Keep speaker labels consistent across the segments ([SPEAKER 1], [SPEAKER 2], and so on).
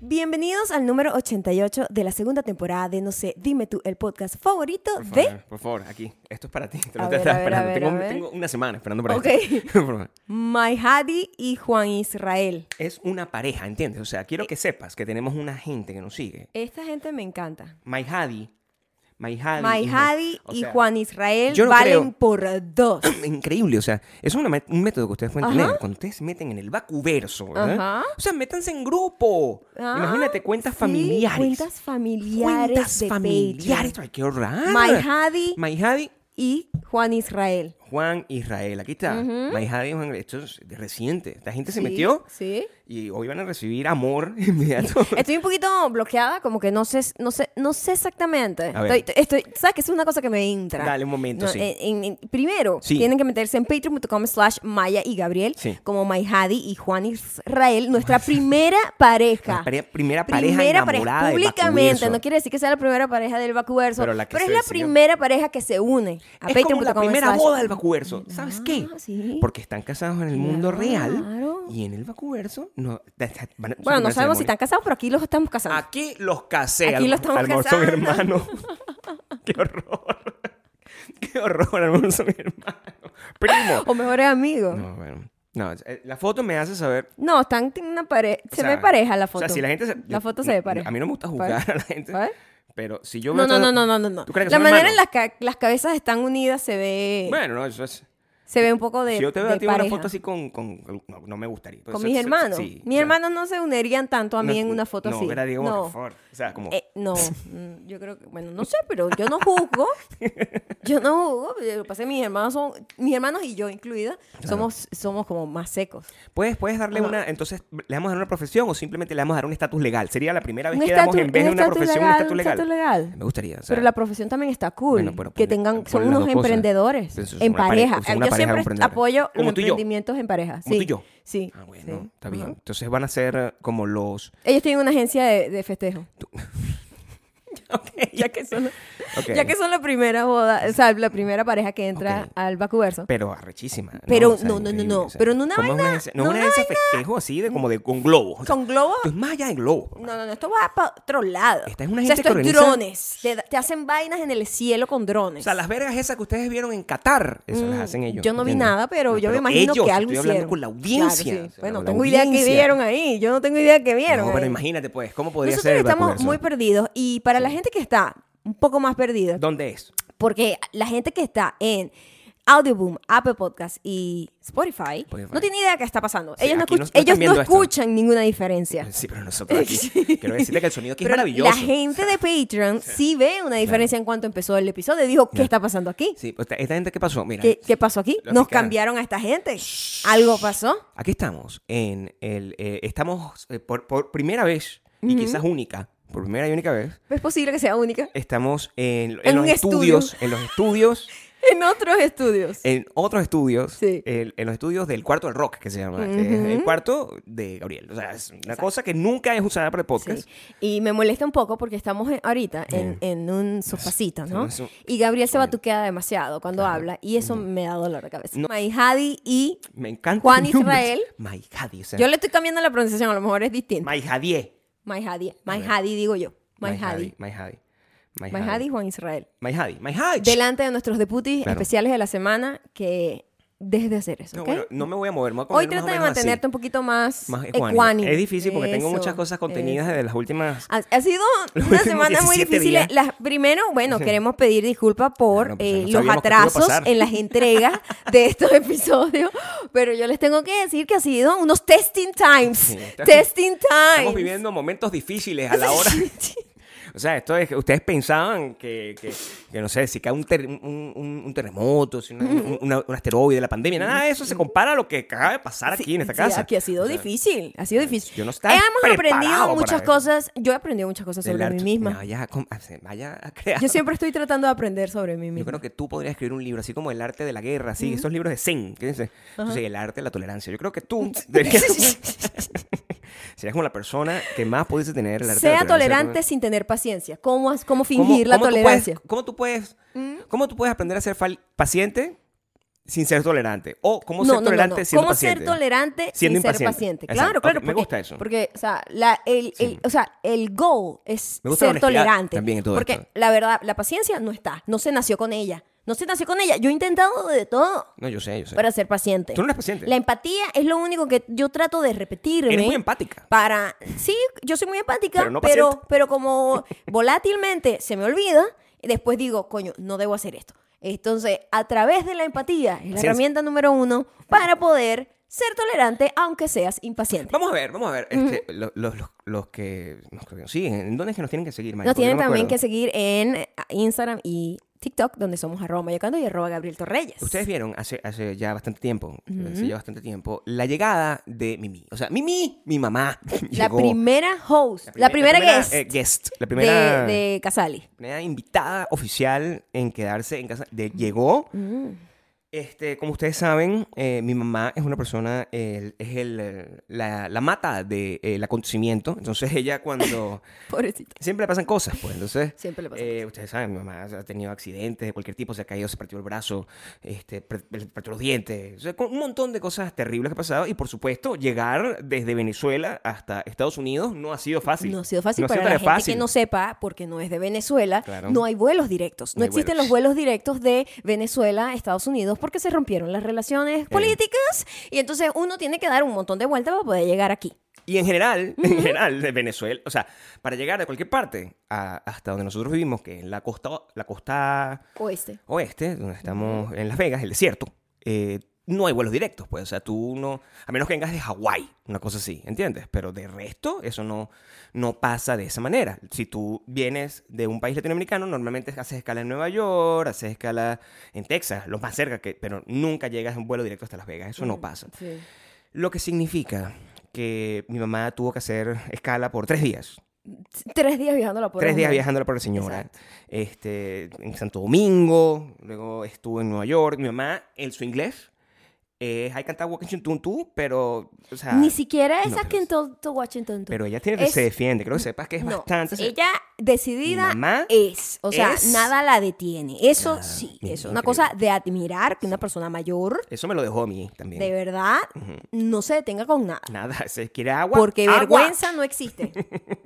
[SPEAKER 1] Bienvenidos al número 88 de la segunda temporada de No sé, dime tú, el podcast favorito
[SPEAKER 2] Por
[SPEAKER 1] de...
[SPEAKER 2] favor, por favor, aquí. Esto es para ti. Te
[SPEAKER 1] A
[SPEAKER 2] lo
[SPEAKER 1] ver,
[SPEAKER 2] estaba
[SPEAKER 1] a ver, a
[SPEAKER 2] esperando.
[SPEAKER 1] ver,
[SPEAKER 2] tengo,
[SPEAKER 1] a ver.
[SPEAKER 2] tengo una semana esperando para
[SPEAKER 1] Ok.
[SPEAKER 2] esto. Por favor.
[SPEAKER 1] My Hadi y Juan Israel.
[SPEAKER 2] es una pareja, ¿entiendes? O sea, quiero
[SPEAKER 1] Eh.
[SPEAKER 2] que sepas que tenemos una gente que nos sigue.
[SPEAKER 1] Esta gente me encanta.
[SPEAKER 2] My Hadi. My Hadi.
[SPEAKER 1] My
[SPEAKER 2] y-
[SPEAKER 1] Hadi
[SPEAKER 2] o
[SPEAKER 1] y
[SPEAKER 2] sea,
[SPEAKER 1] Juan Israel
[SPEAKER 2] yo no
[SPEAKER 1] valen
[SPEAKER 2] creo-
[SPEAKER 1] por dos.
[SPEAKER 2] Increíble, o sea, es una met- un método que ustedes pueden
[SPEAKER 1] Ajá.
[SPEAKER 2] tener. Cuando ustedes se meten en el vacuverso, ¿verdad?
[SPEAKER 1] Ajá.
[SPEAKER 2] O sea, métanse en grupo.
[SPEAKER 1] Ah,
[SPEAKER 2] Imagínate cuentas
[SPEAKER 1] sí,
[SPEAKER 2] familiares.
[SPEAKER 1] Cuentas familiares.
[SPEAKER 2] Cuentas
[SPEAKER 1] de
[SPEAKER 2] familiares.
[SPEAKER 1] Patreon.
[SPEAKER 2] Ay, qué horror.
[SPEAKER 1] My Hadi
[SPEAKER 2] My Hadi
[SPEAKER 1] y Juan Israel.
[SPEAKER 2] Juan Israel, aquí está. My Hadi, Juan, esto es reciente. Esta gente se
[SPEAKER 1] Sí,
[SPEAKER 2] metió
[SPEAKER 1] Sí.
[SPEAKER 2] y hoy van a recibir amor inmediato.
[SPEAKER 1] Estoy un poquito bloqueada, como que no sé, no sé, no sé exactamente.
[SPEAKER 2] A ver.
[SPEAKER 1] Estoy, estoy- sabes que es una cosa que me entra.
[SPEAKER 2] Dale un momento, sí.
[SPEAKER 1] en- en- primero,
[SPEAKER 2] Sí.
[SPEAKER 1] tienen que meterse en patreon.com slash Maya y Gabriel,
[SPEAKER 2] Sí.
[SPEAKER 1] como Mayhadi y Juan Israel, nuestra primera pareja.
[SPEAKER 2] La pare- primera pareja
[SPEAKER 1] Primera
[SPEAKER 2] enamorada
[SPEAKER 1] pareja
[SPEAKER 2] del
[SPEAKER 1] públicamente,
[SPEAKER 2] vacuverso.
[SPEAKER 1] no quiere decir que sea la primera pareja del vacuverso,
[SPEAKER 2] Pero la que
[SPEAKER 1] es
[SPEAKER 2] se
[SPEAKER 1] la
[SPEAKER 2] decidió.
[SPEAKER 1] primera pareja que se une a
[SPEAKER 2] Es como la
[SPEAKER 1] patreon.com
[SPEAKER 2] primera
[SPEAKER 1] slash-
[SPEAKER 2] boda del vacuverso. ¿Sabes qué?
[SPEAKER 1] Ah, sí.
[SPEAKER 2] Porque están casados en el mundo
[SPEAKER 1] Claro.
[SPEAKER 2] real y en el vacuverso no. van a-
[SPEAKER 1] Bueno, no sabemos
[SPEAKER 2] se
[SPEAKER 1] si
[SPEAKER 2] demoran.
[SPEAKER 1] están casados, pero aquí los estamos casando.
[SPEAKER 2] Aquí los casé.
[SPEAKER 1] Aquí
[SPEAKER 2] al-
[SPEAKER 1] los estamos
[SPEAKER 2] al amor son
[SPEAKER 1] casando.
[SPEAKER 2] hermanos. qué horror. qué horror, amor son hermanos. Primo.
[SPEAKER 1] O mejores amigos. No,
[SPEAKER 2] Ah. No, bueno. No, eh, la foto me hace saber.
[SPEAKER 1] están en una pareja.
[SPEAKER 2] o
[SPEAKER 1] Se
[SPEAKER 2] sea,
[SPEAKER 1] ve pareja la
[SPEAKER 2] o
[SPEAKER 1] foto.
[SPEAKER 2] sea, si la gente se-
[SPEAKER 1] La foto
[SPEAKER 2] no,
[SPEAKER 1] se ve pareja.
[SPEAKER 2] A mí no me gusta
[SPEAKER 1] ¿Sabes?
[SPEAKER 2] juzgar a la gente.
[SPEAKER 1] ¿Sabes?
[SPEAKER 2] Pero si yo
[SPEAKER 1] No,
[SPEAKER 2] veo
[SPEAKER 1] no,
[SPEAKER 2] todo-
[SPEAKER 1] no, no, no, no, no.
[SPEAKER 2] ¿Tú crees que
[SPEAKER 1] La
[SPEAKER 2] son
[SPEAKER 1] manera
[SPEAKER 2] hermanos?
[SPEAKER 1] en las ca- las cabezas están unidas se ve,
[SPEAKER 2] Eh, Bueno, no, eso es.
[SPEAKER 1] se ve un poco de,
[SPEAKER 2] si yo te veo
[SPEAKER 1] de
[SPEAKER 2] a ti
[SPEAKER 1] pareja.
[SPEAKER 2] una foto así con. con- con- no, no me gustaría.
[SPEAKER 1] con
[SPEAKER 2] Entonces,
[SPEAKER 1] mis
[SPEAKER 2] se- se-
[SPEAKER 1] hermanos.
[SPEAKER 2] sí,
[SPEAKER 1] mis
[SPEAKER 2] o sea,
[SPEAKER 1] hermanos no se unirían tanto a mí
[SPEAKER 2] no-
[SPEAKER 1] en una foto
[SPEAKER 2] no,
[SPEAKER 1] así.
[SPEAKER 2] ¿verdad? Digo,
[SPEAKER 1] no,
[SPEAKER 2] por favor. O sea, como.
[SPEAKER 1] Eh, no, mm, yo creo que, bueno, no sé, pero yo no juzgo. yo no juzgo. Lo que pasa es que mis hermanos son, mis hermanos y yo incluida, somos, somos como más secos.
[SPEAKER 2] ¿Puedes, puedes darle una. Entonces, ¿le vamos a dar una profesión o simplemente le vamos a dar un estatus legal? Sería la primera vez
[SPEAKER 1] Un
[SPEAKER 2] que damos
[SPEAKER 1] estatus-
[SPEAKER 2] en vez
[SPEAKER 1] un
[SPEAKER 2] de una
[SPEAKER 1] estatus
[SPEAKER 2] profesión
[SPEAKER 1] legal,
[SPEAKER 2] un estatus
[SPEAKER 1] un
[SPEAKER 2] legal.
[SPEAKER 1] estatus legal.
[SPEAKER 2] Me gustaría. o sea,
[SPEAKER 1] Pero la profesión también está cool.
[SPEAKER 2] Bueno, pero
[SPEAKER 1] que
[SPEAKER 2] ponle-
[SPEAKER 1] tengan, son
[SPEAKER 2] ponle las
[SPEAKER 1] unos
[SPEAKER 2] dos cosas.
[SPEAKER 1] emprendedores.
[SPEAKER 2] Entonces, es
[SPEAKER 1] en
[SPEAKER 2] una pareja,
[SPEAKER 1] pareja.
[SPEAKER 2] es una
[SPEAKER 1] yo
[SPEAKER 2] pareja
[SPEAKER 1] siempre
[SPEAKER 2] emprendedora.
[SPEAKER 1] apoyo
[SPEAKER 2] Como
[SPEAKER 1] los
[SPEAKER 2] tú y yo.
[SPEAKER 1] emprendimientos en pareja.
[SPEAKER 2] Como
[SPEAKER 1] sí.
[SPEAKER 2] tú y yo.
[SPEAKER 1] Sí.
[SPEAKER 2] Ah, bueno,
[SPEAKER 1] sí.
[SPEAKER 2] está bien.
[SPEAKER 1] Ajá.
[SPEAKER 2] Entonces van a ser eh, como los.
[SPEAKER 1] Ellos tienen una agencia de, de festejo.
[SPEAKER 2] Ok,
[SPEAKER 1] Ya que, son,
[SPEAKER 2] ok.
[SPEAKER 1] ya que son la primera boda, o sea, la primera pareja que entra
[SPEAKER 2] Ok.
[SPEAKER 1] al vacuverso.
[SPEAKER 2] Pero arrechísima. ¿no?
[SPEAKER 1] Pero
[SPEAKER 2] O sea,
[SPEAKER 1] no, no, no,
[SPEAKER 2] increíble,
[SPEAKER 1] no. Pero en una
[SPEAKER 2] ¿cómo es
[SPEAKER 1] vaina-
[SPEAKER 2] agencia- no,
[SPEAKER 1] no
[SPEAKER 2] es una
[SPEAKER 1] una
[SPEAKER 2] agencia festejo así de como de con globos. O sea,
[SPEAKER 1] Con globos.
[SPEAKER 2] esto es más allá de globos.
[SPEAKER 1] No, no, no, esto va para otro lado.
[SPEAKER 2] Esta es una
[SPEAKER 1] O sea,
[SPEAKER 2] gente
[SPEAKER 1] esto
[SPEAKER 2] que
[SPEAKER 1] es
[SPEAKER 2] organiza-
[SPEAKER 1] drones. Te, da- te hacen vainas en el cielo con drones.
[SPEAKER 2] O sea, las vergas esas que ustedes vieron en Qatar, esas las hacen ellos.
[SPEAKER 1] Mm, Yo no vi
[SPEAKER 2] ¿entiendes?
[SPEAKER 1] nada, pero
[SPEAKER 2] No,
[SPEAKER 1] yo me imagino
[SPEAKER 2] ellos,
[SPEAKER 1] que algo
[SPEAKER 2] estoy hablando
[SPEAKER 1] hicieron.
[SPEAKER 2] con la audiencia.
[SPEAKER 1] Claro, sí.
[SPEAKER 2] o sea,
[SPEAKER 1] Bueno,
[SPEAKER 2] con la
[SPEAKER 1] tengo idea que
[SPEAKER 2] audiencia.
[SPEAKER 1] vieron ahí. Yo no tengo idea que vieron.
[SPEAKER 2] No, pero
[SPEAKER 1] ahí.
[SPEAKER 2] imagínate, pues, ¿cómo podría
[SPEAKER 1] Nosotros
[SPEAKER 2] ser el
[SPEAKER 1] estamos
[SPEAKER 2] vacuverso?
[SPEAKER 1] muy perdidos. Y para la gente que está un poco más perdida,
[SPEAKER 2] ¿Dónde es?
[SPEAKER 1] porque la gente que está en Audioboom, Apple Podcast y Spotify,
[SPEAKER 2] Spotify.
[SPEAKER 1] no tiene idea de qué está pasando.
[SPEAKER 2] Sí,
[SPEAKER 1] ellos no,
[SPEAKER 2] aquí no-
[SPEAKER 1] escuch-
[SPEAKER 2] no están
[SPEAKER 1] ellos no
[SPEAKER 2] viendo esto.
[SPEAKER 1] escuchan ninguna diferencia.
[SPEAKER 2] Sí, pero nosotros aquí. Quiero decirte que el sonido aquí
[SPEAKER 1] Pero
[SPEAKER 2] es maravilloso.
[SPEAKER 1] La gente de Patreon sí ve una diferencia en cuanto empezó el episodio. Dijo, ¿qué está pasando aquí?
[SPEAKER 2] Sí, o sea, esta gente, ¿qué pasó? Mira,
[SPEAKER 1] ¿Qué, qué pasó aquí?
[SPEAKER 2] Lo
[SPEAKER 1] ¿Nos
[SPEAKER 2] picaron.
[SPEAKER 1] cambiaron a esta gente? ¿Algo pasó?
[SPEAKER 2] aquí estamos. En el, eh, estamos eh, por, por primera vez, y quizás única, por primera y única vez,
[SPEAKER 1] ¿Es posible que sea única?
[SPEAKER 2] estamos en, en
[SPEAKER 1] En
[SPEAKER 2] los
[SPEAKER 1] un estudio.
[SPEAKER 2] estudios, en los estudios,
[SPEAKER 1] En otros estudios.
[SPEAKER 2] en otros estudios,
[SPEAKER 1] Sí.
[SPEAKER 2] el- en los estudios del cuarto del rock, que se llama, que es el cuarto de Gabriel. O sea, es una cosa que nunca es usada para el podcast.
[SPEAKER 1] Sí. Y me molesta un poco porque estamos en- ahorita en, en un sofacito, ¿no?
[SPEAKER 2] Eso-
[SPEAKER 1] Y Gabriel se batuquea demasiado cuando habla y eso me da dolor de cabeza.
[SPEAKER 2] No.
[SPEAKER 1] My Hadi y
[SPEAKER 2] Me encanta.
[SPEAKER 1] Juan
[SPEAKER 2] el nombre.
[SPEAKER 1] Israel.
[SPEAKER 2] My Hadi, o sea,
[SPEAKER 1] yo le estoy cambiando la pronunciación, a lo mejor es distinto.
[SPEAKER 2] My Hadi.
[SPEAKER 1] My Hadi, My
[SPEAKER 2] ver.
[SPEAKER 1] Hadi digo yo. My, Hadi.
[SPEAKER 2] My Hadi. My
[SPEAKER 1] My Hadi Juan Israel.
[SPEAKER 2] My Hadi. My Hadi.
[SPEAKER 1] Delante de nuestros deputis
[SPEAKER 2] Claro.
[SPEAKER 1] especiales de la semana que dejes de hacer eso,
[SPEAKER 2] No,
[SPEAKER 1] ¿ok?
[SPEAKER 2] bueno, no me voy a mover. me voy a comer
[SPEAKER 1] Hoy
[SPEAKER 2] más o
[SPEAKER 1] trata de
[SPEAKER 2] menos así,
[SPEAKER 1] mantenerte un poquito más,
[SPEAKER 2] más ecuánime.
[SPEAKER 1] ecuánime.
[SPEAKER 2] Es difícil porque tengo
[SPEAKER 1] Eso,
[SPEAKER 2] muchas cosas contenidas
[SPEAKER 1] eso.
[SPEAKER 2] de las últimas.
[SPEAKER 1] Ha, ha sido
[SPEAKER 2] Los
[SPEAKER 1] una
[SPEAKER 2] últimos
[SPEAKER 1] semana muy
[SPEAKER 2] 17
[SPEAKER 1] difícil.
[SPEAKER 2] días.
[SPEAKER 1] Las- primero, bueno, queremos pedir disculpas por
[SPEAKER 2] Claro, pues,
[SPEAKER 1] eh,
[SPEAKER 2] no
[SPEAKER 1] los
[SPEAKER 2] sabíamos que esto iba a
[SPEAKER 1] atrasos
[SPEAKER 2] pasar.
[SPEAKER 1] en las entregas de estos episodios, pero yo les tengo que decir que ha sido unos testing times.
[SPEAKER 2] Sí, está-
[SPEAKER 1] testing times.
[SPEAKER 2] Estamos viviendo momentos difíciles a la hora. O sea, esto es que ustedes pensaban que, que, que, no sé, si cae un, ter- un, un- un terremoto, si una- un, una- un asteroide, la pandemia, nada de eso se compara a lo que acaba de pasar aquí en esta
[SPEAKER 1] Sí,
[SPEAKER 2] casa.
[SPEAKER 1] aquí ha sido
[SPEAKER 2] O sea,
[SPEAKER 1] difícil, ha sido difícil.
[SPEAKER 2] yo no estaba
[SPEAKER 1] Hemos
[SPEAKER 2] preparado
[SPEAKER 1] aprendido
[SPEAKER 2] para
[SPEAKER 1] muchas
[SPEAKER 2] esto.
[SPEAKER 1] cosas. Yo he aprendido muchas cosas
[SPEAKER 2] del
[SPEAKER 1] sobre mí
[SPEAKER 2] arte- Ah,
[SPEAKER 1] misma.
[SPEAKER 2] no, vaya, a com- a- se- vaya a crear.
[SPEAKER 1] Yo siempre estoy tratando de aprender sobre mí
[SPEAKER 2] Yo
[SPEAKER 1] misma.
[SPEAKER 2] creo que tú podrías escribir un libro así como El arte de la guerra, así, esos libros de Zen, ¿qué dice? Entonces, el arte de la tolerancia. Yo creo que tú deberías- serías como la persona que más pudiese tener el arte de la
[SPEAKER 1] Sea
[SPEAKER 2] tolerancia.
[SPEAKER 1] tolerante sin tener paciencia. ¿Cómo, has- cómo
[SPEAKER 2] ¿Cómo-
[SPEAKER 1] fingir la Mm.
[SPEAKER 2] cómo tú puedes-
[SPEAKER 1] tolerancia?
[SPEAKER 2] ¿Cómo tú puedes, cómo tú puedes aprender a ser fal- paciente sin ser tolerante. O cómo
[SPEAKER 1] No,
[SPEAKER 2] ser
[SPEAKER 1] no, no,
[SPEAKER 2] tolerante
[SPEAKER 1] no.
[SPEAKER 2] siendo
[SPEAKER 1] ¿Cómo
[SPEAKER 2] paciente.
[SPEAKER 1] ser tolerante
[SPEAKER 2] Siendo
[SPEAKER 1] sin ser
[SPEAKER 2] impaciente.
[SPEAKER 1] paciente?
[SPEAKER 2] Exacto.
[SPEAKER 1] Claro,
[SPEAKER 2] Ok,
[SPEAKER 1] claro.
[SPEAKER 2] me
[SPEAKER 1] porque-
[SPEAKER 2] gusta eso.
[SPEAKER 1] Porque, o sea, la- el, el-
[SPEAKER 2] Sí.
[SPEAKER 1] o sea, el goal es
[SPEAKER 2] Me gusta la
[SPEAKER 1] ser
[SPEAKER 2] honestidad
[SPEAKER 1] tolerante.
[SPEAKER 2] también en todo
[SPEAKER 1] porque,
[SPEAKER 2] esto.
[SPEAKER 1] la verdad, la paciencia no está. No se nació con ella. No se nació con ella. Yo he intentado de todo
[SPEAKER 2] No, yo sé, yo sé.
[SPEAKER 1] para ser paciente.
[SPEAKER 2] Tú no eres paciente.
[SPEAKER 1] La empatía es lo único que yo trato de repetirme.
[SPEAKER 2] Eres muy empática.
[SPEAKER 1] Para, sí, yo soy muy empática, pero,
[SPEAKER 2] Pero no
[SPEAKER 1] pero,
[SPEAKER 2] paciente.
[SPEAKER 1] como volátilmente se me olvida, y después digo, coño, no debo hacer esto. Entonces, a través de la empatía, es la
[SPEAKER 2] Paciencia.
[SPEAKER 1] herramienta número uno para poder ser tolerante aunque seas impaciente.
[SPEAKER 2] Vamos a ver, vamos a ver. Este, lo- los, los- los que nos que nos siguen, ¿en dónde es que nos tienen que seguir, Maya?
[SPEAKER 1] Nos
[SPEAKER 2] Porque yo
[SPEAKER 1] tienen
[SPEAKER 2] no me
[SPEAKER 1] también que
[SPEAKER 2] acuerdo.
[SPEAKER 1] seguir en eh, Instagram y TikTok, donde somos arroba mayocando y arroba Gabriel Torreyes.
[SPEAKER 2] Ustedes vieron hace, hace ya bastante tiempo, eh, hace ya bastante tiempo, la llegada de Mimi. O sea, Mimi, mi mamá,
[SPEAKER 1] la
[SPEAKER 2] llegó.
[SPEAKER 1] primera host, la primera, guest
[SPEAKER 2] eh, guest, la
[SPEAKER 1] de,
[SPEAKER 2] primera,
[SPEAKER 1] de Casali.
[SPEAKER 2] primera invitada oficial en quedarse en casa. de- llegó.
[SPEAKER 1] Mm,
[SPEAKER 2] Este, como ustedes saben, eh, mi mamá es una persona, eh, es el, eh, la, la mata del de, eh, el acontecimiento. Entonces ella cuando...
[SPEAKER 1] Pobrecita.
[SPEAKER 2] Siempre le pasan cosas, pues. Entonces,
[SPEAKER 1] Siempre le pasan
[SPEAKER 2] eh, ustedes saben, mi mamá ha tenido accidentes de cualquier tipo, se ha caído, se partió el brazo, este, per- per- partió los dientes, o sea, con un montón de cosas terribles que ha pasado. Y por supuesto, llegar desde Venezuela hasta Estados Unidos no ha sido fácil.
[SPEAKER 1] No ha sido fácil
[SPEAKER 2] No ha
[SPEAKER 1] para
[SPEAKER 2] sido
[SPEAKER 1] la
[SPEAKER 2] tan
[SPEAKER 1] gente que no sepa, porque no es de Venezuela.
[SPEAKER 2] Claro.
[SPEAKER 1] No hay vuelos directos. No,
[SPEAKER 2] No hay
[SPEAKER 1] existen
[SPEAKER 2] vuelos.
[SPEAKER 1] los vuelos directos de Venezuela a Estados Unidos porque se rompieron las relaciones
[SPEAKER 2] Eh.
[SPEAKER 1] políticas y entonces uno tiene que dar un montón de vueltas para poder llegar aquí.
[SPEAKER 2] Y en general, en general, de Venezuela, o sea, para llegar de cualquier parte a- hasta donde nosotros vivimos, que es la costa, la costa
[SPEAKER 1] Oeste.
[SPEAKER 2] oeste, donde estamos en Las Vegas, el desierto, eh, no hay vuelos directos, pues, o sea, tú no, a menos que vengas de Hawái, una cosa así, ¿entiendes? Pero de resto, eso no, no pasa de esa manera. Si tú vienes de un país latinoamericano, normalmente haces escala en Nueva York, haces escala en Texas, los más cerca, que, pero nunca llegas en vuelo directo hasta Las Vegas, eso no pasa. Lo que significa que mi mamá tuvo que hacer escala por tres días.
[SPEAKER 1] Tres días viajando la
[SPEAKER 2] Tres días viajando a la pobre señora.
[SPEAKER 1] Exacto.
[SPEAKER 2] Este, en Santo Domingo, luego estuvo en Nueva York. Mi mamá, en su inglés, eh, I can't walk in Tuntu, pero, o sea,
[SPEAKER 1] Ni siquiera
[SPEAKER 2] No,
[SPEAKER 1] esa
[SPEAKER 2] pero-
[SPEAKER 1] que en todo Washington.
[SPEAKER 2] pero ella tiene,
[SPEAKER 1] Es-
[SPEAKER 2] se defiende. Creo que sepas que es
[SPEAKER 1] No,
[SPEAKER 2] bastante. se-
[SPEAKER 1] ella decidida
[SPEAKER 2] Mi mamá
[SPEAKER 1] es, o sea,
[SPEAKER 2] es-
[SPEAKER 1] nada la detiene. Eso
[SPEAKER 2] Nada.
[SPEAKER 1] sí,
[SPEAKER 2] Mira,
[SPEAKER 1] eso es una
[SPEAKER 2] increíble.
[SPEAKER 1] cosa de admirar que una persona mayor,
[SPEAKER 2] Eso me lo dejó a mí también.
[SPEAKER 1] de verdad, no se detenga con nada.
[SPEAKER 2] Nada, se quiere agua.
[SPEAKER 1] Porque
[SPEAKER 2] ¡Agua!
[SPEAKER 1] vergüenza no existe.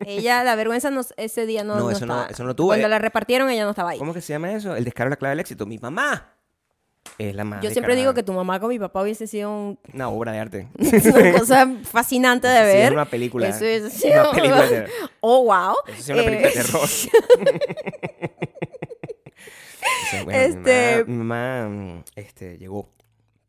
[SPEAKER 1] Ella, la vergüenza no- ese día no,
[SPEAKER 2] No,
[SPEAKER 1] no
[SPEAKER 2] eso no-
[SPEAKER 1] estaba.
[SPEAKER 2] eso no tuve.
[SPEAKER 1] Cuando la repartieron, ella no estaba ahí.
[SPEAKER 2] ¿Cómo que se llama eso? El descaro es la clave del éxito. Mi mamá es la más.
[SPEAKER 1] Yo siempre digo que tu mamá con mi papá hubiese sido un-
[SPEAKER 2] Una obra de arte.
[SPEAKER 1] una cosa fascinante de
[SPEAKER 2] Sí,
[SPEAKER 1] ver.
[SPEAKER 2] es una película.
[SPEAKER 1] Eso hubiese
[SPEAKER 2] Una
[SPEAKER 1] sido-
[SPEAKER 2] película de-
[SPEAKER 1] Oh, wow.
[SPEAKER 2] Es una película de
[SPEAKER 1] Eh,
[SPEAKER 2] terror. Dice, bueno,
[SPEAKER 1] Este-
[SPEAKER 2] mi, mamá, mi mamá, mm, este, llegó.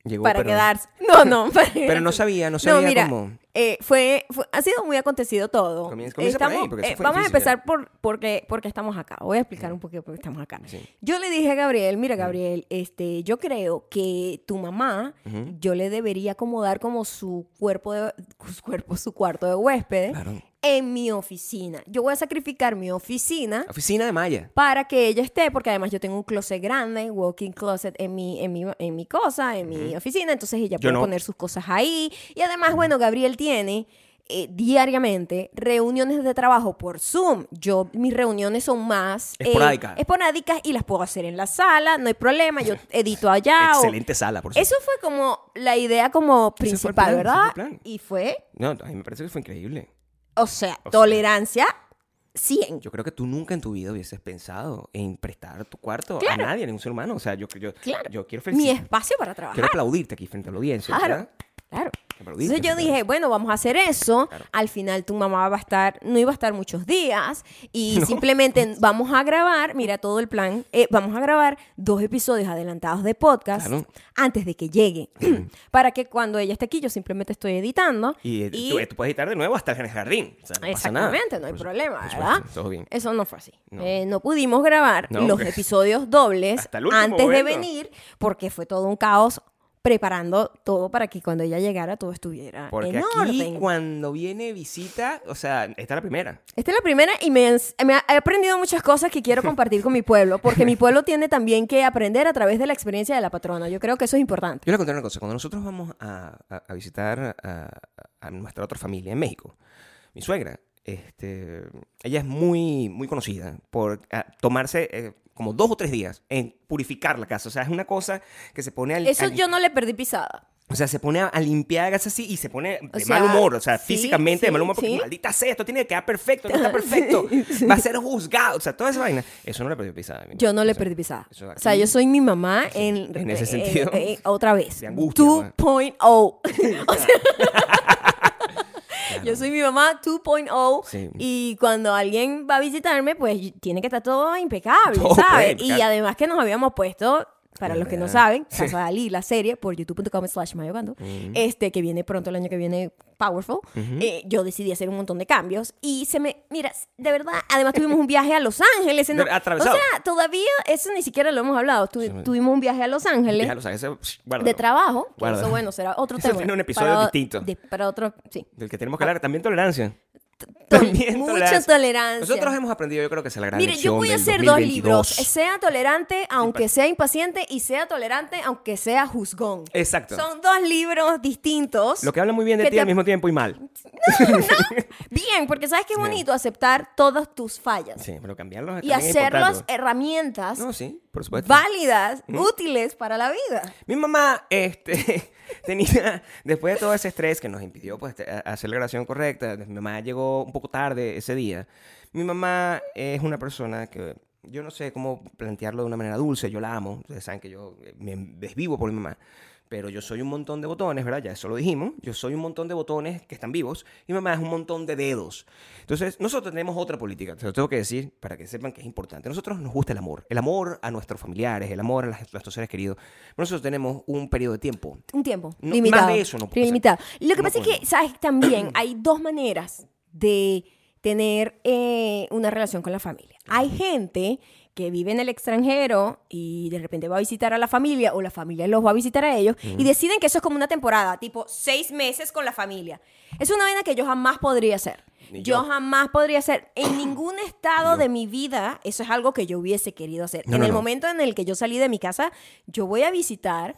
[SPEAKER 2] Llegó
[SPEAKER 1] para
[SPEAKER 2] pero,
[SPEAKER 1] quedarse. No, no. para-
[SPEAKER 2] Pero no sabía, no
[SPEAKER 1] No,
[SPEAKER 2] sabía
[SPEAKER 1] mira,
[SPEAKER 2] cómo.
[SPEAKER 1] eh, fue, fue- ha sido muy acontecido todo. eh,
[SPEAKER 2] Comienza- comienza por ahí, porque eso fue
[SPEAKER 1] vamos
[SPEAKER 2] difícil.
[SPEAKER 1] a empezar por porque, porque estamos acá. Voy a explicar un poquito por qué estamos acá.
[SPEAKER 2] Sí.
[SPEAKER 1] Yo le dije a Gabriel, mira Gabriel, este, yo creo que tu mamá, yo le debería acomodar como su cuerpo, de, su, cuerpo su cuarto de huéspedes
[SPEAKER 2] Claro.
[SPEAKER 1] en mi oficina. Yo voy a sacrificar mi oficina
[SPEAKER 2] Oficina de Maya.
[SPEAKER 1] para que ella esté, porque además yo tengo un closet grande, walking closet en mi, en mi, en mi cosa, en mi oficina, entonces ella
[SPEAKER 2] Yo
[SPEAKER 1] puede
[SPEAKER 2] no.
[SPEAKER 1] poner sus cosas ahí. Y además, bueno, Gabriel tiene eh, diariamente reuniones de trabajo por Zoom. Yo, mis reuniones son más eh,
[SPEAKER 2] Esporádicas.
[SPEAKER 1] esporádicas y las puedo hacer en la sala, no hay problema, yo edito allá. o-
[SPEAKER 2] Excelente sala, por cierto.
[SPEAKER 1] Eso fue como la idea como
[SPEAKER 2] Ese fue el
[SPEAKER 1] principal,
[SPEAKER 2] plan, ese fue
[SPEAKER 1] ¿verdad?
[SPEAKER 2] el plan.
[SPEAKER 1] Y fue,
[SPEAKER 2] No, a mí me parece que fue increíble.
[SPEAKER 1] o sea,
[SPEAKER 2] sea.
[SPEAKER 1] tolerancia 100.
[SPEAKER 2] Yo creo que tú nunca en tu vida hubieses pensado en prestar tu cuarto
[SPEAKER 1] Claro.
[SPEAKER 2] a nadie, a ningún ser humano. O sea, yo, yo,
[SPEAKER 1] Claro.
[SPEAKER 2] yo quiero
[SPEAKER 1] mi
[SPEAKER 2] felicitar.
[SPEAKER 1] espacio para trabajar.
[SPEAKER 2] Quiero aplaudirte aquí frente a la audiencia.
[SPEAKER 1] Claro,
[SPEAKER 2] ¿verdad?
[SPEAKER 1] claro.
[SPEAKER 2] Aplaudir,
[SPEAKER 1] Entonces yo
[SPEAKER 2] aplaudir.
[SPEAKER 1] dije, bueno, vamos a hacer eso.
[SPEAKER 2] Claro.
[SPEAKER 1] Al final tu mamá va a estar, no iba a estar muchos días y simplemente vamos a grabar, mira todo el plan, eh, vamos a grabar dos episodios adelantados de podcast
[SPEAKER 2] Claro.
[SPEAKER 1] antes de que llegue, para que cuando ella esté aquí yo simplemente estoy editando
[SPEAKER 2] Y, eh, Tú, eh, tú puedes editar de nuevo hasta en el jardín. O sea, no pasa nada.
[SPEAKER 1] Exactamente, no hay
[SPEAKER 2] Por su-
[SPEAKER 1] problema,
[SPEAKER 2] por
[SPEAKER 1] ¿verdad?
[SPEAKER 2] supuesto, todo bien.
[SPEAKER 1] Eso no fue así. Eh,
[SPEAKER 2] No.
[SPEAKER 1] No, pudimos grabar
[SPEAKER 2] No.
[SPEAKER 1] los episodios dobles
[SPEAKER 2] Hasta el último,
[SPEAKER 1] antes de
[SPEAKER 2] bueno.
[SPEAKER 1] venir porque fue todo un caos preparando todo para que cuando ella llegara todo estuviera
[SPEAKER 2] Porque
[SPEAKER 1] Ah, en
[SPEAKER 2] aquí
[SPEAKER 1] orden.
[SPEAKER 2] cuando viene visita, o sea, esta es la primera.
[SPEAKER 1] Esta es la primera y me, ens- me ha- he aprendido muchas cosas que quiero compartir con mi pueblo, porque mi pueblo tiene también que aprender a través de la experiencia de la patrona. Yo creo que eso es importante.
[SPEAKER 2] Yo le conté una cosa. Cuando nosotros vamos a, a- a visitar a, a nuestra otra familia en México, mi suegra, este, ella es muy, muy conocida por ah, tomarse eh, como dos o tres días en purificar la casa. O sea, es una cosa que se pone al.
[SPEAKER 1] Eso
[SPEAKER 2] al-
[SPEAKER 1] yo no le perdí pisada.
[SPEAKER 2] O sea, se pone a, a limpiar es así y se pone de
[SPEAKER 1] O sea,
[SPEAKER 2] mal humor. O sea,
[SPEAKER 1] sí,
[SPEAKER 2] físicamente de
[SPEAKER 1] sí,
[SPEAKER 2] mal humor porque
[SPEAKER 1] sí.
[SPEAKER 2] maldita sea, esto tiene que quedar perfecto, no está perfecto. Va a ser juzgado. O sea, toda esa vaina. Eso no le perdí pisada. mi
[SPEAKER 1] Yo
[SPEAKER 2] niño.
[SPEAKER 1] no le
[SPEAKER 2] Eso-
[SPEAKER 1] perdí pisada.
[SPEAKER 2] eso
[SPEAKER 1] O
[SPEAKER 2] aquí-
[SPEAKER 1] sea, yo soy mi mamá en...
[SPEAKER 2] en ese
[SPEAKER 1] eh,
[SPEAKER 2] sentido.
[SPEAKER 1] eh, eh, otra vez.
[SPEAKER 2] De angustia, pues.
[SPEAKER 1] 2.0. O sea, Yo soy mi mamá 2.0
[SPEAKER 2] Sí.
[SPEAKER 1] y cuando alguien va a visitarme, pues tiene que estar todo impecable,
[SPEAKER 2] Todo, Eh, pues,
[SPEAKER 1] ¿sabes? Y
[SPEAKER 2] impecable.
[SPEAKER 1] además que nos habíamos puesto, para
[SPEAKER 2] Es
[SPEAKER 1] los que no
[SPEAKER 2] verdad.
[SPEAKER 1] saben, Casa de Ali, la serie por youtube.com slash mayocando,
[SPEAKER 2] Mm.
[SPEAKER 1] este, que viene pronto el año que viene, Powerful, eh, yo decidí hacer un montón de cambios y se me, mira, de verdad, además tuvimos un viaje a Los Ángeles. en-
[SPEAKER 2] Pero
[SPEAKER 1] O
[SPEAKER 2] atravesado.
[SPEAKER 1] sea, todavía, eso ni siquiera lo hemos hablado. Tu- tuvimos un viaje a Los Ángeles
[SPEAKER 2] Déjalo, o sea, ese- psh, guárdalo.
[SPEAKER 1] de trabajo. que
[SPEAKER 2] Guárdalo.
[SPEAKER 1] Eso, bueno, será otro
[SPEAKER 2] Eso
[SPEAKER 1] tema.
[SPEAKER 2] tiene un epidio distinto.
[SPEAKER 1] de- para otro, sí.
[SPEAKER 2] Del que tenemos que hablar. También tolerancia.
[SPEAKER 1] Tol-
[SPEAKER 2] También
[SPEAKER 1] mucha
[SPEAKER 2] tolerancia.
[SPEAKER 1] tolerancia.
[SPEAKER 2] Nosotros hemos aprendido, yo creo que es la gran
[SPEAKER 1] Mire, yo
[SPEAKER 2] lección
[SPEAKER 1] voy a
[SPEAKER 2] del
[SPEAKER 1] hacer dos
[SPEAKER 2] 2022.
[SPEAKER 1] libros. Sea tolerante, aunque
[SPEAKER 2] pues.
[SPEAKER 1] sea impaciente, y sea tolerante, aunque sea juzgón.
[SPEAKER 2] Exacto.
[SPEAKER 1] Son dos libros distintos.
[SPEAKER 2] Lo que habla muy bien de
[SPEAKER 1] que
[SPEAKER 2] ti
[SPEAKER 1] te- Mm.
[SPEAKER 2] al mismo tiempo y mal.
[SPEAKER 1] Bien, porque sabes que es bonito aceptar todas tus fallas
[SPEAKER 2] Sí, pero cambiarlos
[SPEAKER 1] y
[SPEAKER 2] también es
[SPEAKER 1] hacerlas
[SPEAKER 2] importante.
[SPEAKER 1] herramientas
[SPEAKER 2] No, sí, por supuesto. Mm.
[SPEAKER 1] válidas, útiles para la vida.
[SPEAKER 2] Mi mamá, este, tenía, después de todo ese estrés que nos impidió pues, te- a- hacer la grabación correcta, mi mamá llegó un poco tarde ese día. Mi mamá es una persona que yo no sé cómo plantearlo de una manera dulce, yo la amo, ustedes saben que yo eh, me desvivo por mi mamá, pero yo soy un montón de botones, ¿verdad? Ya eso lo dijimos, yo soy un montón de botones que están vivos y mi mamá es un montón de dedos. Entonces, nosotros tenemos otra política, te lo tengo que decir para que sepan que es importante. Nosotros nos gusta el amor, el amor a nuestros familiares, el amor a, las- a nuestros seres queridos. Pero nosotros tenemos un periodo de tiempo.
[SPEAKER 1] Un tiempo
[SPEAKER 2] No,
[SPEAKER 1] limitado.
[SPEAKER 2] más de eso no puedo
[SPEAKER 1] limitado. Lo que
[SPEAKER 2] no
[SPEAKER 1] pasa es que,
[SPEAKER 2] podemos.
[SPEAKER 1] ¿sabes? También hay dos maneras de tener eh, una relación con la familia. Hay gente que vive en el extranjero y de repente va a visitar a la familia o la familia los va a visitar a ellos y deciden que eso es como una temporada, tipo seis meses con la familia. Es una vaina que yo jamás podría hacer.
[SPEAKER 2] Ni
[SPEAKER 1] Yo.
[SPEAKER 2] yo.
[SPEAKER 1] jamás podría hacer. En ningún estado de mi vida eso es algo que yo hubiese querido hacer.
[SPEAKER 2] No,
[SPEAKER 1] en
[SPEAKER 2] no,
[SPEAKER 1] el
[SPEAKER 2] no.
[SPEAKER 1] momento momento en el que yo salí de mi casa, yo voy a visitar,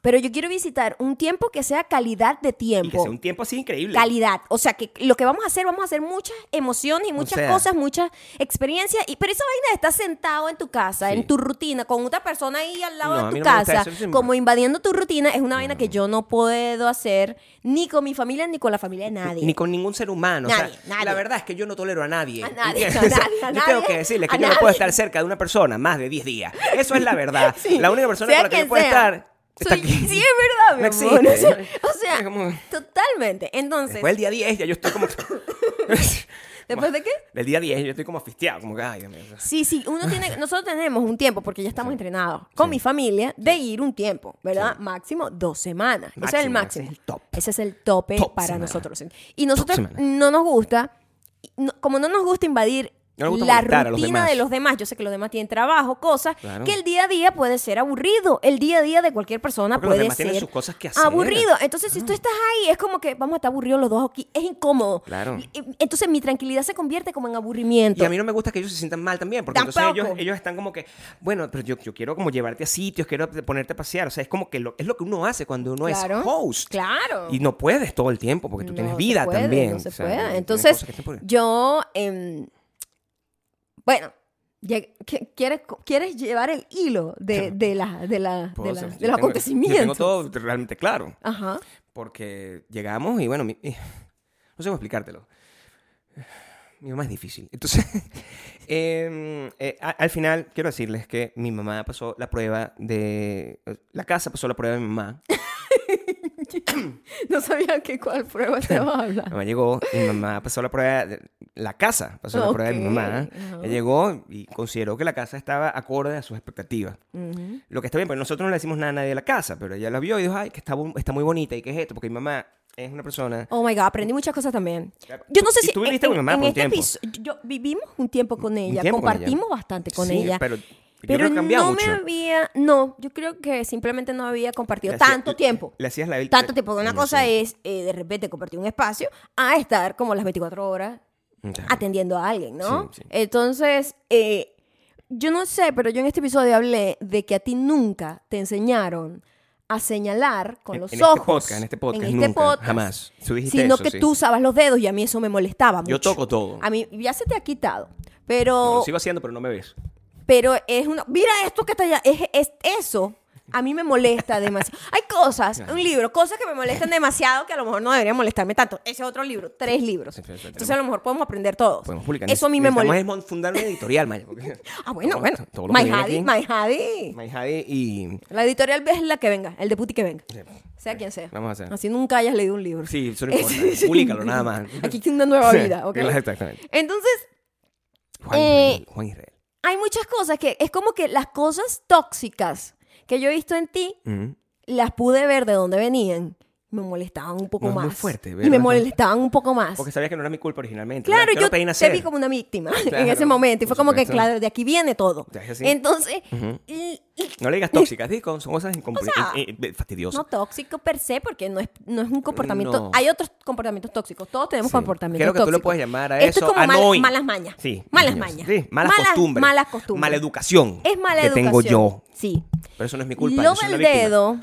[SPEAKER 1] pero yo quiero visitar un tiempo que sea calidad de
[SPEAKER 2] Y que
[SPEAKER 1] tiempo.
[SPEAKER 2] sea un tiempo así increíble.
[SPEAKER 1] Calidad. O sea, que lo que vamos a hacer, vamos a hacer muchas emociones y muchas
[SPEAKER 2] sea-
[SPEAKER 1] cosas, muchas experiencias. Y, pero esa vaina de estar sentado en tu casa,
[SPEAKER 2] Sí.
[SPEAKER 1] en tu rutina, con otra persona ahí al lado
[SPEAKER 2] No, a
[SPEAKER 1] de
[SPEAKER 2] mí
[SPEAKER 1] tu
[SPEAKER 2] no me gusta
[SPEAKER 1] casa,
[SPEAKER 2] eso, eso es-
[SPEAKER 1] como invadiendo tu rutina, es una vaina que yo no puedo hacer ni con mi familia ni con la familia de nadie.
[SPEAKER 2] Ni con ningún ser humano. o sea,
[SPEAKER 1] Nadie, nadie.
[SPEAKER 2] La verdad es que yo no tolero a nadie.
[SPEAKER 1] A nadie,
[SPEAKER 2] ¿entiendes?
[SPEAKER 1] a nadie, a
[SPEAKER 2] yo tengo
[SPEAKER 1] nadie,
[SPEAKER 2] que decirles
[SPEAKER 1] a
[SPEAKER 2] que yo no puedo
[SPEAKER 1] nadie.
[SPEAKER 2] estar cerca de una persona más de 10 días. Eso es la verdad.
[SPEAKER 1] Sí,
[SPEAKER 2] La única persona
[SPEAKER 1] sea
[SPEAKER 2] con la que
[SPEAKER 1] quien
[SPEAKER 2] yo puedo
[SPEAKER 1] sea.
[SPEAKER 2] estar está
[SPEAKER 1] Soy-
[SPEAKER 2] aquí.
[SPEAKER 1] Sí, es verdad, mi
[SPEAKER 2] No
[SPEAKER 1] amor. O
[SPEAKER 2] existe.
[SPEAKER 1] sea, o sea,
[SPEAKER 2] Es como-
[SPEAKER 1] totalmente. Entonces,
[SPEAKER 2] Después del día 10 ya yo estoy como...
[SPEAKER 1] ¿después de qué?
[SPEAKER 2] del día 10 yo estoy como afisteado. Como que, ay, Dios mío.
[SPEAKER 1] Sí, sí, uno tiene, nosotros tenemos un tiempo, porque ya estamos entrenados con mi familia, de ir un tiempo, ¿verdad? Máximo dos semanas. Ese es el
[SPEAKER 2] Máximo, ese
[SPEAKER 1] máximo.
[SPEAKER 2] es el top.
[SPEAKER 1] Ese es el tope
[SPEAKER 2] Top
[SPEAKER 1] para
[SPEAKER 2] semana.
[SPEAKER 1] nosotros. Y nosotros
[SPEAKER 2] semana.
[SPEAKER 1] no nos gusta, y no- como no nos gusta invadir
[SPEAKER 2] No nos gusta
[SPEAKER 1] la
[SPEAKER 2] molestar a los
[SPEAKER 1] rutina
[SPEAKER 2] demás.
[SPEAKER 1] de los demás, yo sé que los demás tienen trabajo, cosas,
[SPEAKER 2] Claro.
[SPEAKER 1] que el día a día puede ser aburrido. El día a día de cualquier persona
[SPEAKER 2] Porque los
[SPEAKER 1] puede
[SPEAKER 2] demás
[SPEAKER 1] ser
[SPEAKER 2] tienen sus cosas que hacer. Ah.
[SPEAKER 1] aburrido. Entonces, si tú estás ahí, es como que vamos a estar aburridos los dos aquí. Es incómodo.
[SPEAKER 2] Claro.
[SPEAKER 1] Y- y- Entonces, mi tranquilidad se convierte como en aburrimiento.
[SPEAKER 2] Y a mí no me gusta que ellos se sientan mal también, porque entonces
[SPEAKER 1] Tampoco.
[SPEAKER 2] ellos, ellos están como que, bueno, pero yo, yo quiero como llevarte a sitios, quiero ponerte a pasear, o sea, es como que lo, es lo que uno hace cuando uno
[SPEAKER 1] Claro,
[SPEAKER 2] es host.
[SPEAKER 1] claro.
[SPEAKER 2] Y no puedes todo el tiempo, porque Pues tú tienes
[SPEAKER 1] No
[SPEAKER 2] vida
[SPEAKER 1] se puede,
[SPEAKER 2] también.
[SPEAKER 1] No se
[SPEAKER 2] o sea,
[SPEAKER 1] puede.
[SPEAKER 2] tienes
[SPEAKER 1] Entonces,
[SPEAKER 2] cosas que te ponen.
[SPEAKER 1] yo, em, bueno, lleg- que- ¿quieres, co- quieres llevar el hilo de, de, la, de, la,
[SPEAKER 2] Puedo
[SPEAKER 1] de, la-
[SPEAKER 2] hacer-
[SPEAKER 1] de los
[SPEAKER 2] yo tengo-
[SPEAKER 1] acontecimientos?
[SPEAKER 2] Yo tengo todo realmente claro,
[SPEAKER 1] Ajá.
[SPEAKER 2] porque llegamos y bueno, mi- mi- no sé cómo explicártelo. Mi mamá es difícil. Entonces, em, eh, a- al final quiero decirles que mi mamá pasó la prueba de... eh, La casa pasó la prueba de mi mamá.
[SPEAKER 1] No sabía que cuál prueba estabas
[SPEAKER 2] Mi
[SPEAKER 1] hablando.
[SPEAKER 2] mamá llegó, y mi mamá pasó la prueba, de- la casa pasó la prueba de mi
[SPEAKER 1] Ok,
[SPEAKER 2] mamá.
[SPEAKER 1] ajá.
[SPEAKER 2] Ella llegó y consideró que la casa estaba acorde a sus expectativas.
[SPEAKER 1] Ujú.
[SPEAKER 2] Lo que está bien, porque nosotros no le decimos nada a nadie de la casa, pero ella la vio y dijo, ay, que está, bu- está muy bonita y que es esto, porque mi mamá es una persona...
[SPEAKER 1] Oh my God, aprendí muchas cosas también.
[SPEAKER 2] Claro.
[SPEAKER 1] Yo no sé
[SPEAKER 2] Y
[SPEAKER 1] si.
[SPEAKER 2] tú viviste con mi mamá por un
[SPEAKER 1] este
[SPEAKER 2] tiempo.
[SPEAKER 1] episo- yo- vivimos un tiempo con ella,
[SPEAKER 2] tiempo con ella.
[SPEAKER 1] compartimos bastante con
[SPEAKER 2] Sí,
[SPEAKER 1] ella.
[SPEAKER 2] Pero, yo
[SPEAKER 1] Pero
[SPEAKER 2] creo que ha cambiado
[SPEAKER 1] no
[SPEAKER 2] mucho.
[SPEAKER 1] me había. No, yo creo que simplemente no había compartido
[SPEAKER 2] Le hacía-
[SPEAKER 1] tanto tiempo.
[SPEAKER 2] Le hacías la
[SPEAKER 1] tanto tiempo. Una
[SPEAKER 2] No
[SPEAKER 1] cosa
[SPEAKER 2] sé.
[SPEAKER 1] es eh, de repente compartir un espacio a estar como las 24 horas atendiendo a alguien, ¿no?
[SPEAKER 2] Sí, sí.
[SPEAKER 1] Entonces, eh, yo no sé, pero yo en este episodio hablé de que a ti nunca te enseñaron a señalar con
[SPEAKER 2] En-
[SPEAKER 1] los
[SPEAKER 2] en este
[SPEAKER 1] ojos.
[SPEAKER 2] podcast, en este podcast, nunca, jamás. Tú dijiste
[SPEAKER 1] sino
[SPEAKER 2] eso,
[SPEAKER 1] que
[SPEAKER 2] sí.
[SPEAKER 1] tú usabas los dedos y a mí eso me molestaba mucho.
[SPEAKER 2] Yo toco todo.
[SPEAKER 1] A mí ya se te ha quitado,
[SPEAKER 2] No,
[SPEAKER 1] pero
[SPEAKER 2] lo sigo haciendo, pero no me ves.
[SPEAKER 1] pero es uno, mira esto que está allá, es, es eso. A mí me molesta demasiado. Hay cosas, un libro, cosas que me molestan demasiado que a lo mejor no deberían molestarme tanto. Ese otro libro, tres libros.
[SPEAKER 2] Sí, sí, sí, tenemos-
[SPEAKER 1] Entonces a lo mejor podemos aprender todos.
[SPEAKER 2] Podemos publicar.
[SPEAKER 1] Eso a mí me
[SPEAKER 2] Necesitamos
[SPEAKER 1] molesta.
[SPEAKER 2] es mon- fundar una editorial, Maya.
[SPEAKER 1] Ah, bueno, bueno.
[SPEAKER 2] My
[SPEAKER 1] My Hadi, My Hadi.
[SPEAKER 2] My Hadi y...
[SPEAKER 1] La editorial es la que venga, el de puti que venga. Sea quien sea.
[SPEAKER 2] Vamos a hacer.
[SPEAKER 1] Así nunca hayas leído un libro.
[SPEAKER 2] Sí, eso no importa. Públicalo nada más.
[SPEAKER 1] Aquí tiene una nueva
[SPEAKER 2] Sí,
[SPEAKER 1] vida, ¿ok?
[SPEAKER 2] Exactamente.
[SPEAKER 1] Entonces,
[SPEAKER 2] Juan
[SPEAKER 1] Eh,
[SPEAKER 2] Israel. Juan Israel.
[SPEAKER 1] hay muchas cosas que es como que las cosas tóxicas que yo he visto en ti,
[SPEAKER 2] Ujú.
[SPEAKER 1] las pude ver de dónde venían. Me molestaban un poco
[SPEAKER 2] No, es
[SPEAKER 1] más.
[SPEAKER 2] muy fuerte,
[SPEAKER 1] y me
[SPEAKER 2] ¿verdad?
[SPEAKER 1] molestaban un poco más.
[SPEAKER 2] Porque sabías que no era mi culpa originalmente.
[SPEAKER 1] Claro,
[SPEAKER 2] ¿verdad?
[SPEAKER 1] yo
[SPEAKER 2] lo pedí
[SPEAKER 1] te
[SPEAKER 2] nacer.
[SPEAKER 1] vi como una víctima en
[SPEAKER 2] Claro,
[SPEAKER 1] ese momento. Y fue
[SPEAKER 2] por
[SPEAKER 1] como que,
[SPEAKER 2] supuesto.
[SPEAKER 1] claro, de aquí viene todo.
[SPEAKER 2] Ya es así.
[SPEAKER 1] Entonces,
[SPEAKER 2] Ujú.
[SPEAKER 1] y- y
[SPEAKER 2] No le digas tóxicas, di, con- son cosas incompre-
[SPEAKER 1] O sea,
[SPEAKER 2] eh, eh, fastidiosas.
[SPEAKER 1] No tóxico per se, porque no es, no es un comportamiento.
[SPEAKER 2] No.
[SPEAKER 1] Hay otros comportamientos tóxicos. Todos tenemos
[SPEAKER 2] Sí.
[SPEAKER 1] comportamientos
[SPEAKER 2] Creo que tú
[SPEAKER 1] tóxicos.
[SPEAKER 2] lo puedes llamar a
[SPEAKER 1] Esto
[SPEAKER 2] eso
[SPEAKER 1] es como mal-
[SPEAKER 2] annoying.
[SPEAKER 1] malas mañas.
[SPEAKER 2] Sí.
[SPEAKER 1] Malas
[SPEAKER 2] niños.
[SPEAKER 1] mañas.
[SPEAKER 2] Sí, malas, costumbres.
[SPEAKER 1] Malas costumbres.
[SPEAKER 2] Mala educación.
[SPEAKER 1] Es mala
[SPEAKER 2] que
[SPEAKER 1] educación.
[SPEAKER 2] tengo yo.
[SPEAKER 1] Sí.
[SPEAKER 2] Pero eso no es mi culpa.
[SPEAKER 1] lo
[SPEAKER 2] yo soy la
[SPEAKER 1] del
[SPEAKER 2] víctima.
[SPEAKER 1] dedo.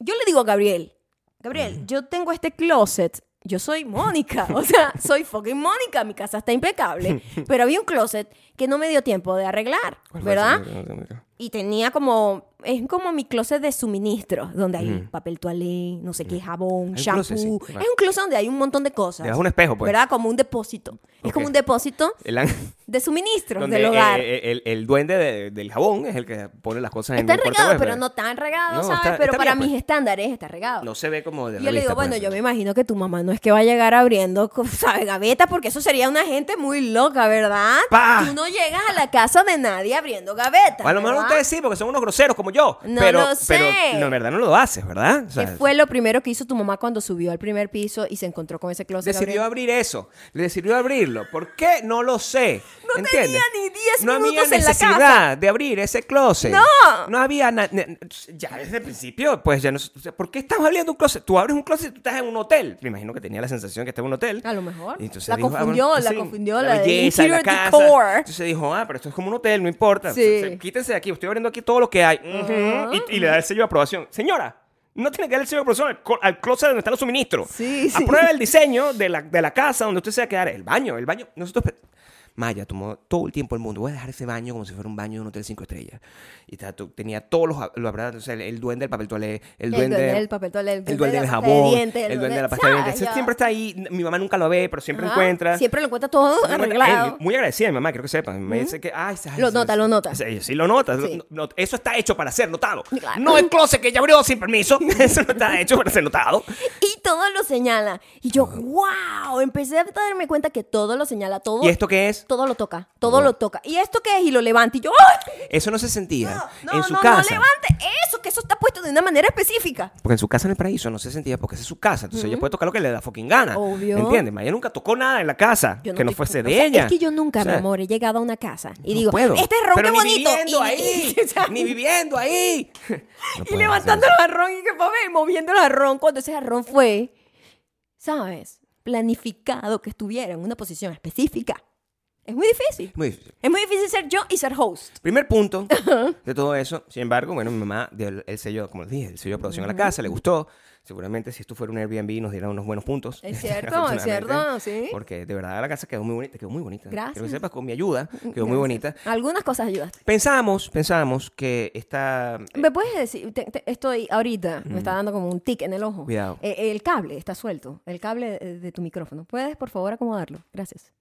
[SPEAKER 1] Yo le digo a Gabriel, Gabriel, yo tengo este closet. Yo soy Mónica, o sea, soy fucking Mónica, mi casa está impecable, pero había un closet que no me dio tiempo de arreglar,
[SPEAKER 2] ¿Cuál fue
[SPEAKER 1] ¿verdad?
[SPEAKER 2] ese?
[SPEAKER 1] y tenía como es como mi closet de suministros donde hay papel toalé no sé qué jabón
[SPEAKER 2] Hay un
[SPEAKER 1] shampoo
[SPEAKER 2] closet, sí.
[SPEAKER 1] es un closet donde hay un montón de cosas
[SPEAKER 2] Te das un espejo, pues.
[SPEAKER 1] verdad como un depósito es
[SPEAKER 2] Ok.
[SPEAKER 1] como un depósito
[SPEAKER 2] El ángel-
[SPEAKER 1] de suministros
[SPEAKER 2] donde,
[SPEAKER 1] del hogar
[SPEAKER 2] eh, eh, el, el duende de- del jabón es el que pone las cosas en
[SPEAKER 1] está
[SPEAKER 2] el cuarto
[SPEAKER 1] regado
[SPEAKER 2] web,
[SPEAKER 1] pero
[SPEAKER 2] ¿verdad?
[SPEAKER 1] no tan regado
[SPEAKER 2] No,
[SPEAKER 1] sabes
[SPEAKER 2] está-
[SPEAKER 1] pero
[SPEAKER 2] está
[SPEAKER 1] para
[SPEAKER 2] bien, pues.
[SPEAKER 1] mis estándares está regado
[SPEAKER 2] No se ve como de
[SPEAKER 1] yo le
[SPEAKER 2] revista,
[SPEAKER 1] digo,
[SPEAKER 2] pues.
[SPEAKER 1] bueno, yo me imagino que tu mamá no es que va a llegar abriendo, ¿sabes? Gavetas, porque eso sería una gente muy loca, ¿verdad?
[SPEAKER 2] Pa.
[SPEAKER 1] Tú no llegas a la casa de nadie abriendo gavetas.
[SPEAKER 2] A lo mejor
[SPEAKER 1] ¿verdad?
[SPEAKER 2] ustedes sí, porque son unos groseros como yo.
[SPEAKER 1] No
[SPEAKER 2] pero,
[SPEAKER 1] lo sé.
[SPEAKER 2] pero no, en verdad no lo haces, ¿verdad? O sea,
[SPEAKER 1] ¿Qué fue lo primero que hizo tu mamá cuando subió al primer piso y se encontró con ese closet?
[SPEAKER 2] Decidió
[SPEAKER 1] Gabriel?
[SPEAKER 2] abrir eso. Le decidió abrirlo. ¿Por qué? No lo sé.
[SPEAKER 1] No
[SPEAKER 2] ¿Entiendes?
[SPEAKER 1] tenía ni 10
[SPEAKER 2] No había
[SPEAKER 1] minutos en la
[SPEAKER 2] necesidad
[SPEAKER 1] casa.
[SPEAKER 2] de abrir ese closet.
[SPEAKER 1] No.
[SPEAKER 2] No había... na- ne- Ya desde el principio, pues ya no... o sea, ¿Por qué estás abriendo un closet? Tú abres un closet y tú estás en un hotel. Me imagino que tenía la sensación que estaba en un hotel.
[SPEAKER 1] A lo mejor.
[SPEAKER 2] Y entonces
[SPEAKER 1] La
[SPEAKER 2] dijo, ah,
[SPEAKER 1] confundió,
[SPEAKER 2] bueno,
[SPEAKER 1] la
[SPEAKER 2] sí,
[SPEAKER 1] confundió,
[SPEAKER 2] La
[SPEAKER 1] la de
[SPEAKER 2] belleza, la
[SPEAKER 1] interior
[SPEAKER 2] casa.
[SPEAKER 1] decor.
[SPEAKER 2] Entonces dijo, ah, pero esto es como un hotel, no importa.
[SPEAKER 1] Sí.
[SPEAKER 2] O sea, quítense de aquí, estoy abriendo aquí todo lo que hay. Ujú. y, y le da el sello de aprobación. Señora, no tiene que dar el sello de aprobación al, co- al closet donde están los suministros.
[SPEAKER 1] Sí, sí.
[SPEAKER 2] Aprueba el diseño de la, de la casa donde usted se va a quedar. El baño, el baño. Nosotros... pe- Maya tomó todo el tiempo del mundo. Voy a dejar ese baño como si fuera un baño de un hotel cinco estrellas. Y ta- tu- tenía todos los... los aparatos, o sea, el, el duende del papel toalé, el,
[SPEAKER 1] El
[SPEAKER 2] duende,
[SPEAKER 1] duende del papel toalé, el duende
[SPEAKER 2] el duende
[SPEAKER 1] de
[SPEAKER 2] del
[SPEAKER 1] la pasta de
[SPEAKER 2] jabón,
[SPEAKER 1] dientes, el
[SPEAKER 2] el duende de la
[SPEAKER 1] duende-
[SPEAKER 2] pasta de dientes.
[SPEAKER 1] ¿sabes?
[SPEAKER 2] Ese
[SPEAKER 1] Ya.
[SPEAKER 2] Siempre está ahí. Mi mamá nunca lo ve, pero siempre
[SPEAKER 1] Ajá.
[SPEAKER 2] encuentra.
[SPEAKER 1] Siempre lo encuentra todo
[SPEAKER 2] Muy buena-
[SPEAKER 1] arreglado.
[SPEAKER 2] Ey, muy agradecida a mi mamá, creo que sepa. Me dice que, ay, ay,
[SPEAKER 1] Lo
[SPEAKER 2] sí,
[SPEAKER 1] nota,
[SPEAKER 2] sí.
[SPEAKER 1] lo nota.
[SPEAKER 2] Sí, sí, lo nota.
[SPEAKER 1] Sí.
[SPEAKER 2] No- no- eso está hecho para ser notado.
[SPEAKER 1] Claro.
[SPEAKER 2] No el closet que ella abrió sin permiso. Eso no está hecho para ser notado.
[SPEAKER 1] Y todo lo señala. Y yo, wow, empecé a darme cuenta que todo lo señala, todo,
[SPEAKER 2] ¿Y esto qué es?
[SPEAKER 1] todo lo toca, todo
[SPEAKER 2] No.
[SPEAKER 1] lo toca. ¿Y esto qué es? Y lo levanta. Y yo, ¡ay!
[SPEAKER 2] Eso no se sentía
[SPEAKER 1] No,
[SPEAKER 2] en su
[SPEAKER 1] no, no
[SPEAKER 2] casa.
[SPEAKER 1] levante eso, que eso está puesto de una manera específica.
[SPEAKER 2] porque en su casa en el paraíso no se sentía porque esa es su casa. Entonces ella puede tocar lo que le da fucking gana.
[SPEAKER 1] Obvio.
[SPEAKER 2] ¿Entiendes? Maya nunca tocó nada en la casa
[SPEAKER 1] Yo
[SPEAKER 2] que no
[SPEAKER 1] estoy-
[SPEAKER 2] fuese
[SPEAKER 1] o
[SPEAKER 2] de
[SPEAKER 1] sea,
[SPEAKER 2] ella.
[SPEAKER 1] Es que yo nunca,
[SPEAKER 2] O sea,
[SPEAKER 1] mi amor, he llegado a una casa y
[SPEAKER 2] no
[SPEAKER 1] digo,
[SPEAKER 2] puedo.
[SPEAKER 1] este ron qué
[SPEAKER 2] Pero ni
[SPEAKER 1] bonito.
[SPEAKER 2] Viviendo
[SPEAKER 1] y,
[SPEAKER 2] ahí,
[SPEAKER 1] o sea,
[SPEAKER 2] ni viviendo ahí. No
[SPEAKER 1] y
[SPEAKER 2] puedes
[SPEAKER 1] levantando
[SPEAKER 2] hacer
[SPEAKER 1] el jarrón y que pa' ver, moviendo el jarrón cuando ese jarrón fue, ¿sabes? Planificado que estuviera en una posición específica. Es muy difícil.
[SPEAKER 2] eso. Muy difícil.
[SPEAKER 1] Es muy difícil ser yo y ser host.
[SPEAKER 2] Primer punto de todo eso, sin embargo, bueno, mi mamá dio el, el sello, como les dije, el sello de producción a la casa, le gustó. Seguramente si esto fuera un Airbnb nos dieran unos buenos puntos.
[SPEAKER 1] Es cierto, es cierto, sí.
[SPEAKER 2] Porque de verdad la casa quedó muy bonita, quedó muy bonita. Quiero que
[SPEAKER 1] Gracias. Mm,
[SPEAKER 2] sepas, con mi ayuda, quedó
[SPEAKER 1] Gracias.
[SPEAKER 2] muy bonita.
[SPEAKER 1] Algunas cosas ayudaste.
[SPEAKER 2] Pensamos, pensamos que esta... eh,
[SPEAKER 1] ¿Me puedes decir? te- te- estoy ahorita, me está dando como un tic en el ojo.
[SPEAKER 2] Cuidado.
[SPEAKER 1] Eh, el cable está suelto, el cable eh, de tu micrófono. ¿Puedes, por favor, acomodarlo? Gracias.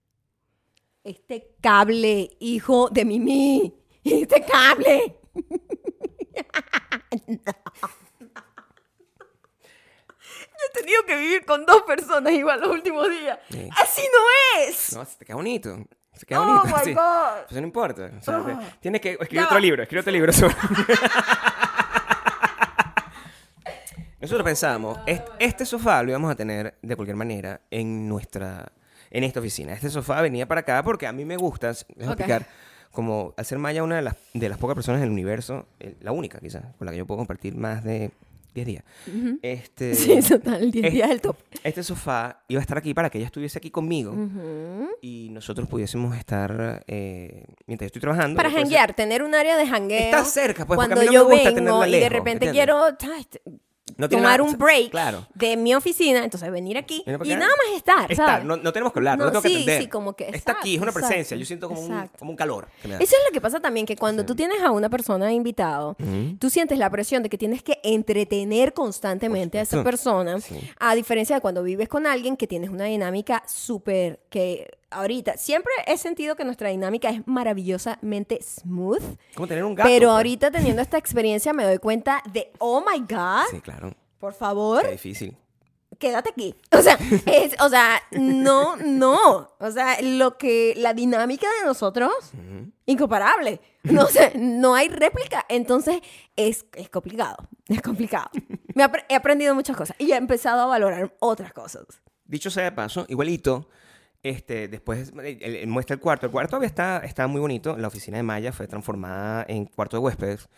[SPEAKER 1] Este cable, hijo de Mimi. Este cable. Yo he tenido que vivir con dos personas igual los últimos días.
[SPEAKER 2] Sí.
[SPEAKER 1] Así no es.
[SPEAKER 2] No, se te queda bonito. Se queda
[SPEAKER 1] Oh,
[SPEAKER 2] bonito.
[SPEAKER 1] my
[SPEAKER 2] sí.
[SPEAKER 1] God.
[SPEAKER 2] Pues no importa. o sea,
[SPEAKER 1] Oh.
[SPEAKER 2] Tienes que
[SPEAKER 1] Ya
[SPEAKER 2] escribir otro
[SPEAKER 1] va.
[SPEAKER 2] libro, escribir otro libro sobre... Nosotros
[SPEAKER 1] Ah,
[SPEAKER 2] pensamos, est- este sofá lo íbamos a tener de cualquier manera en nuestra, en esta oficina. Este sofá venía para acá porque a mí me gusta, les voy a
[SPEAKER 1] Ok.
[SPEAKER 2] explicar, como al ser Maya una de las, de las pocas personas en el universo, eh, la única quizás, con la que yo puedo compartir más de 10 días. Este,
[SPEAKER 1] Sí, total, 10
[SPEAKER 2] es-
[SPEAKER 1] días del top.
[SPEAKER 2] este sofá iba a estar aquí para que ella estuviese aquí conmigo y nosotros pudiésemos estar, eh, mientras yo estoy trabajando.
[SPEAKER 1] Para
[SPEAKER 2] ella puede ser-
[SPEAKER 1] janguear, tener un área de jangueo.
[SPEAKER 2] Está cerca, pues, porque
[SPEAKER 1] Cuando
[SPEAKER 2] a mí no
[SPEAKER 1] yo
[SPEAKER 2] me gusta
[SPEAKER 1] vengo
[SPEAKER 2] tenerla
[SPEAKER 1] y de
[SPEAKER 2] lejos,
[SPEAKER 1] repente
[SPEAKER 2] ¿entiendes?
[SPEAKER 1] quiero. ay,
[SPEAKER 2] No tiene
[SPEAKER 1] tomar
[SPEAKER 2] nada-
[SPEAKER 1] un break
[SPEAKER 2] claro.
[SPEAKER 1] de mi oficina, entonces venir aquí
[SPEAKER 2] Mira, porque-
[SPEAKER 1] y nada más estar.
[SPEAKER 2] Estar,
[SPEAKER 1] ¿sabes?
[SPEAKER 2] no, no tenemos que hablar, no,
[SPEAKER 1] No,
[SPEAKER 2] tengo que
[SPEAKER 1] sí,
[SPEAKER 2] atender.
[SPEAKER 1] sí, como que-
[SPEAKER 2] Está
[SPEAKER 1] exacto,
[SPEAKER 2] aquí, es una
[SPEAKER 1] exacto,
[SPEAKER 2] presencia. Yo siento como, un,
[SPEAKER 1] exacto.
[SPEAKER 2] como un calor. que me da.
[SPEAKER 1] Eso es lo que pasa también, que cuando tú tienes a una persona de invitado, tú sientes la presión de que tienes que entretener constantemente a esa persona, a diferencia de cuando vives con alguien que tienes una dinámica súper que ahorita, siempre he sentido que nuestra dinámica es maravillosamente smooth,
[SPEAKER 2] Como tener un gato.
[SPEAKER 1] pero
[SPEAKER 2] pues.
[SPEAKER 1] ahorita teniendo esta experiencia me doy cuenta de, oh my God,
[SPEAKER 2] Sí, claro.
[SPEAKER 1] por favor,
[SPEAKER 2] Qué difícil.
[SPEAKER 1] quédate aquí. O sea, es- o sea, no, no. O sea, lo que, la dinámica de nosotros, incomparable. No sé, no hay réplica. Entonces, es, es complicado. Es complicado. Me ha apre- he aprendido muchas cosas y he empezado a valorar otras cosas.
[SPEAKER 2] Dicho sea de paso, igualito, este, después eh, el- el- muestra el cuarto. El cuarto todavía está, está muy bonito. La oficina de Maya fue transformada en cuarto de huéspedes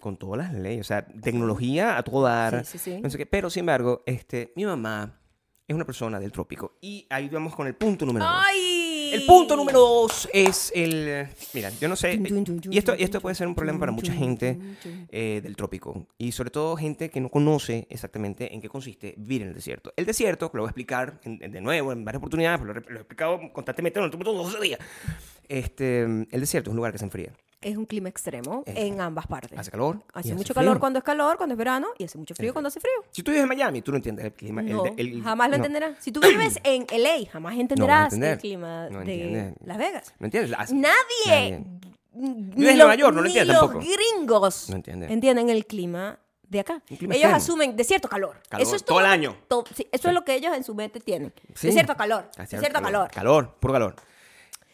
[SPEAKER 2] con todas las leyes. O sea, tecnología a todo dar.
[SPEAKER 1] Sí, sí, sí.
[SPEAKER 2] no sé qué. Pero, sin embargo, este, mi mamá es una persona del trópico. Y ahí vamos con el punto número dos.
[SPEAKER 1] ¡Ay!
[SPEAKER 2] El punto número dos es el... Mira, yo no sé...
[SPEAKER 1] Tun, tun, tun, tun,
[SPEAKER 2] Y esto, y
[SPEAKER 1] tun,
[SPEAKER 2] esto puede ser un problema para
[SPEAKER 1] tun,
[SPEAKER 2] mucha
[SPEAKER 1] tun,
[SPEAKER 2] gente
[SPEAKER 1] tun, tun.
[SPEAKER 2] eh, del trópico. Y sobre todo gente que no conoce exactamente en qué consiste vivir en el desierto. El desierto, que lo voy a explicar en- en- de nuevo en varias oportunidades, pero lo, he- lo he explicado constantemente durante todos los días. Este, el desierto es un lugar que se enfría.
[SPEAKER 1] Es un clima extremo
[SPEAKER 2] Eh,
[SPEAKER 1] en ambas partes.
[SPEAKER 2] Hace calor. y
[SPEAKER 1] Hace mucho
[SPEAKER 2] frío.
[SPEAKER 1] calor cuando es calor, cuando es verano, y hace mucho frío cuando hace frío.
[SPEAKER 2] Si tú vives en Miami, tú no entiendes el clima. el
[SPEAKER 1] No,
[SPEAKER 2] de- el-
[SPEAKER 1] jamás lo
[SPEAKER 2] no.
[SPEAKER 1] entenderás. Si tú vives en LA, jamás entenderás
[SPEAKER 2] entender.
[SPEAKER 1] el clima
[SPEAKER 2] No
[SPEAKER 1] de
[SPEAKER 2] entiendes.
[SPEAKER 1] Las Vegas.
[SPEAKER 2] ¿No entiendes? La-
[SPEAKER 1] Nadie.
[SPEAKER 2] Nadie.
[SPEAKER 1] Ni
[SPEAKER 2] Vives en Nueva York, no lo
[SPEAKER 1] ni
[SPEAKER 2] entiendes tampoco.
[SPEAKER 1] Los gringos
[SPEAKER 2] No entienden.
[SPEAKER 1] entienden el clima de acá.
[SPEAKER 2] Un clima
[SPEAKER 1] ellos
[SPEAKER 2] extremo.
[SPEAKER 1] asumen desierto calor.
[SPEAKER 2] Calor,
[SPEAKER 1] Eso es
[SPEAKER 2] todo el
[SPEAKER 1] lo-
[SPEAKER 2] año.
[SPEAKER 1] to- sí, eso es lo que ellos en su mente tienen.
[SPEAKER 2] Sí.
[SPEAKER 1] Desierto calor.
[SPEAKER 2] Hacia el
[SPEAKER 1] Desierto calor.
[SPEAKER 2] Calor, puro calor.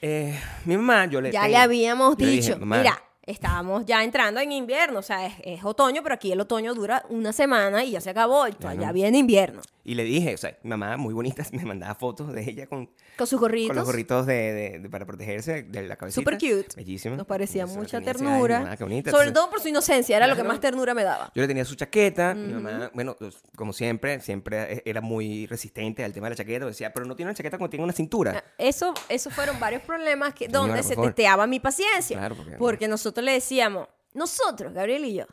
[SPEAKER 2] Eh, mi mamá, yo le.
[SPEAKER 1] Ya
[SPEAKER 2] tengo-
[SPEAKER 1] le habíamos
[SPEAKER 2] yo le dije,
[SPEAKER 1] dicho,
[SPEAKER 2] "Mamá,
[SPEAKER 1] mira, estábamos ya entrando en invierno, o sea, es, es otoño, pero aquí el otoño dura una semana y ya se acabó, y ya, viene invierno.
[SPEAKER 2] Y le dije, o sea, mi mamá muy bonita me mandaba fotos de ella con,
[SPEAKER 1] Con sus
[SPEAKER 2] con los
[SPEAKER 1] gorritos.
[SPEAKER 2] gorritos de, de- de- para protegerse de la cabecita.
[SPEAKER 1] Súper cute.
[SPEAKER 2] Bellísima.
[SPEAKER 1] Nos parecía
[SPEAKER 2] Eso,
[SPEAKER 1] mucha
[SPEAKER 2] tenía ese- ay, mi
[SPEAKER 1] ternura.
[SPEAKER 2] mamá, qué bonita.
[SPEAKER 1] Sobre
[SPEAKER 2] Entonces,
[SPEAKER 1] todo por su inocencia, era lo que
[SPEAKER 2] Claro.
[SPEAKER 1] más ternura me daba.
[SPEAKER 2] Yo le tenía su chaqueta, mi mamá, bueno, pues, como siempre, siempre e- era muy resistente al tema de la chaqueta, decía, pero no tiene una chaqueta como tiene una cintura.
[SPEAKER 1] Eso, eso fueron varios problemas que,
[SPEAKER 2] Señora,
[SPEAKER 1] donde
[SPEAKER 2] por
[SPEAKER 1] se
[SPEAKER 2] favor.
[SPEAKER 1] teteaba mi paciencia.
[SPEAKER 2] Claro, porque-
[SPEAKER 1] nosotros le decíamos, nosotros, Gabriel y yo,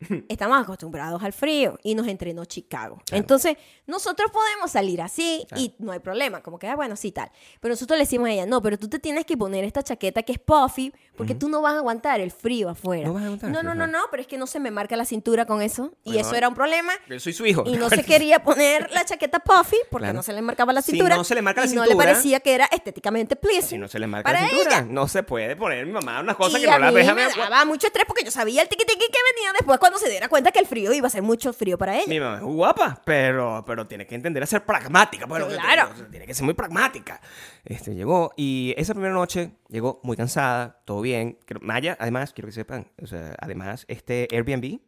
[SPEAKER 1] estamos acostumbrados al frío y nos entrenó Chicago. Entonces, nosotros podemos salir así y no hay problema, como que, ah, bueno, sí, tal. Pero nosotros le decimos a ella, no, pero tú te tienes que poner esta chaqueta que es puffy porque tú no vas a aguantar el frío afuera.
[SPEAKER 2] No vas a aguantar el
[SPEAKER 1] no,
[SPEAKER 2] frío
[SPEAKER 1] no, no,
[SPEAKER 2] afuera.
[SPEAKER 1] no, pero es que no se me marca la cintura con eso y
[SPEAKER 2] Bueno,
[SPEAKER 1] eso era un problema.
[SPEAKER 2] Yo soy su hijo.
[SPEAKER 1] Ah. Y no
[SPEAKER 2] ¿te
[SPEAKER 1] se
[SPEAKER 2] acuerdas?
[SPEAKER 1] quería poner la chaqueta puffy porque
[SPEAKER 2] Claro.
[SPEAKER 1] no se le marcaba la
[SPEAKER 2] Si
[SPEAKER 1] cintura.
[SPEAKER 2] no se le marca la
[SPEAKER 1] y no
[SPEAKER 2] cintura-
[SPEAKER 1] le parecía que era estéticamente pleasing.
[SPEAKER 2] Si no se le marca la
[SPEAKER 1] para
[SPEAKER 2] cintura,
[SPEAKER 1] ella.
[SPEAKER 2] no se puede poner mi mamá unas
[SPEAKER 1] y
[SPEAKER 2] cosas que no
[SPEAKER 1] a
[SPEAKER 2] las
[SPEAKER 1] mí
[SPEAKER 2] deja
[SPEAKER 1] me
[SPEAKER 2] ver. pues.
[SPEAKER 1] daba mucho estrés porque yo sabía el tiqui tiqui que venía después cuando se diera cuenta que el frío iba a ser mucho frío para ella.
[SPEAKER 2] Mi mamá es guapa, pero, pero tiene que entender a ser pragmática. Bueno,
[SPEAKER 1] Claro.
[SPEAKER 2] tiene, tiene que ser muy pragmática. Este, llegó y esa primera noche llegó muy cansada, todo bien. Creo- Maya, además, quiero que sepan, o sea, además, este Airbnb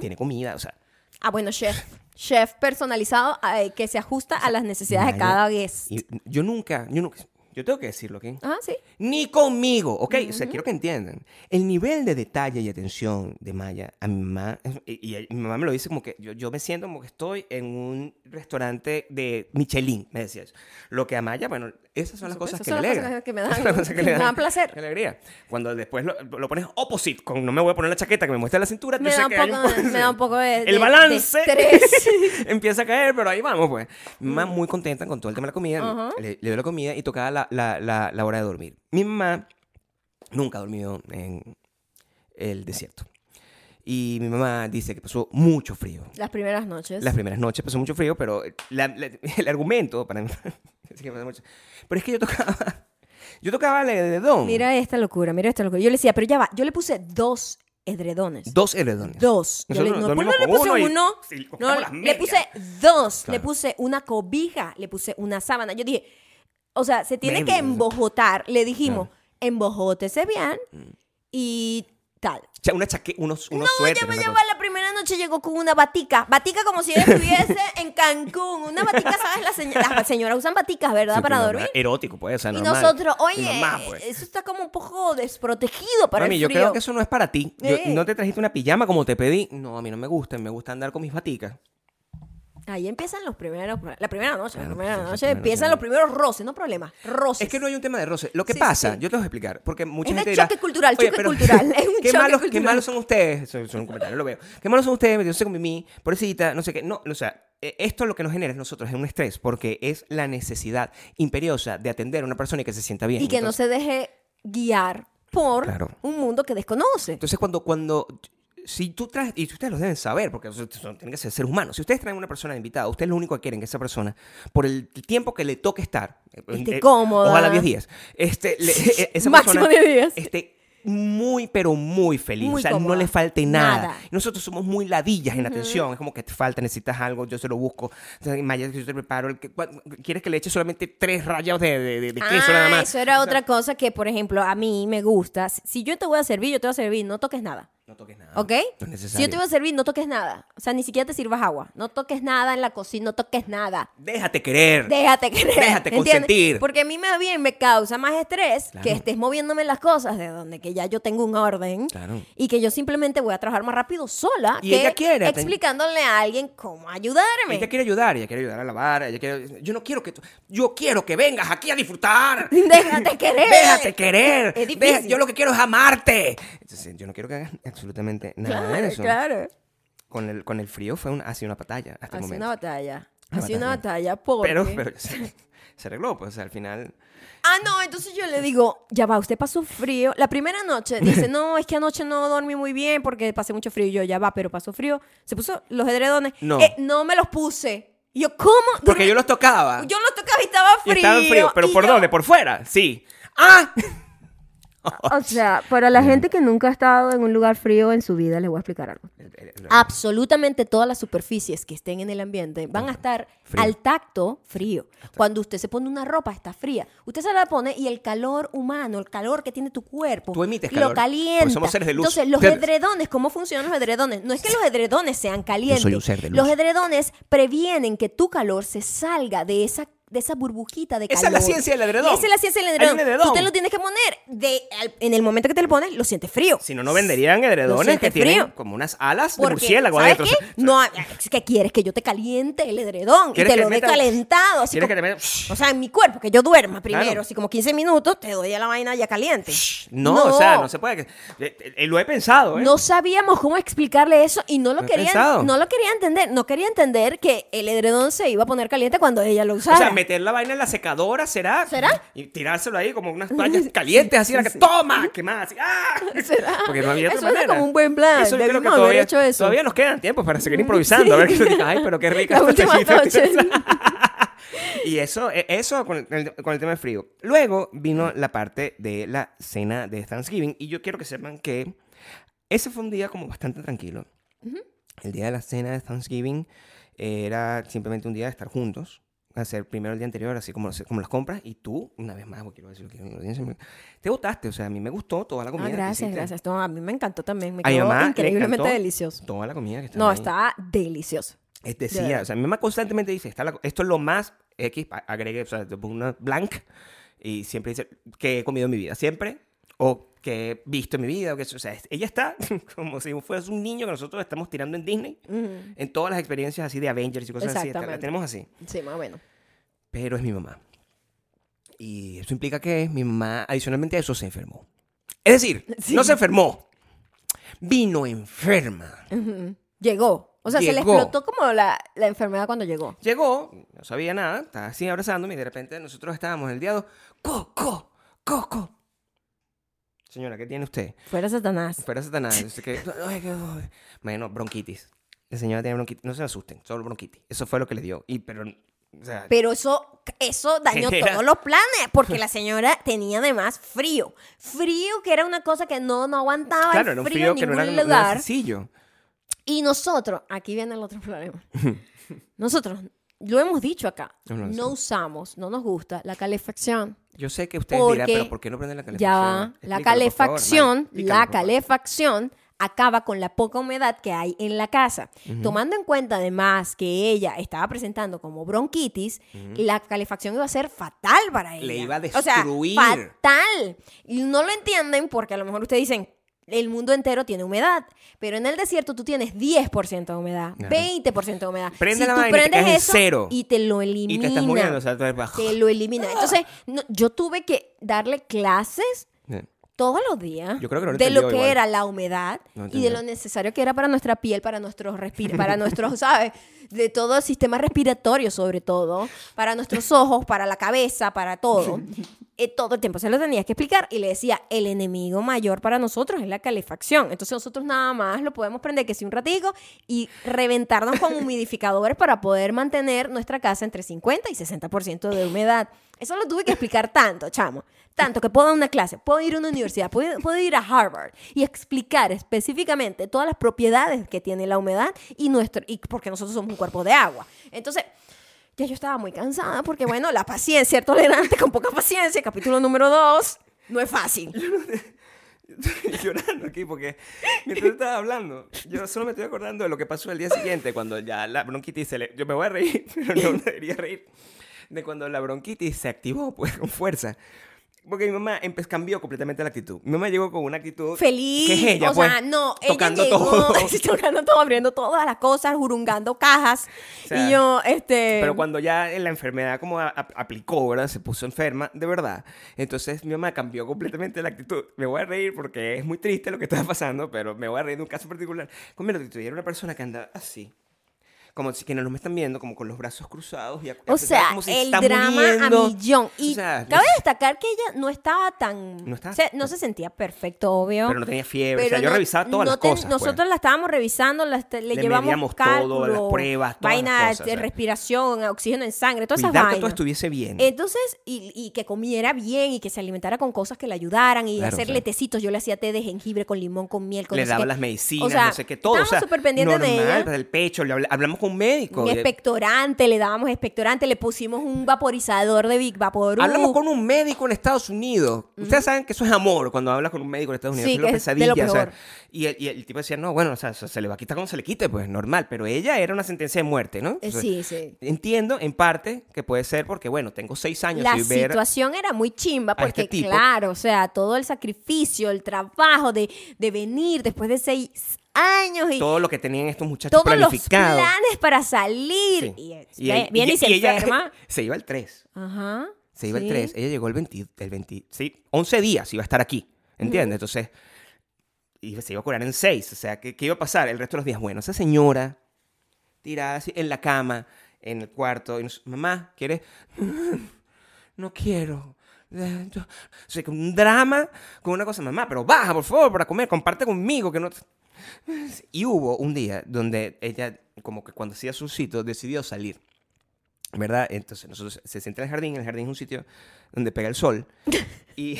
[SPEAKER 2] tiene comida, o sea,
[SPEAKER 1] Ah, bueno, chef. Chef personalizado ay, que se ajusta a las necesidades de
[SPEAKER 2] Maya,
[SPEAKER 1] cada guest.
[SPEAKER 2] y yo nunca, yo nunca, yo tengo que decirlo aquí.
[SPEAKER 1] Ah, sí.
[SPEAKER 2] Ni conmigo, ¿ok? O sea, quiero que entiendan. El nivel de detalle y atención de Maya a mi mamá, y, y- y mi mamá me lo dice como que yo, yo me siento como que estoy en un restaurante de Michelin, me decía eso. Lo que a Maya, bueno, esas son las
[SPEAKER 1] Por
[SPEAKER 2] cosas
[SPEAKER 1] supuesto, son
[SPEAKER 2] que le
[SPEAKER 1] las
[SPEAKER 2] alegran.
[SPEAKER 1] cosas que me dan-
[SPEAKER 2] Son las cosas
[SPEAKER 1] que me dan placer.
[SPEAKER 2] que alegría. Cuando después lo, lo pones opposite, con no me voy a poner la chaqueta que me muestra la cintura,
[SPEAKER 1] Me
[SPEAKER 2] yo sé
[SPEAKER 1] da, un
[SPEAKER 2] que hay
[SPEAKER 1] poco,
[SPEAKER 2] un-
[SPEAKER 1] me da un poco Eh, de. de-
[SPEAKER 2] el
[SPEAKER 1] de
[SPEAKER 2] balance
[SPEAKER 1] estrés.
[SPEAKER 2] empieza a caer, pero ahí vamos, pues. Mi mamá
[SPEAKER 1] Mm.
[SPEAKER 2] muy contenta con todo el tema de la comida. le, le dio la comida y tocaba la, la- la- la hora de dormir. Mi mamá nunca ha dormido en el desierto. Y mi mamá dice que pasó mucho frío.
[SPEAKER 1] Las primeras noches.
[SPEAKER 2] Las primeras noches pasó mucho frío, pero la- la- el argumento para mí... sí que pasó mucho. Pero es que yo tocaba... Yo tocaba el edredón.
[SPEAKER 1] Mira esta locura, mira esta locura. Yo le decía, pero ya va, yo le puse dos edredones.
[SPEAKER 2] Dos edredones.
[SPEAKER 1] Dos. Yo le,
[SPEAKER 2] Nosotros
[SPEAKER 1] no, pues,
[SPEAKER 2] dormimos
[SPEAKER 1] no le
[SPEAKER 2] con
[SPEAKER 1] puse
[SPEAKER 2] uno y-
[SPEAKER 1] uno.
[SPEAKER 2] sí,
[SPEAKER 1] no,
[SPEAKER 2] cogemos las
[SPEAKER 1] le
[SPEAKER 2] medias.
[SPEAKER 1] puse dos.
[SPEAKER 2] Claro.
[SPEAKER 1] Le puse una cobija. Le puse una sábana. Yo dije, o sea, se tiene
[SPEAKER 2] Maybe,
[SPEAKER 1] que
[SPEAKER 2] no sé.
[SPEAKER 1] embojotar. Le dijimos, embojótese bien
[SPEAKER 2] Mm.
[SPEAKER 1] y tal.
[SPEAKER 2] O sea, una chaque- unos, unos
[SPEAKER 1] No,
[SPEAKER 2] suéteres.
[SPEAKER 1] ya me
[SPEAKER 2] una
[SPEAKER 1] llevaba
[SPEAKER 2] cosa.
[SPEAKER 1] la primera noche, llegó con una batica. Batica como si ella estuviese en Cancún. Una batica, ¿sabes? Las señ- las señoras usan baticas, ¿verdad?
[SPEAKER 2] Sí,
[SPEAKER 1] Para
[SPEAKER 2] pero
[SPEAKER 1] dormir.
[SPEAKER 2] Erótico, pues, o sea,
[SPEAKER 1] Y
[SPEAKER 2] normal.
[SPEAKER 1] nosotros,
[SPEAKER 2] Y
[SPEAKER 1] oye,
[SPEAKER 2] normal, pues.
[SPEAKER 1] eso está como un poco desprotegido para
[SPEAKER 2] Mami,
[SPEAKER 1] el
[SPEAKER 2] yo
[SPEAKER 1] frío.
[SPEAKER 2] creo que eso no es para ti. Yo-
[SPEAKER 1] Eh.
[SPEAKER 2] No te trajiste una pijama como te pedí. No, a mí no me gusta. Me gusta andar con mis baticas.
[SPEAKER 1] Ahí empiezan los primeros, la primera noche, la
[SPEAKER 2] Claro,
[SPEAKER 1] primera
[SPEAKER 2] sí, sí,
[SPEAKER 1] noche
[SPEAKER 2] primero,
[SPEAKER 1] empiezan
[SPEAKER 2] sí.
[SPEAKER 1] los primeros roces, no problemas, roces.
[SPEAKER 2] Es que no hay un tema de roce. Lo que
[SPEAKER 1] Sí, sí,
[SPEAKER 2] pasa,
[SPEAKER 1] sí.
[SPEAKER 2] yo te lo voy a explicar, porque mucha
[SPEAKER 1] Es de
[SPEAKER 2] gente dirá,
[SPEAKER 1] choque cultural,
[SPEAKER 2] "Oye,
[SPEAKER 1] choque
[SPEAKER 2] pero
[SPEAKER 1] cultural, es un
[SPEAKER 2] qué
[SPEAKER 1] choque
[SPEAKER 2] malos, Qué
[SPEAKER 1] cultural".
[SPEAKER 2] malos son ustedes. Eso es un comentario, lo veo. Qué malos son ustedes metiéndose con Mimi, pobrecita, no sé qué. No, o sea, eh, esto lo que nos genera es nosotros es un estrés, porque es la necesidad imperiosa de atender a una persona y que se sienta bien.
[SPEAKER 1] y que no
[SPEAKER 2] Entonces-
[SPEAKER 1] se deje guiar por
[SPEAKER 2] Claro.
[SPEAKER 1] un mundo que desconoce.
[SPEAKER 2] Entonces, cuando, cuando, si tú traes, y ustedes los deben saber, porque son- son- tienen que ser seres humanos, si ustedes traen una persona invitada, ustedes lo único que quieren que esa persona, por el tiempo que le toque estar, eh,
[SPEAKER 1] Esté
[SPEAKER 2] eh,
[SPEAKER 1] cómoda.
[SPEAKER 2] Ojalá 10 días. Este, le- eh, esa
[SPEAKER 1] Máximo
[SPEAKER 2] persona
[SPEAKER 1] 10 días.
[SPEAKER 2] Esté muy, pero muy feliz.
[SPEAKER 1] Muy
[SPEAKER 2] o sea, no
[SPEAKER 1] cómoda.
[SPEAKER 2] le falte nada.
[SPEAKER 1] Nada.
[SPEAKER 2] Nosotros somos muy ladillas en la atención. Es como que te falta, necesitas algo, yo se lo busco. O sea, Maya, yo te preparo. el que- cua- ¿Quieres que le eche solamente tres rayas de, de- de- de queso
[SPEAKER 1] Ah,
[SPEAKER 2] nada más?
[SPEAKER 1] eso era otra cosa que, por ejemplo, a mí me gusta. Si- Si yo te voy a servir, yo te voy a servir, no toques nada.
[SPEAKER 2] No toques nada.
[SPEAKER 1] ¿Ok?
[SPEAKER 2] Ah, No es
[SPEAKER 1] si yo
[SPEAKER 2] necesario.
[SPEAKER 1] te voy a servir, no toques nada. O sea, ni siquiera te sirvas agua. No toques nada en la cocina, no toques nada.
[SPEAKER 2] Déjate querer.
[SPEAKER 1] Déjate querer.
[SPEAKER 2] Déjate
[SPEAKER 1] ¿entiendes?
[SPEAKER 2] consentir.
[SPEAKER 1] Porque a mí más bien me causa más estrés
[SPEAKER 2] Claro.
[SPEAKER 1] que estés moviéndome las cosas de donde que ya yo tengo un orden
[SPEAKER 2] Claro.
[SPEAKER 1] y que yo simplemente voy a trabajar más rápido sola
[SPEAKER 2] Y
[SPEAKER 1] que
[SPEAKER 2] ella quiere, te-
[SPEAKER 1] explicándole a alguien cómo ayudarme.
[SPEAKER 2] Ella quiere ayudar, ella quiere ayudar a lavar, ella quiere... Yo no quiero que tú... Yo quiero que vengas aquí a disfrutar.
[SPEAKER 1] Déjate querer.
[SPEAKER 2] Déjate querer.
[SPEAKER 1] Es difícil.
[SPEAKER 2] Deja- yo lo que quiero es amarte. Entonces, yo no quiero que hagas absolutamente nada de
[SPEAKER 1] Claro,
[SPEAKER 2] eso.
[SPEAKER 1] claro.
[SPEAKER 2] Con, el, con el frío fue una, ha sido una batalla hasta el
[SPEAKER 1] Hace
[SPEAKER 2] momento.
[SPEAKER 1] una batalla.
[SPEAKER 2] Una
[SPEAKER 1] Hace una
[SPEAKER 2] batalla.
[SPEAKER 1] batalla porque...
[SPEAKER 2] pero pero se, se arregló, pues o sea, al final...
[SPEAKER 1] Ah, no, entonces yo le digo, ya va, usted pasó frío. La primera noche dice, no, es que anoche no dormí muy bien porque pasé mucho frío. Y yo, ya va, pero pasó frío. Se puso los edredones.
[SPEAKER 2] No.
[SPEAKER 1] Eh, no me los puse. Y yo, ¿cómo?
[SPEAKER 2] Porque
[SPEAKER 1] Durmi-
[SPEAKER 2] yo los tocaba.
[SPEAKER 1] Yo los tocaba y estaba
[SPEAKER 2] y
[SPEAKER 1] frío.
[SPEAKER 2] estaban fríos. ¿Pero
[SPEAKER 1] y
[SPEAKER 2] por
[SPEAKER 1] yo-
[SPEAKER 2] dónde? ¿Por fuera? Sí. ¡Ah!
[SPEAKER 1] O sea, para
[SPEAKER 2] Mm.
[SPEAKER 1] la gente que nunca ha estado en un lugar frío en su vida, les voy a explicar algo. Absolutamente todas las superficies que estén en el ambiente van a estar
[SPEAKER 2] Frío.
[SPEAKER 1] al tacto frío. Cuando usted se pone una ropa, está fría. Usted se la pone y el calor humano, el calor que tiene tu cuerpo,
[SPEAKER 2] Tú emites
[SPEAKER 1] lo
[SPEAKER 2] calor,
[SPEAKER 1] calienta.
[SPEAKER 2] porque somos seres de luz.
[SPEAKER 1] Entonces, los
[SPEAKER 2] Ustedes-
[SPEAKER 1] edredones, ¿cómo funcionan los edredones? No es que los edredones sean calientes.
[SPEAKER 2] Yo soy un ser de luz.
[SPEAKER 1] Los edredones previenen que tu calor se salga de esa de esa burbujita de
[SPEAKER 2] Esa es
[SPEAKER 1] calor.
[SPEAKER 2] la ciencia del edredón.
[SPEAKER 1] Esa es la ciencia del
[SPEAKER 2] Hay un
[SPEAKER 1] edredón. Tú te
[SPEAKER 2] edredón.
[SPEAKER 1] lo tienes que poner de, al- en el momento que te lo pones, lo sientes frío.
[SPEAKER 2] Si no, no venderían edredones
[SPEAKER 1] siente
[SPEAKER 2] que tienen
[SPEAKER 1] frío.
[SPEAKER 2] como unas alas de
[SPEAKER 1] Porque,
[SPEAKER 2] murciélago
[SPEAKER 1] ¿sabes
[SPEAKER 2] adentro. O
[SPEAKER 1] qué?
[SPEAKER 2] sea,
[SPEAKER 1] No, ah, es que quieres que yo te caliente el edredón y
[SPEAKER 2] ¿Quieres
[SPEAKER 1] te
[SPEAKER 2] que
[SPEAKER 1] lo
[SPEAKER 2] le
[SPEAKER 1] dé
[SPEAKER 2] meta-
[SPEAKER 1] calentado. Así
[SPEAKER 2] ¿Quieres
[SPEAKER 1] como-
[SPEAKER 2] que te meta-
[SPEAKER 1] O sea, en mi cuerpo, que yo duerma primero,
[SPEAKER 2] Claro.
[SPEAKER 1] así como 15 minutos, te doy a la vaina ya caliente.
[SPEAKER 2] No, o sea, no se puede. Eh, eh, Lo he pensado, ¿eh?
[SPEAKER 1] No sabíamos cómo explicarle eso y no lo,
[SPEAKER 2] Lo he pensado.
[SPEAKER 1] querían, no lo quería entender. No quería entender que el edredón se iba a poner caliente cuando ella lo usara.
[SPEAKER 2] O sea, meter la vaina en la secadora, ¿será?
[SPEAKER 1] ¿Será?
[SPEAKER 2] Y tirárselo ahí como unas toallas calientes, así, la que, ¡toma! ¡Quemada! Así, ¡ah!
[SPEAKER 1] ¿Será?
[SPEAKER 2] Porque no había otra
[SPEAKER 1] Eso era
[SPEAKER 2] manera.
[SPEAKER 1] como un buen plan,
[SPEAKER 2] Eso yo creo que
[SPEAKER 1] debimos haber
[SPEAKER 2] todavía,
[SPEAKER 1] hecho eso. Mm.
[SPEAKER 2] todavía nos quedan tiempos para seguir improvisando. A ver qué se diga. Ay, pero qué rica
[SPEAKER 1] La
[SPEAKER 2] esta
[SPEAKER 1] última
[SPEAKER 2] chachita.
[SPEAKER 1] noche.
[SPEAKER 2] y eso, eh, eso con el, con el tema de frío. Luego vino la parte de la cena de Thanksgiving. Y yo quiero que sepan que ese fue un día como bastante tranquilo. El día de la cena de Thanksgiving era simplemente un día de estar juntos. Hacer primero el día anterior, así como, como las compras, y tú, una vez más, porque quiero decirlo, quiero que la audiencia me- te votaste, o sea, a mí me gustó toda la
[SPEAKER 1] Ah,
[SPEAKER 2] comida. que
[SPEAKER 1] gracias,
[SPEAKER 2] hiciste.
[SPEAKER 1] gracias. No, a mí me encantó también. Me
[SPEAKER 2] A mi
[SPEAKER 1] quedó
[SPEAKER 2] mamá le
[SPEAKER 1] increíblemente
[SPEAKER 2] encantó
[SPEAKER 1] delicioso.
[SPEAKER 2] Toda la comida que está
[SPEAKER 1] No,
[SPEAKER 2] ahí.
[SPEAKER 1] estaba delicioso.
[SPEAKER 2] Es
[SPEAKER 1] De
[SPEAKER 2] decía,
[SPEAKER 1] verdad.
[SPEAKER 2] Este, o sea, mi mamá constantemente dice, está la- esto es lo más X, a- agregue, o sea, te pongo una blank y siempre dice que he comido en mi vida, siempre, o que he visto en mi vida, o que, eso, o sea, es- ella está como si fuese un niño que nosotros estamos tirando en Disney, en todas las experiencias así de Avengers y cosas así, está- la
[SPEAKER 1] Exactamente.
[SPEAKER 2] tenemos así,
[SPEAKER 1] Sí, más o menos.
[SPEAKER 2] pero es mi mamá. Y eso implica que mi mamá, adicionalmente a eso, se enfermó. Es decir,
[SPEAKER 1] Sí.
[SPEAKER 2] no se enfermó, vino enferma.
[SPEAKER 1] Llegó. O sea, se le
[SPEAKER 2] Llegó.
[SPEAKER 1] explotó como la, la enfermedad cuando llegó.
[SPEAKER 2] Llegó, no sabía nada, estaba así abrazándome y de repente nosotros estábamos el día 2. ¡Co, co, co, co! Señora, ¿qué tiene usted?
[SPEAKER 1] Fuera Satanás.
[SPEAKER 2] Fuera Satanás. yo sé que- ay, que- ay. Bueno, bronquitis. La señora tiene bronquitis. No se asusten, solo bronquitis. Eso fue lo que le dio. Y, pero, o sea,
[SPEAKER 1] Pero eso, eso dañó
[SPEAKER 2] Genera-
[SPEAKER 1] todos los planes, porque la señora tenía además frío. Frío que era una cosa que no, no aguantaba el
[SPEAKER 2] claro, era un
[SPEAKER 1] frío
[SPEAKER 2] frío
[SPEAKER 1] en
[SPEAKER 2] que no
[SPEAKER 1] ningún
[SPEAKER 2] era, no era
[SPEAKER 1] lugar.
[SPEAKER 2] sencillo.
[SPEAKER 1] y nosotros, aquí viene el otro problema. Nosotros, lo hemos dicho acá,
[SPEAKER 2] No lo
[SPEAKER 1] no usamos, no nos gusta la calefacción.
[SPEAKER 2] Yo sé que ustedes dirán,
[SPEAKER 1] Porque
[SPEAKER 2] pero ¿por qué no prenden la calefacción?
[SPEAKER 1] Ya va. La
[SPEAKER 2] Explícalo, por favor,
[SPEAKER 1] calefacción,
[SPEAKER 2] Mari. Explícalo,
[SPEAKER 1] la
[SPEAKER 2] por favor.
[SPEAKER 1] calefacción acaba con la poca humedad que hay en la casa. Tomando en cuenta además que ella estaba presentando como bronquitis, la calefacción iba a ser fatal para ella.
[SPEAKER 2] Le iba a
[SPEAKER 1] O sea,
[SPEAKER 2] destruir.
[SPEAKER 1] fatal. Y no lo entienden porque a lo mejor ustedes dicen, el mundo entero tiene humedad, pero en el desierto tú tienes 10% de humedad,
[SPEAKER 2] Claro.
[SPEAKER 1] 20% de humedad.
[SPEAKER 2] Prende
[SPEAKER 1] si
[SPEAKER 2] la
[SPEAKER 1] tú
[SPEAKER 2] vaina y te
[SPEAKER 1] prendes
[SPEAKER 2] quedas en
[SPEAKER 1] eso
[SPEAKER 2] cero.
[SPEAKER 1] y te lo elimina.
[SPEAKER 2] Y te estás muriendo. O sea, tú eres-
[SPEAKER 1] te lo elimina. Entonces, no, yo tuve que darle clases todos los días
[SPEAKER 2] Yo creo que no lo
[SPEAKER 1] de lo
[SPEAKER 2] entendió
[SPEAKER 1] que
[SPEAKER 2] igual.
[SPEAKER 1] era la humedad
[SPEAKER 2] No
[SPEAKER 1] y de
[SPEAKER 2] entendió.
[SPEAKER 1] lo necesario que era para nuestra piel, para nuestros respira, para nuestros, ¿sabes? De todo el sistema respiratorio sobre todo, para nuestros ojos, para la cabeza, para todo. Eh, todo el tiempo se lo tenía que explicar y le decía, el enemigo mayor para nosotros es la calefacción. Entonces nosotros nada más lo podemos prender que si un ratico y reventarnos con humidificadores para poder mantener nuestra casa entre 50 y 60% de humedad. Eso lo tuve que explicar tanto, chamo. Tanto que puedo dar una clase, puedo ir a una universidad, puedo, puedo ir a Harvard y explicar específicamente todas las propiedades que tiene la humedad y nuestro y porque nosotros somos un cuerpo de agua. Entonces, ya yo estaba muy cansada porque, bueno, la paciencia, el tolerante con poca paciencia, capítulo número 2, no es fácil.
[SPEAKER 2] llorando aquí porque mientras tú estabas hablando, yo solo me estoy acordando de lo que pasó el día siguiente cuando ya la bronquitis se le... Yo me voy a reír, pero no me debería reír. De cuando la bronquitis se activó pues, con fuerza. Porque mi mamá empe- cambió completamente la actitud. Mi mamá llegó con una actitud...
[SPEAKER 1] Feliz.
[SPEAKER 2] Que es ella,
[SPEAKER 1] o
[SPEAKER 2] pues,
[SPEAKER 1] sea, no,
[SPEAKER 2] tocando
[SPEAKER 1] ella llegó,
[SPEAKER 2] todo.
[SPEAKER 1] tocando todo, abriendo todas las cosas, jurungando cajas.
[SPEAKER 2] sea,
[SPEAKER 1] y yo, este.
[SPEAKER 2] Pero cuando ya la enfermedad como a- a- aplicó, ¿verdad? Se puso enferma, de verdad. Entonces mi mamá cambió completamente la actitud. Me voy a reír porque es muy triste lo que estaba pasando, pero me voy a reír de un caso particular. Como lo que tuviera una persona que andaba así. Como si que no me están viendo, como con los brazos cruzados. Y
[SPEAKER 1] O sea,
[SPEAKER 2] como si
[SPEAKER 1] el
[SPEAKER 2] está
[SPEAKER 1] drama
[SPEAKER 2] muriendo.
[SPEAKER 1] a millón. Y
[SPEAKER 2] O sea,
[SPEAKER 1] cabe destacar que ella no estaba tan.
[SPEAKER 2] No estaba-
[SPEAKER 1] o sea, no se sentía perfecto, obvio.
[SPEAKER 2] pero no tenía fiebre.
[SPEAKER 1] Pero
[SPEAKER 2] o sea, yo
[SPEAKER 1] no-
[SPEAKER 2] revisaba todas
[SPEAKER 1] no
[SPEAKER 2] las
[SPEAKER 1] ten-
[SPEAKER 2] cosas. pues.
[SPEAKER 1] Nosotros la estábamos revisando, la est- le,
[SPEAKER 2] Le
[SPEAKER 1] llevamos
[SPEAKER 2] medíamos todo,
[SPEAKER 1] cálculo,
[SPEAKER 2] las pruebas, todas las
[SPEAKER 1] vaina
[SPEAKER 2] cosas, o
[SPEAKER 1] de
[SPEAKER 2] sea.
[SPEAKER 1] respiración, oxígeno en sangre, todas esas
[SPEAKER 2] Cuidar que
[SPEAKER 1] vainas.
[SPEAKER 2] todo estuviese bien.
[SPEAKER 1] Entonces, y, y que comiera bien y que se alimentara con cosas que le ayudaran y
[SPEAKER 2] Claro,
[SPEAKER 1] hacerle
[SPEAKER 2] claro.
[SPEAKER 1] tecitos. Yo le hacía té de jengibre con limón, con miel, con
[SPEAKER 2] le
[SPEAKER 1] no sé
[SPEAKER 2] daba
[SPEAKER 1] qué.
[SPEAKER 2] las medicinas,
[SPEAKER 1] O sea,
[SPEAKER 2] no sé qué, todo. O
[SPEAKER 1] Estábamos
[SPEAKER 2] sea,
[SPEAKER 1] súper pendientes de
[SPEAKER 2] normal,
[SPEAKER 1] ella.
[SPEAKER 2] para el pecho, le habla- hablamos con un médico.
[SPEAKER 1] Un
[SPEAKER 2] de-
[SPEAKER 1] expectorante, le dábamos expectorante, le pusimos un vaporizador de Big Vaporub.
[SPEAKER 2] Hablamos con un médico en Estados Unidos. Ustedes saben que eso es amor cuando hablas con un médico en Estados Unidos.
[SPEAKER 1] Sí,
[SPEAKER 2] es lo
[SPEAKER 1] que es de lo
[SPEAKER 2] pesadilla. o sea,
[SPEAKER 1] peor.
[SPEAKER 2] y, el, y el tipo decía, no, bueno, o sea, se se le va a quitar cuando se le quite, pues normal. Pero ella era una sentencia de muerte, ¿no?
[SPEAKER 1] Eh,
[SPEAKER 2] O sea,
[SPEAKER 1] sí, sí.
[SPEAKER 2] Entiendo, en parte, que puede ser porque, bueno, tengo seis años
[SPEAKER 1] La
[SPEAKER 2] sin ver.
[SPEAKER 1] situación era muy chimba
[SPEAKER 2] a
[SPEAKER 1] porque,
[SPEAKER 2] este tipo.
[SPEAKER 1] claro, o sea, todo el sacrificio, el trabajo de, de venir después de seis años y
[SPEAKER 2] Todo lo que tenían estos muchachos
[SPEAKER 1] todos los
[SPEAKER 2] planificado.
[SPEAKER 1] planes para salir.
[SPEAKER 2] Sí.
[SPEAKER 1] Y, eh,
[SPEAKER 2] Y
[SPEAKER 1] ve-
[SPEAKER 2] él-
[SPEAKER 1] viene y, se
[SPEAKER 2] ella
[SPEAKER 1] enferma.
[SPEAKER 2] Se iba el 3.
[SPEAKER 1] Ajá.
[SPEAKER 2] Se iba el
[SPEAKER 1] sí.
[SPEAKER 2] 3. Ella llegó el 20, el 20, sí, 11 días iba a estar aquí, ¿entiendes? Entonces, y se iba a curar en 6. O sea, ¿qué, qué iba a pasar el resto de los días? Bueno, esa señora tirada así en la cama, en el cuarto, y nos- mamá, ¿quieres? No quiero. Eh, yo- O sea, con un drama, con una cosa, mamá, pero baja, por favor, para comer, comparte conmigo, que no... Y hubo un día donde ella, como que cuando hacía su sitio, decidió salir. ¿Verdad? Entonces nosotros se sienta en el jardín, el jardín es un sitio donde pega el sol. Y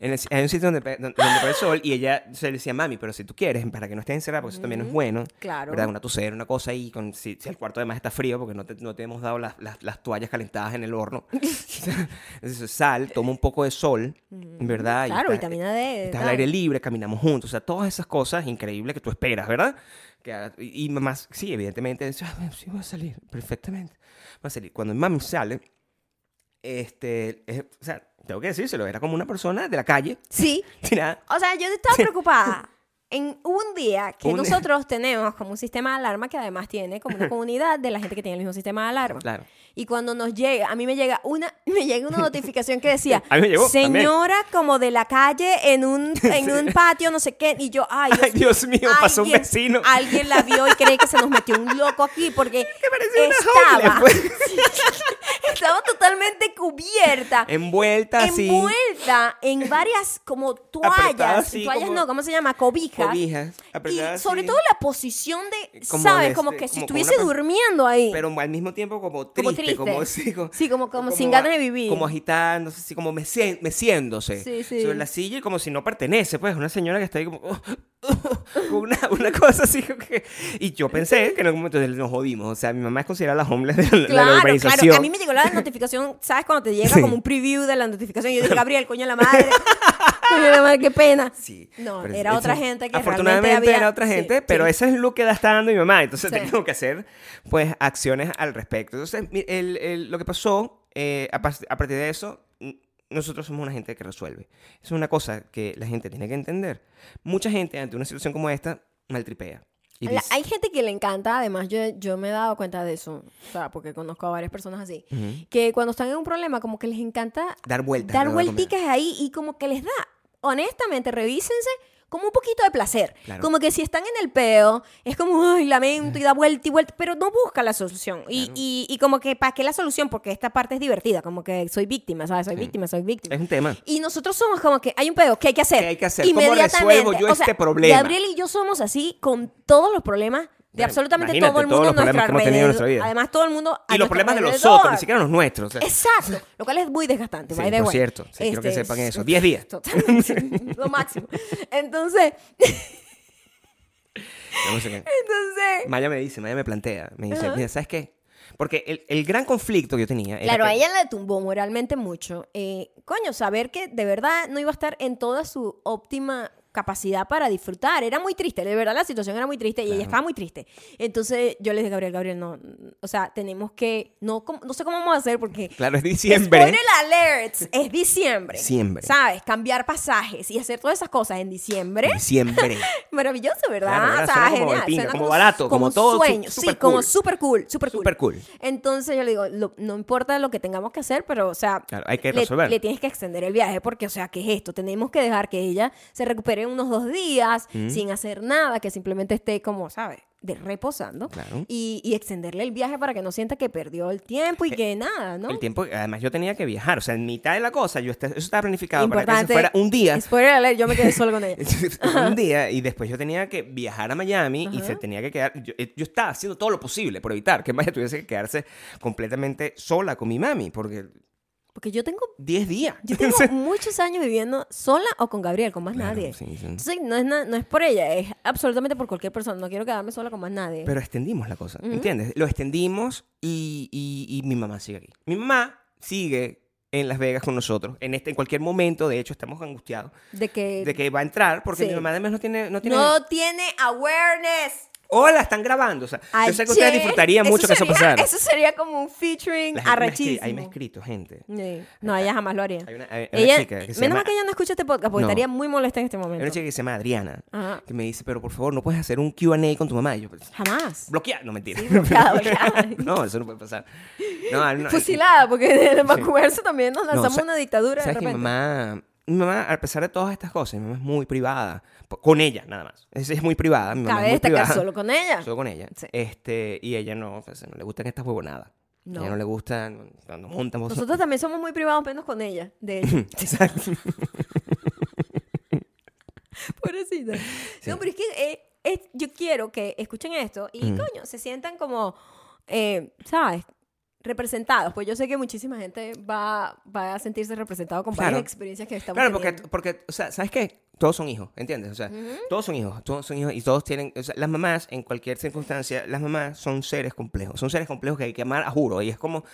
[SPEAKER 2] en el- hay un sitio donde, pe- donde pega el sol y ella se le decía, mami, pero si tú quieres, para que no estés encerrada, porque eso también es bueno.
[SPEAKER 1] Mm. claro.
[SPEAKER 2] ¿Verdad? Una tosera, una cosa ahí, con, si, si el cuarto además está frío, porque no te, no te hemos dado las, las- las toallas calentadas en el horno. Entonces, sal, toma un poco de sol, ¿verdad?
[SPEAKER 1] Mm, Claro,
[SPEAKER 2] está-
[SPEAKER 1] vitamina D.
[SPEAKER 2] Estás al
[SPEAKER 1] tal.
[SPEAKER 2] aire libre, caminamos juntos. O sea, todas esas cosas increíbles que tú esperas, ¿verdad? Que haga- y, y mamá, sí, evidentemente, dice, "Ah, sí, voy a salir, perfectamente. Va a salir. Cuando mami sale, este, es- o sea, tengo que decírselo, era como una persona de la calle,
[SPEAKER 1] Sí.
[SPEAKER 2] tirada.
[SPEAKER 1] O sea, yo estaba preocupada. En un día que
[SPEAKER 2] Un día.
[SPEAKER 1] nosotros tenemos como un sistema de alarma que además tiene como una comunidad de la gente que tiene el mismo sistema de alarma.
[SPEAKER 2] Claro.
[SPEAKER 1] Y cuando nos llega, a mí me llega una, me llega una notificación que decía,
[SPEAKER 2] A mí me llegó también.
[SPEAKER 1] señora como de la calle en un, en un patio, no sé qué. Y yo, ay, Dios,
[SPEAKER 2] Ay, Dios mío, pasó un
[SPEAKER 1] alguien-
[SPEAKER 2] vecino.
[SPEAKER 1] Alguien la vio y cree que se nos metió un loco aquí porque
[SPEAKER 2] parecía una
[SPEAKER 1] estaba,
[SPEAKER 2] homeless, pues.
[SPEAKER 1] estaba totalmente cubierta
[SPEAKER 2] Envuelta así.
[SPEAKER 1] envuelta en varias como toallas,
[SPEAKER 2] así,
[SPEAKER 1] toallas
[SPEAKER 2] como-
[SPEAKER 1] no, ¿cómo se llama? Cobijas.
[SPEAKER 2] Cobijas,
[SPEAKER 1] Y
[SPEAKER 2] apretada
[SPEAKER 1] sobre
[SPEAKER 2] así.
[SPEAKER 1] todo la posición de,
[SPEAKER 2] Como
[SPEAKER 1] ¿sabes?
[SPEAKER 2] de- este,
[SPEAKER 1] como que si
[SPEAKER 2] como con
[SPEAKER 1] estuviese
[SPEAKER 2] una per-
[SPEAKER 1] durmiendo ahí.
[SPEAKER 2] Pero al mismo tiempo como
[SPEAKER 1] Como
[SPEAKER 2] triste, como,
[SPEAKER 1] triste.
[SPEAKER 2] sí, como,
[SPEAKER 1] Sí, como- como sin ganas de vivir.
[SPEAKER 2] Como agitándose, así como meci- meciéndose
[SPEAKER 1] Sí, sí.
[SPEAKER 2] sobre la silla y como si no pertenece, pues, una señora que está ahí como... con una, una cosa así como que... Y yo pensé que en algún momento nos jodimos, o sea, mi mamá es considerada la homeless de la, de la
[SPEAKER 1] Claro,
[SPEAKER 2] urbanización.
[SPEAKER 1] claro. A mí me llegó la notificación, ¿sabes? Cuando te llega
[SPEAKER 2] Sí.
[SPEAKER 1] como un preview de la notificación. Y yo dije, Gabriel, coño de la madre. coño de la madre, qué pena.
[SPEAKER 2] Sí.
[SPEAKER 1] No,
[SPEAKER 2] pero
[SPEAKER 1] era
[SPEAKER 2] eso-
[SPEAKER 1] otra gente que
[SPEAKER 2] Afortunadamente
[SPEAKER 1] realmente había-
[SPEAKER 2] era otra
[SPEAKER 1] sí,
[SPEAKER 2] gente,
[SPEAKER 1] sí.
[SPEAKER 2] pero ese es el look que da- está dando mi mamá. Entonces
[SPEAKER 1] Sí.
[SPEAKER 2] tengo que hacer, pues, acciones al respecto. Entonces, mi- el- el- lo que pasó, eh, a, pas- a partir de eso, mm, nosotros somos una gente que resuelve. Es una cosa que la gente tiene que entender. Mucha gente ante una situación como esta maltripea. Y
[SPEAKER 1] La-
[SPEAKER 2] dice-
[SPEAKER 1] hay gente que le encanta, además yo, yo me he dado cuenta de eso, o sea, porque conozco a varias personas así,
[SPEAKER 2] Ujú.
[SPEAKER 1] que cuando están en un problema como que les encanta
[SPEAKER 2] dar vueltas.
[SPEAKER 1] dar
[SPEAKER 2] alrededor de la comida.
[SPEAKER 1] vuelticas ahí y como que les da, honestamente, revísense como un poquito de placer.
[SPEAKER 2] Claro.
[SPEAKER 1] Como que si están en el peo, es como, ay, lamento y da vuelta y vuelta, pero no busca la solución. Y, y- y como que, ¿para qué la solución? Porque esta parte es divertida, como que soy víctima, ¿sabes? Soy víctima, soy víctima.
[SPEAKER 2] Es un tema.
[SPEAKER 1] Y nosotros somos como que hay un pedo, ¿qué hay que hacer?
[SPEAKER 2] ¿Qué hay que hacer? ¿Cómo resuelvo yo este problema?
[SPEAKER 1] Gabriel y yo somos así con todos los problemas de
[SPEAKER 2] Bueno,
[SPEAKER 1] absolutamente
[SPEAKER 2] imagínate
[SPEAKER 1] todo el
[SPEAKER 2] todos
[SPEAKER 1] mundo
[SPEAKER 2] los
[SPEAKER 1] a nuestro
[SPEAKER 2] problemas que hemos tenido en nuestra
[SPEAKER 1] alrededor.
[SPEAKER 2] vida.
[SPEAKER 1] Además, todo el mundo. a
[SPEAKER 2] Y los
[SPEAKER 1] nuestro
[SPEAKER 2] problemas de los
[SPEAKER 1] alrededor.
[SPEAKER 2] otros, ni siquiera los nuestros. o sea,
[SPEAKER 1] Exacto, lo cual es muy desgastante.
[SPEAKER 2] Sí,
[SPEAKER 1] by the
[SPEAKER 2] por
[SPEAKER 1] way.
[SPEAKER 2] cierto, sí, quiero que sepan eso. 10 días.
[SPEAKER 1] Este, Totalmente, lo máximo. Entonces,
[SPEAKER 2] yo no sé qué.
[SPEAKER 1] entonces
[SPEAKER 2] Maya me dice, Maya me plantea, me dice,
[SPEAKER 1] Ajá.
[SPEAKER 2] mira, ¿sabes qué? Porque el, el gran conflicto que yo tenía era
[SPEAKER 1] claro,
[SPEAKER 2] que-
[SPEAKER 1] a ella le tumbó moralmente mucho. Eh, coño, saber que de verdad no iba a estar en toda su óptima capacidad para disfrutar. Era muy triste, de verdad la situación era muy triste y ella estaba muy triste. Entonces yo le dije, Gabriel, Gabriel, no, o sea, tenemos que, no, com- no sé cómo vamos a hacer porque...
[SPEAKER 2] Claro, es diciembre.
[SPEAKER 1] Spoiler alert, es diciembre.
[SPEAKER 2] Diciembre.
[SPEAKER 1] ¿Sabes? Cambiar pasajes y hacer todas esas cosas en diciembre.
[SPEAKER 2] Diciembre.
[SPEAKER 1] Maravilloso, ¿verdad? O
[SPEAKER 2] Claro, ¿verdad?
[SPEAKER 1] sea,
[SPEAKER 2] Suena como de
[SPEAKER 1] genial.
[SPEAKER 2] pinga,
[SPEAKER 1] suena
[SPEAKER 2] como barato, como todo su-
[SPEAKER 1] sueño.
[SPEAKER 2] super
[SPEAKER 1] sí, como
[SPEAKER 2] cool.
[SPEAKER 1] súper cool, súper cool.
[SPEAKER 2] Super cool.
[SPEAKER 1] Entonces yo le digo, lo- no importa lo que tengamos que hacer, pero, o sea,
[SPEAKER 2] Claro, hay que
[SPEAKER 1] le-
[SPEAKER 2] resolver.
[SPEAKER 1] Le, tienes que extender el viaje porque, o sea, ¿qué es esto? Tenemos que dejar que ella se recupere unos dos días sin hacer nada, que simplemente esté como, ¿sabes? De reposando.
[SPEAKER 2] Claro.
[SPEAKER 1] Y, y extenderle el viaje para que no sienta que perdió el tiempo y que nada, ¿no?
[SPEAKER 2] Eh, El tiempo, además yo tenía que viajar, o sea, en mitad de la cosa, yo esta- eso estaba planificado para que se
[SPEAKER 1] Importante.
[SPEAKER 2] fuera un día.
[SPEAKER 1] Spoiler alert, yo me quedé solo con ella.
[SPEAKER 2] un día y después yo tenía que viajar a Miami y se tenía que quedar. Yo, eh, yo estaba haciendo todo lo posible por evitar que Maya tuviese que quedarse completamente sola con mi mami, porque
[SPEAKER 1] Porque yo tengo
[SPEAKER 2] 10 días.
[SPEAKER 1] Yo tengo muchos años viviendo sola o con Gabriel, con más
[SPEAKER 2] Claro,
[SPEAKER 1] nadie.
[SPEAKER 2] sí, sí.
[SPEAKER 1] Entonces, no es, na- no es por ella, es absolutamente por cualquier persona. No quiero quedarme sola con más nadie.
[SPEAKER 2] Pero extendimos la cosa, ¿entiendes? Lo extendimos y, y- y mi mamá sigue aquí. Mi mamá sigue en Las Vegas con nosotros. En este, en cualquier momento, de hecho, estamos angustiados
[SPEAKER 1] de que,
[SPEAKER 2] de que va a entrar porque
[SPEAKER 1] Eh, sí.
[SPEAKER 2] mi mamá además no tiene, no tiene.
[SPEAKER 1] no tiene awareness.
[SPEAKER 2] Hola, están grabando. O sea, yo sé que ustedes
[SPEAKER 1] Ayer,
[SPEAKER 2] disfrutarían mucho que eso
[SPEAKER 1] sería-
[SPEAKER 2] pasara.
[SPEAKER 1] Eso sería como un featuring
[SPEAKER 2] La gente me ha escri-
[SPEAKER 1] arrachísimo.
[SPEAKER 2] Ahí me ha escrito, gente.
[SPEAKER 1] Sí. No, ella jamás lo haría.
[SPEAKER 2] Hay una, hay una
[SPEAKER 1] Mm. Ella,
[SPEAKER 2] chica que
[SPEAKER 1] menos
[SPEAKER 2] se llama,
[SPEAKER 1] mal que ella no escucha este podcast porque
[SPEAKER 2] No.
[SPEAKER 1] estaría muy molesta en este
[SPEAKER 2] hay una
[SPEAKER 1] momento.
[SPEAKER 2] chica que se llama Adriana
[SPEAKER 1] Ajá.
[SPEAKER 2] que me dice, pero por favor, no puedes hacer un Q&A con tu mamá. Y yo,
[SPEAKER 1] Jamás.
[SPEAKER 2] bloquear. No, mentira.
[SPEAKER 1] Sí, bloqueada, bloqueada.
[SPEAKER 2] no, eso no puede pasar. No, no,
[SPEAKER 1] Fusilada, porque de vacuarse también nos
[SPEAKER 2] No,
[SPEAKER 1] lanzamos
[SPEAKER 2] sa-
[SPEAKER 1] una dictadura de
[SPEAKER 2] ¿sabes que
[SPEAKER 1] repente.
[SPEAKER 2] mi mamá, mi mamá, a pesar de todas estas cosas, mi mamá es muy privada. po- Con ella, nada más. Es, es muy privada. Mi mamá
[SPEAKER 1] Cabe
[SPEAKER 2] es muy
[SPEAKER 1] destacar
[SPEAKER 2] privada.
[SPEAKER 1] solo con ella.
[SPEAKER 2] Solo con ella.
[SPEAKER 1] Sí.
[SPEAKER 2] Este, y ella no, pues, no le gustan estas huevonadas.
[SPEAKER 1] No.
[SPEAKER 2] A ella no le gustan cuando montamos.
[SPEAKER 1] Nosotros también somos muy privados, menos con ella, de hecho.
[SPEAKER 2] Exacto.
[SPEAKER 1] Pobrecita. No, pero es que eh, es- yo quiero que escuchen esto y, coño, se sientan como, eh, ¿sabes? Representados. Pues yo sé que muchísima gente va, va a sentirse representado con
[SPEAKER 2] Claro.
[SPEAKER 1] varias experiencias que estamos
[SPEAKER 2] Claro, porque,
[SPEAKER 1] teniendo.
[SPEAKER 2] porque, o sea, ¿sabes qué? Todos son hijos, ¿entiendes? O sea, todos son hijos, todos son hijos y todos tienen, o sea, las mamás, en cualquier circunstancia, las mamás son seres complejos, son seres complejos que hay que amar a juro y es como,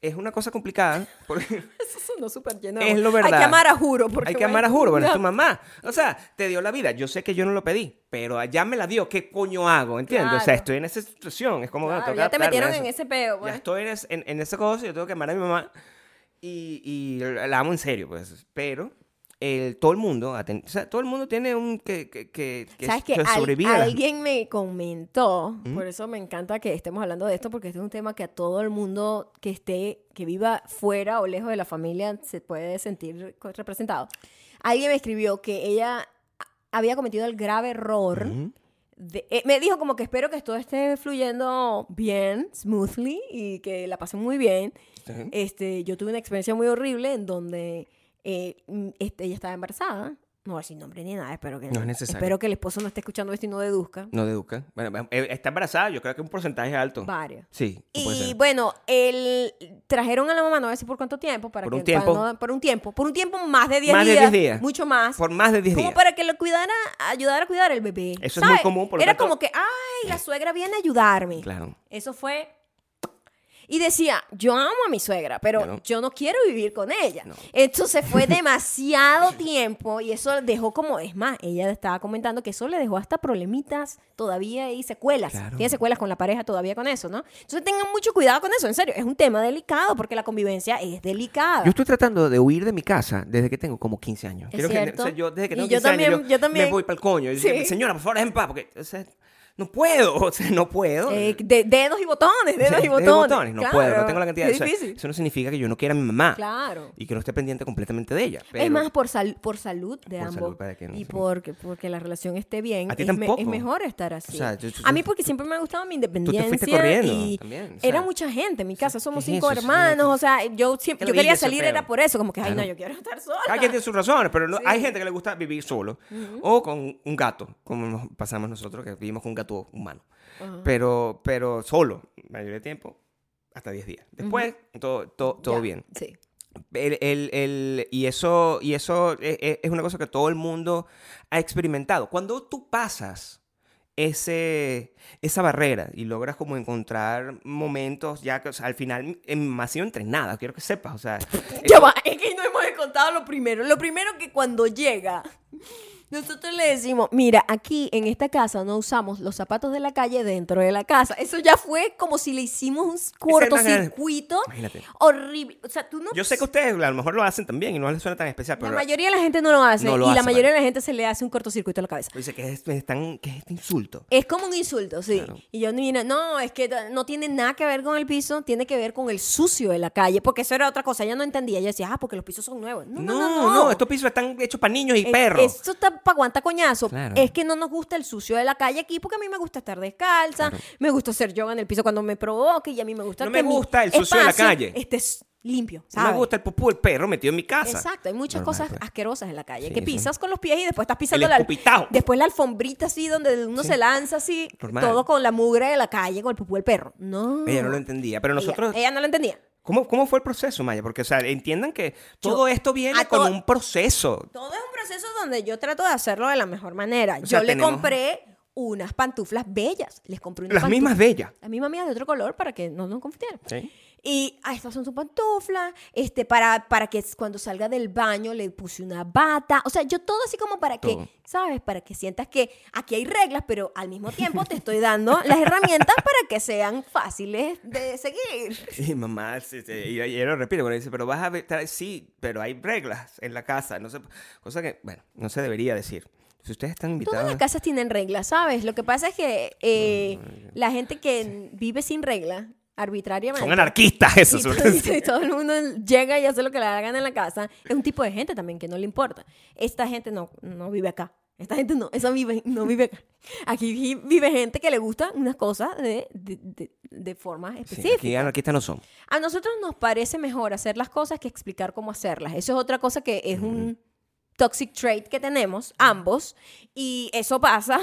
[SPEAKER 2] es una cosa complicada porque
[SPEAKER 1] Eso sonó súper lleno. de
[SPEAKER 2] es lo
[SPEAKER 1] amor.
[SPEAKER 2] verdad.
[SPEAKER 1] Hay que amar a Juro. Porque
[SPEAKER 2] Hay que amar a Juro, bueno,
[SPEAKER 1] no.
[SPEAKER 2] es tu mamá. O sea, te dio la vida, yo sé que yo no lo pedí, pero allá me la dio, ¿qué coño hago? ¿Entiendes? O sea,
[SPEAKER 1] Claro.
[SPEAKER 2] estoy en esa situación, es como, bueno,
[SPEAKER 1] Claro,
[SPEAKER 2] tengo que
[SPEAKER 1] Ah, ya te
[SPEAKER 2] adaptarme a
[SPEAKER 1] metieron en
[SPEAKER 2] eso.
[SPEAKER 1] ese peo,
[SPEAKER 2] Ya
[SPEAKER 1] pues.
[SPEAKER 2] estoy en, es- en- en esa cosa, yo tengo que amar a mi mamá y, y la amo en serio, pues. Pero el, todo el mundo, ha ten- o sea, todo el mundo tiene un que, que, que, que
[SPEAKER 1] ¿Sabes
[SPEAKER 2] so-
[SPEAKER 1] que
[SPEAKER 2] que
[SPEAKER 1] al-
[SPEAKER 2] sobrevive a las-
[SPEAKER 1] alguien me comentó, por eso me encanta que estemos hablando de esto, porque este es un tema que a todo el mundo que esté, que viva fuera o lejos de la familia, se puede sentir co- representado. Alguien me escribió que ella a- había cometido el grave error.
[SPEAKER 2] ¿Mm?
[SPEAKER 1] de- eh, me dijo como que espero que todo esté fluyendo bien, smoothly, y que la pasen muy bien.
[SPEAKER 2] Ujú.
[SPEAKER 1] Este, yo tuve una experiencia muy horrible en donde eh, mm, este, ella estaba embarazada. No voy a decir nombre ni nada, espero que
[SPEAKER 2] No es necesario.
[SPEAKER 1] Espero que el esposo no esté escuchando esto y no deduzca.
[SPEAKER 2] No educa. Bueno, eh, está embarazada, yo creo que un porcentaje alto.
[SPEAKER 1] Varios.
[SPEAKER 2] Sí, no puede
[SPEAKER 1] Y
[SPEAKER 2] ser.
[SPEAKER 1] bueno, el, trajeron a la mamá, no voy a decir por cuánto tiempo, para
[SPEAKER 2] Por
[SPEAKER 1] que
[SPEAKER 2] un tiempo.
[SPEAKER 1] para no- por un tiempo, por un tiempo más de 10
[SPEAKER 2] Más de
[SPEAKER 1] días,
[SPEAKER 2] 10 días.
[SPEAKER 1] mucho más.
[SPEAKER 2] por más de 10
[SPEAKER 1] como
[SPEAKER 2] días.
[SPEAKER 1] para que lo cuidara, ayudara a cuidar el bebé.
[SPEAKER 2] Eso es
[SPEAKER 1] ¿sabes?
[SPEAKER 2] muy común, por lo
[SPEAKER 1] Era
[SPEAKER 2] tanto-
[SPEAKER 1] como que, ay, la suegra viene a ayudarme.
[SPEAKER 2] Claro.
[SPEAKER 1] Eso fue Y decía, yo amo a mi suegra, pero
[SPEAKER 2] Claro.
[SPEAKER 1] yo no quiero vivir con ella.
[SPEAKER 2] No.
[SPEAKER 1] Entonces fue demasiado tiempo y eso dejó como, es más, ella estaba comentando que eso le dejó hasta problemitas todavía y secuelas.
[SPEAKER 2] Claro.
[SPEAKER 1] Tiene secuelas con la pareja todavía con eso, ¿no? Entonces tengan mucho cuidado con eso, en serio, es un tema delicado porque la convivencia es delicada.
[SPEAKER 2] Yo estoy tratando de huir de mi casa desde que tengo como 15 años.
[SPEAKER 1] Es
[SPEAKER 2] Quiero que-
[SPEAKER 1] cierto.
[SPEAKER 2] o sea, yo desde que
[SPEAKER 1] Y
[SPEAKER 2] tengo
[SPEAKER 1] yo
[SPEAKER 2] 15 años,
[SPEAKER 1] también- yo también.
[SPEAKER 2] me voy para el coño. Yo
[SPEAKER 1] Sí.
[SPEAKER 2] digo, Señora, por favor, en paz, porque o sea, no puedo, o sea, no puedo.
[SPEAKER 1] Eh, de- dedos y botones,
[SPEAKER 2] O sea,
[SPEAKER 1] dedos y
[SPEAKER 2] dedos
[SPEAKER 1] botones.
[SPEAKER 2] No
[SPEAKER 1] Claro,
[SPEAKER 2] puedo, no tengo la cantidad.
[SPEAKER 1] Es
[SPEAKER 2] o sea,
[SPEAKER 1] difícil.
[SPEAKER 2] eso no significa que yo no quiera a mi mamá.
[SPEAKER 1] Claro.
[SPEAKER 2] Y que no esté pendiente completamente de ella.
[SPEAKER 1] es
[SPEAKER 2] pero-
[SPEAKER 1] más por, sal- por salud de
[SPEAKER 2] Por
[SPEAKER 1] ambos
[SPEAKER 2] salud, para que no
[SPEAKER 1] y
[SPEAKER 2] se-
[SPEAKER 1] porque, porque la relación esté bien.
[SPEAKER 2] A ti
[SPEAKER 1] es, me-
[SPEAKER 2] tampoco.
[SPEAKER 1] es mejor estar así.
[SPEAKER 2] O sea, yo- yo-
[SPEAKER 1] a mí porque siempre me ha gustado mi independencia.
[SPEAKER 2] corriendo
[SPEAKER 1] y
[SPEAKER 2] también, o sea.
[SPEAKER 1] era mucha gente en mi casa, somos
[SPEAKER 2] ¿qué es
[SPEAKER 1] cinco
[SPEAKER 2] eso?
[SPEAKER 1] hermanos, o sea, yo siempre
[SPEAKER 2] Qué
[SPEAKER 1] yo quería
[SPEAKER 2] ladilla ese
[SPEAKER 1] salir
[SPEAKER 2] peo.
[SPEAKER 1] era por eso, como que, ay, no,
[SPEAKER 2] Claro.
[SPEAKER 1] yo quiero estar sola.
[SPEAKER 2] Cada quien tiene sus razones, pero no- hay gente que le gusta vivir solo o con un gato, como nos pasamos nosotros, que vivimos con un gato humano. Pero, pero solo, la mayoría del tiempo, hasta 10 días. Después, todo, todo, todo
[SPEAKER 1] Ya,
[SPEAKER 2] bien.
[SPEAKER 1] Sí.
[SPEAKER 2] El- el- el- y eso, y eso e- e- es una cosa que todo el mundo ha experimentado. Cuando tú pasas ese, esa barrera y logras como encontrar momentos, ya que o sea, al final en mi mamá ha sido entrenada, quiero que sepas, o sea, eh,
[SPEAKER 1] Ya va, es que no hemos contado lo primero. Lo primero que cuando llega, nosotros le decimos, mira, aquí en esta casa no usamos los zapatos de la calle dentro de la casa. Eso ya fue como si le hicimos un
[SPEAKER 2] es más grande.
[SPEAKER 1] cortocircuito
[SPEAKER 2] Imagínate.
[SPEAKER 1] horrible. O sea, tú no...
[SPEAKER 2] Yo sé que ustedes a lo mejor lo hacen también y no les suena tan especial,
[SPEAKER 1] La
[SPEAKER 2] pero
[SPEAKER 1] mayoría de la gente no lo hace
[SPEAKER 2] No lo
[SPEAKER 1] y la
[SPEAKER 2] hace,
[SPEAKER 1] mayoría de la gente se le hace un cortocircuito a la cabeza.
[SPEAKER 2] dice que es, es tan- que es este insulto.
[SPEAKER 1] Es como un insulto, sí.
[SPEAKER 2] Claro.
[SPEAKER 1] Y yo, mira, no, es que no tiene nada que ver con el piso, tiene que ver con el sucio de la calle, porque eso era otra cosa. Ella no entendía. Ella decía, ah, porque los pisos son nuevos. No,
[SPEAKER 2] No,
[SPEAKER 1] no, no. no.
[SPEAKER 2] estos pisos están hechos para niños y
[SPEAKER 1] Eh,
[SPEAKER 2] perros.
[SPEAKER 1] Esto está para aguantar coñazo.
[SPEAKER 2] Claro.
[SPEAKER 1] Es que no nos gusta el sucio de la calle aquí porque a mí me gusta estar descalza, me gusta hacer yoga en el piso cuando me provoque y a mí me gusta
[SPEAKER 2] No
[SPEAKER 1] que
[SPEAKER 2] me
[SPEAKER 1] mi
[SPEAKER 2] gusta el sucio de la
[SPEAKER 1] espacio
[SPEAKER 2] calle.
[SPEAKER 1] esté s- limpio,
[SPEAKER 2] No me
[SPEAKER 1] ¿sabes?
[SPEAKER 2] gusta el popú del perro metido en mi casa.
[SPEAKER 1] Exacto, hay muchas
[SPEAKER 2] Normal,
[SPEAKER 1] cosas
[SPEAKER 2] pues.
[SPEAKER 1] asquerosas en la calle
[SPEAKER 2] Sí,
[SPEAKER 1] que
[SPEAKER 2] sí.
[SPEAKER 1] pisas con los pies y después estás pisando
[SPEAKER 2] El
[SPEAKER 1] la
[SPEAKER 2] escupitajo.
[SPEAKER 1] después la alfombrita así donde uno se lanza así,
[SPEAKER 2] Normal.
[SPEAKER 1] todo con la mugre de la calle, con el pupú del perro. No.
[SPEAKER 2] Ella no lo entendía, pero nosotros...
[SPEAKER 1] ella, ella no lo entendía.
[SPEAKER 2] ¿Cómo, ¿Cómo fue el proceso, Maya? Porque, o sea, entiendan que todo esto viene
[SPEAKER 1] a
[SPEAKER 2] con
[SPEAKER 1] to-
[SPEAKER 2] un proceso.
[SPEAKER 1] Todo es un proceso donde yo trato de hacerlo de la mejor manera.
[SPEAKER 2] sea,
[SPEAKER 1] yo
[SPEAKER 2] tenemos-
[SPEAKER 1] le compré unas pantuflas bellas. Les compré unas
[SPEAKER 2] Las
[SPEAKER 1] pantuflas-
[SPEAKER 2] mismas de ella.
[SPEAKER 1] Las mismas mías de otro color para que no nos confundieran.
[SPEAKER 2] Sí.
[SPEAKER 1] Y ah, estas son sus pantuflas, este, para, para que cuando salga del baño le puse una bata. O sea, yo todo así como para
[SPEAKER 2] Todo.
[SPEAKER 1] que, ¿sabes? Para que sientas que aquí hay reglas, pero al mismo tiempo te estoy dando las herramientas para que sean fáciles de seguir.
[SPEAKER 2] Y mamá, sí, sí, y y ella lo repite, pero dice, pero vas a ver, tal- sí, pero hay reglas en la casa. No sé, cosa que, bueno, no se debería decir. Si ustedes están
[SPEAKER 1] Todas
[SPEAKER 2] invitados...
[SPEAKER 1] las casas tienen reglas, ¿sabes? Lo que pasa es que eh, la gente que vive sin reglas, arbitrariamente.
[SPEAKER 2] Son anarquistas
[SPEAKER 1] y
[SPEAKER 2] esos.
[SPEAKER 1] todo, y todo el mundo llega y hace lo que le hagan en la casa. Es un tipo de gente también que no le importa. Esta gente no, no vive acá. Esta gente no, esa vive, no vive acá. Aquí vi- vive gente que le gusta unas cosas de, de, de- de formas
[SPEAKER 2] Sí,
[SPEAKER 1] específicas.
[SPEAKER 2] aquí anarquistas no son.
[SPEAKER 1] A nosotros nos parece mejor hacer las cosas que explicar cómo hacerlas. Eso es otra cosa que es un toxic trait que tenemos ambos y eso pasa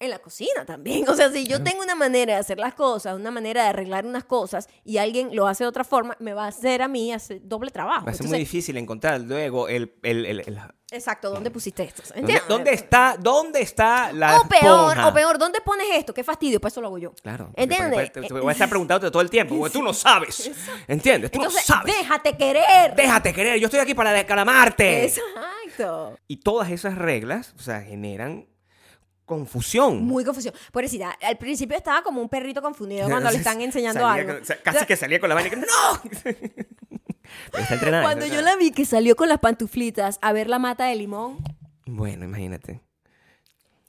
[SPEAKER 1] en la cocina también. O sea, si yo tengo una manera de hacer las cosas, una manera de arreglar unas cosas y alguien lo hace de otra forma, me va a hacer a mí hacer doble trabajo.
[SPEAKER 2] Va a ser muy
[SPEAKER 1] Entonces,
[SPEAKER 2] difícil encontrar luego el... el, el- el-
[SPEAKER 1] exacto, ¿dónde pusiste esto?
[SPEAKER 2] ¿dónde,
[SPEAKER 1] ¿Entiendes?
[SPEAKER 2] dónde está, ¿Dónde está la
[SPEAKER 1] o peor,
[SPEAKER 2] esponja?
[SPEAKER 1] o peor, ¿dónde pones esto? Qué fastidio, pues eso lo hago yo.
[SPEAKER 2] Claro. porque
[SPEAKER 1] ¿Entiendes? Eh,
[SPEAKER 2] Te, te- te voy a estar preguntándote todo el tiempo, porque tú no sabes. ¿Entiendes? Tú
[SPEAKER 1] Entonces,
[SPEAKER 2] no sabes.
[SPEAKER 1] déjate querer.
[SPEAKER 2] Déjate querer, yo estoy aquí para descalamarte.
[SPEAKER 1] Exacto.
[SPEAKER 2] Y todas esas reglas, o sea, generan confusión.
[SPEAKER 1] Muy confusión. Pobrecita, al principio estaba como un perrito confundido
[SPEAKER 2] O sea,
[SPEAKER 1] cuando le
[SPEAKER 2] se-
[SPEAKER 1] están enseñando
[SPEAKER 2] salía
[SPEAKER 1] algo.
[SPEAKER 2] con- o sea, casi que salía con la vaina y que ¡No! Pero está entrenada.
[SPEAKER 1] Cuando
[SPEAKER 2] está
[SPEAKER 1] yo la
[SPEAKER 2] entrenada.
[SPEAKER 1] vi que salió con las pantuflitas a ver la mata de limón,
[SPEAKER 2] Bueno, imagínate.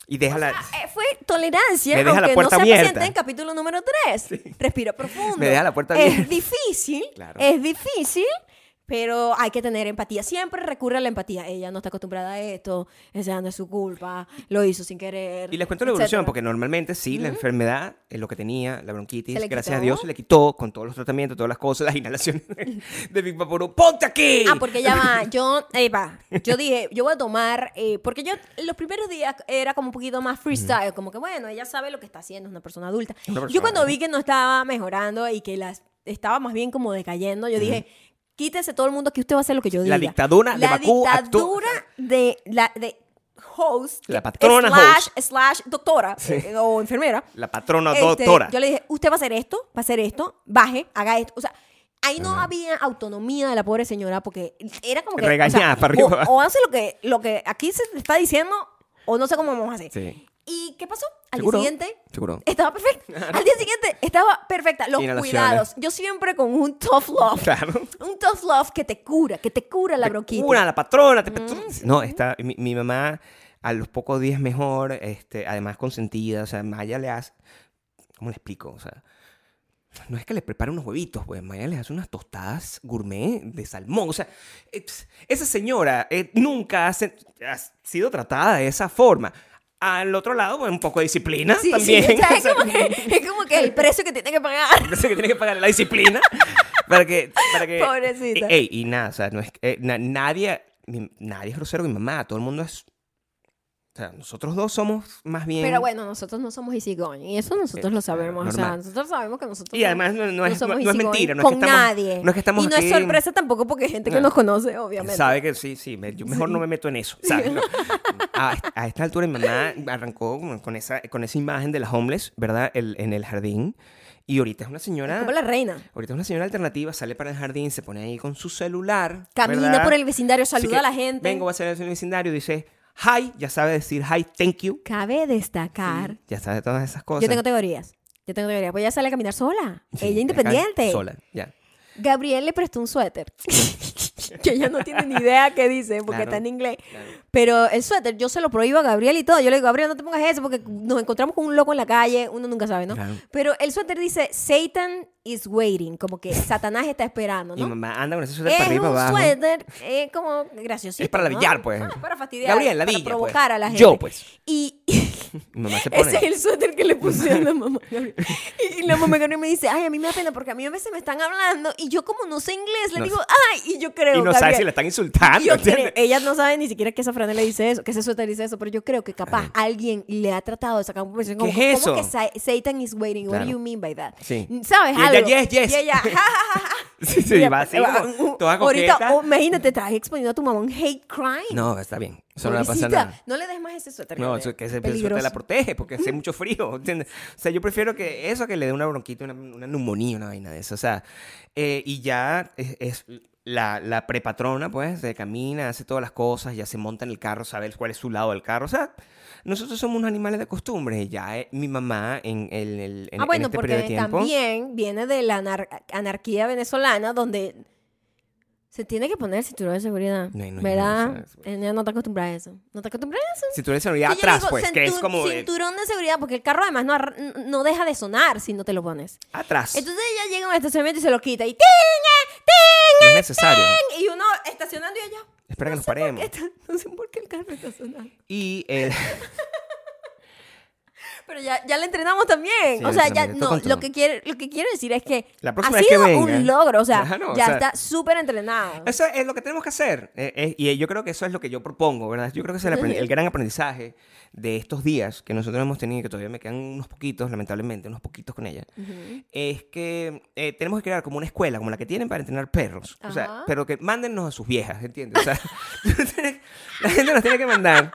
[SPEAKER 2] Y déjala.
[SPEAKER 1] eh, fue tolerancia,
[SPEAKER 2] Me deja la
[SPEAKER 1] aunque no
[SPEAKER 2] puerta
[SPEAKER 1] sea
[SPEAKER 2] abierta.
[SPEAKER 1] paciente en capítulo número 3. Respira profundo.
[SPEAKER 2] Me deja la puerta
[SPEAKER 1] Es
[SPEAKER 2] abierta.
[SPEAKER 1] difícil,
[SPEAKER 2] Claro.
[SPEAKER 1] es difícil, pero hay que tener empatía. Siempre recurre a la empatía. Ella no está acostumbrada a esto, esa no es su culpa, lo hizo sin querer.
[SPEAKER 2] Y les cuento la evolución,
[SPEAKER 1] etcétera.
[SPEAKER 2] porque normalmente sí, la enfermedad es lo que tenía, la bronquitis,
[SPEAKER 1] ¿Se le
[SPEAKER 2] gracias a
[SPEAKER 1] quitó?
[SPEAKER 2] Dios se le quitó con todos los tratamientos, todas las cosas, las inhalaciones de, de Big Vaporub. ¡Ponte aquí!
[SPEAKER 1] Ah, porque ya va, yo, eh, va, yo dije, yo voy a tomar, eh, porque yo los primeros días era como un poquito más freestyle, como que bueno, ella sabe lo que está haciendo, es una persona adulta.
[SPEAKER 2] Una persona
[SPEAKER 1] yo cuando
[SPEAKER 2] adulta.
[SPEAKER 1] vi que no estaba mejorando y que las estaba más bien como decayendo, yo dije, quítese todo el mundo que usted va a hacer lo que yo diga.
[SPEAKER 2] La dictadura de
[SPEAKER 1] La
[SPEAKER 2] Bakú actú-
[SPEAKER 1] dictadura de, la, de host,
[SPEAKER 2] La patrona
[SPEAKER 1] slash,
[SPEAKER 2] host.
[SPEAKER 1] slash doctora eh, o enfermera.
[SPEAKER 2] La patrona
[SPEAKER 1] este,
[SPEAKER 2] doctora.
[SPEAKER 1] Yo le dije, usted va a hacer esto, va a hacer esto, baje, haga esto. O sea, ahí no había autonomía de la pobre señora porque era como que...
[SPEAKER 2] Regañada
[SPEAKER 1] o sea,
[SPEAKER 2] para arriba y
[SPEAKER 1] o-
[SPEAKER 2] abajo.
[SPEAKER 1] O, hace lo que, lo que aquí se te está diciendo o no sé cómo vamos a hacer.
[SPEAKER 2] Sí.
[SPEAKER 1] ¿Y qué pasó? Al
[SPEAKER 2] Seguro,
[SPEAKER 1] día siguiente...
[SPEAKER 2] seguro.
[SPEAKER 1] Estaba perfecta. Al día siguiente estaba perfecta. Los
[SPEAKER 2] Inhalaciones.
[SPEAKER 1] cuidados. Yo siempre con un tough love.
[SPEAKER 2] Claro.
[SPEAKER 1] Un tough love que te cura, que te cura la
[SPEAKER 2] te
[SPEAKER 1] bronquitis.
[SPEAKER 2] curan, la patrona. te petru-
[SPEAKER 1] Mm.
[SPEAKER 2] No, está, mi, mi mamá a los pocos días mejor, este, además consentida, o sea, Maya le hace, ¿cómo le explico? O sea, no es que le prepare unos huevitos, pues Maya les hace unas tostadas gourmet de salmón. O sea, es- esa señora eh, nunca ha, se- ha sido tratada de esa forma. Al otro lado, pues, un poco de disciplina
[SPEAKER 1] Sí, sí,
[SPEAKER 2] también.
[SPEAKER 1] o sea,
[SPEAKER 2] O
[SPEAKER 1] es, como
[SPEAKER 2] sea,
[SPEAKER 1] que, es como que el precio que tiene que pagar.
[SPEAKER 2] no sé que tiene que pagar la disciplina para que para que
[SPEAKER 1] Pobrecita.
[SPEAKER 2] Eh, ey, y nada o sea no es eh, na- nadie mi- nadie es grosero con mi mamá todo el mundo es o sea nosotros dos somos más bien
[SPEAKER 1] Pero bueno, nosotros no somos easygoing. Y eso nosotros
[SPEAKER 2] Eh,
[SPEAKER 1] lo sabemos. O sea,
[SPEAKER 2] normal.
[SPEAKER 1] nosotros sabemos que nosotros
[SPEAKER 2] y además no, no es, no,
[SPEAKER 1] somos
[SPEAKER 2] no es
[SPEAKER 1] easygoing
[SPEAKER 2] mentira no es
[SPEAKER 1] con
[SPEAKER 2] que estamos,
[SPEAKER 1] nadie.
[SPEAKER 2] no es que estamos
[SPEAKER 1] y no es
[SPEAKER 2] aquí-
[SPEAKER 1] sorpresa tampoco porque hay gente que
[SPEAKER 2] No.
[SPEAKER 1] nos conoce, obviamente.
[SPEAKER 2] Sabe que sí, sí, me- yo mejor no me meto en eso, ¿sabes? No. A, a esta altura mi mamá arrancó con- con esa, con esa imagen de las homeless, ¿verdad? El- en el jardín. Y ahorita es una señora...
[SPEAKER 1] Como la reina.
[SPEAKER 2] Ahorita es una señora alternativa, sale para el jardín, se pone ahí con su celular.
[SPEAKER 1] Camina
[SPEAKER 2] ¿verdad?
[SPEAKER 1] por el vecindario,
[SPEAKER 2] Así
[SPEAKER 1] saluda
[SPEAKER 2] que
[SPEAKER 1] a la gente.
[SPEAKER 2] Vengo, va a ser el vecindario, dice hi, ya sabe decir hi, thank you.
[SPEAKER 1] Cabe destacar.
[SPEAKER 2] Ya sabe todas esas cosas.
[SPEAKER 1] Yo tengo teorías. Yo tengo teorías. Pues ella sale a caminar sola.
[SPEAKER 2] Sí,
[SPEAKER 1] ella
[SPEAKER 2] acá,
[SPEAKER 1] independiente.
[SPEAKER 2] Sola, ya.
[SPEAKER 1] Gabriel le prestó un suéter. que ella no tiene ni idea qué dice porque
[SPEAKER 2] Claro,
[SPEAKER 1] está en inglés.
[SPEAKER 2] claro.
[SPEAKER 1] Pero el suéter yo se lo prohíbo a Gabriel y todo. Yo le digo, Gabriel, no te pongas eso porque nos encontramos con un loco en la calle. Uno nunca sabe, ¿no?
[SPEAKER 2] Claro.
[SPEAKER 1] Pero el suéter dice, Satan is waiting. Como que Satanás está esperando,
[SPEAKER 2] Y
[SPEAKER 1] ¿no?
[SPEAKER 2] mamá anda con ese suéter
[SPEAKER 1] Es
[SPEAKER 2] para arriba
[SPEAKER 1] un
[SPEAKER 2] y para abajo.
[SPEAKER 1] suéter, es como graciosito.
[SPEAKER 2] Es para
[SPEAKER 1] ¿no?
[SPEAKER 2] lavillar, pues.
[SPEAKER 1] Ah, para fastidiar.
[SPEAKER 2] Gabriel, la
[SPEAKER 1] para
[SPEAKER 2] villa.
[SPEAKER 1] provocar a la gente.
[SPEAKER 2] Yo, pues.
[SPEAKER 1] Y,
[SPEAKER 2] Mi mamá se pone.
[SPEAKER 1] Ese es el suéter que le puse a la mamá. Gabriel. Y, y la mamá Gabriel me dice, ay, a mí me da pena porque a mí a veces me están hablando y yo como no sé inglés, le
[SPEAKER 2] No
[SPEAKER 1] digo,
[SPEAKER 2] sé.
[SPEAKER 1] ay, y yo creo,
[SPEAKER 2] y no sabe
[SPEAKER 1] Gabriel,
[SPEAKER 2] si la están insultando.
[SPEAKER 1] yo
[SPEAKER 2] ¿entiendes?
[SPEAKER 1] creo- ella no sabe ni siquiera que esa frase le dice eso, que ese suéter dice eso, pero yo creo que capaz alguien le ha tratado de sacar una conversación como,
[SPEAKER 2] ¿Qué es
[SPEAKER 1] ¿cómo que
[SPEAKER 2] eso?
[SPEAKER 1] Sa- Satan is waiting? What
[SPEAKER 2] Claro.
[SPEAKER 1] do you mean by that?
[SPEAKER 2] Sí.
[SPEAKER 1] ¿Sabes
[SPEAKER 2] Y ella,
[SPEAKER 1] algo?
[SPEAKER 2] "Yes, yes".
[SPEAKER 1] Y ella, "Ja, ja, ja, ja".
[SPEAKER 2] Sí, sí,
[SPEAKER 1] Y ella,
[SPEAKER 2] va así
[SPEAKER 1] va,
[SPEAKER 2] como
[SPEAKER 1] uh,
[SPEAKER 2] toda
[SPEAKER 1] Ahorita,
[SPEAKER 2] coqueta.
[SPEAKER 1] oh, imagínate, estás exponiendo a tu mamá a un hate crime.
[SPEAKER 2] No, está bien. Eso no le pasa
[SPEAKER 1] Pobrecita,
[SPEAKER 2] nada.
[SPEAKER 1] No le des más ese suéter.
[SPEAKER 2] No,
[SPEAKER 1] Gabriel.
[SPEAKER 2] eso- que ese
[SPEAKER 1] Peligroso.
[SPEAKER 2] suéter la protege porque hace mucho frío, ¿entiendes? O sea, yo prefiero que eso que le dé una bronquita, una, una neumonía, una vaina de eso. O sea, eh, y ya es, es la, la prepatrona, pues, se camina, hace todas las cosas, ya se monta en el carro, sabe cuál es su lado del carro. O sea, nosotros somos unos animales de costumbre. y Ya eh, mi mamá en, el- el- en-
[SPEAKER 1] ah,
[SPEAKER 2] en
[SPEAKER 1] bueno,
[SPEAKER 2] este periodo de
[SPEAKER 1] porque
[SPEAKER 2] tiempo...
[SPEAKER 1] también viene de la anar- anarquía venezolana donde se tiene que poner el cinturón de seguridad.
[SPEAKER 2] No, no,
[SPEAKER 1] ¿Verdad?
[SPEAKER 2] no, eso-
[SPEAKER 1] Ella no está acostumbrada a eso. No está acostumbrada a eso.
[SPEAKER 2] Si tú eres
[SPEAKER 1] Que yo
[SPEAKER 2] atrás,
[SPEAKER 1] digo,
[SPEAKER 2] pues, que es
[SPEAKER 1] cintu-
[SPEAKER 2] como... eh,
[SPEAKER 1] Cinturón de seguridad, porque el carro además no, arra- n- no deja de sonar si no te lo pones.
[SPEAKER 2] atrás.
[SPEAKER 1] Entonces ella llega a un estacionamiento y se lo quita y ¡tingue! ¡tingue!
[SPEAKER 2] No es necesario.
[SPEAKER 1] Y uno estacionando y ella.
[SPEAKER 2] Espera que nos
[SPEAKER 1] ¿por
[SPEAKER 2] paremos.
[SPEAKER 1] qué está- no sé por qué el carro está sonando.
[SPEAKER 2] Y el...
[SPEAKER 1] Pero ya, ya la entrenamos también.
[SPEAKER 2] Sí,
[SPEAKER 1] o sea,
[SPEAKER 2] también,
[SPEAKER 1] ya
[SPEAKER 2] esto
[SPEAKER 1] no,
[SPEAKER 2] control.
[SPEAKER 1] lo que, quiero, lo que quiero decir es que
[SPEAKER 2] La
[SPEAKER 1] ha
[SPEAKER 2] próxima vez
[SPEAKER 1] sido
[SPEAKER 2] que venga.
[SPEAKER 1] un logro. O sea,
[SPEAKER 2] Claro, o
[SPEAKER 1] ya
[SPEAKER 2] sea-
[SPEAKER 1] está súper entrenado.
[SPEAKER 2] Eso es lo que tenemos que hacer. eh, eh, y yo creo que eso es lo que yo propongo, ¿verdad? Yo creo que ese es el, aprendi- el gran aprendizaje de estos días que nosotros hemos tenido, y que todavía me quedan unos poquitos, lamentablemente, unos poquitos con ella, es que eh, tenemos que crear como una escuela, como la que tienen para entrenar perros. O
[SPEAKER 1] Ajá.
[SPEAKER 2] sea, pero que mándennos a sus viejas, ¿entiendes? O sea, la gente nos tiene que mandar.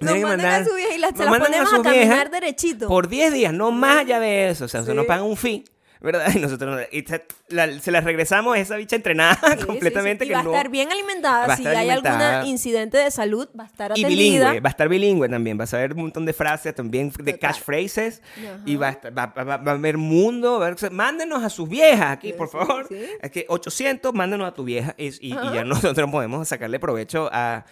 [SPEAKER 1] Nos
[SPEAKER 2] tiene que
[SPEAKER 1] mandan a
[SPEAKER 2] mandar-
[SPEAKER 1] su vieja y las, se
[SPEAKER 2] nos
[SPEAKER 1] las
[SPEAKER 2] mandan
[SPEAKER 1] ponemos a,
[SPEAKER 2] sus
[SPEAKER 1] caminar
[SPEAKER 2] viejas
[SPEAKER 1] derechito.
[SPEAKER 2] por 10 días, no más allá de eso. O sea,
[SPEAKER 1] Sí.
[SPEAKER 2] nosotros nos pagan un fee, ¿verdad? Y nosotros nos- y se- la- se la regresamos a esa bicha entrenada
[SPEAKER 1] Sí, sí,
[SPEAKER 2] completamente
[SPEAKER 1] sí. Y
[SPEAKER 2] que
[SPEAKER 1] va
[SPEAKER 2] no.
[SPEAKER 1] a estar bien alimentada.
[SPEAKER 2] va a
[SPEAKER 1] si
[SPEAKER 2] estar
[SPEAKER 1] hay algún
[SPEAKER 2] alimentada.
[SPEAKER 1] incidente de salud, va a estar
[SPEAKER 2] Y
[SPEAKER 1] atendida.
[SPEAKER 2] bilingüe, va a estar bilingüe también, va a saber un montón de frases también, de
[SPEAKER 1] Total.
[SPEAKER 2] catchphrases,
[SPEAKER 1] Ajá.
[SPEAKER 2] y va a, estar- va, va- va- va a haber mundo, va a- o sea, mándenos a sus viejas aquí,
[SPEAKER 1] Sí,
[SPEAKER 2] por
[SPEAKER 1] sí,
[SPEAKER 2] favor,
[SPEAKER 1] sí.
[SPEAKER 2] Es que 800, mándenos a tu vieja, y, y- y ya nosotros podemos sacarle provecho a,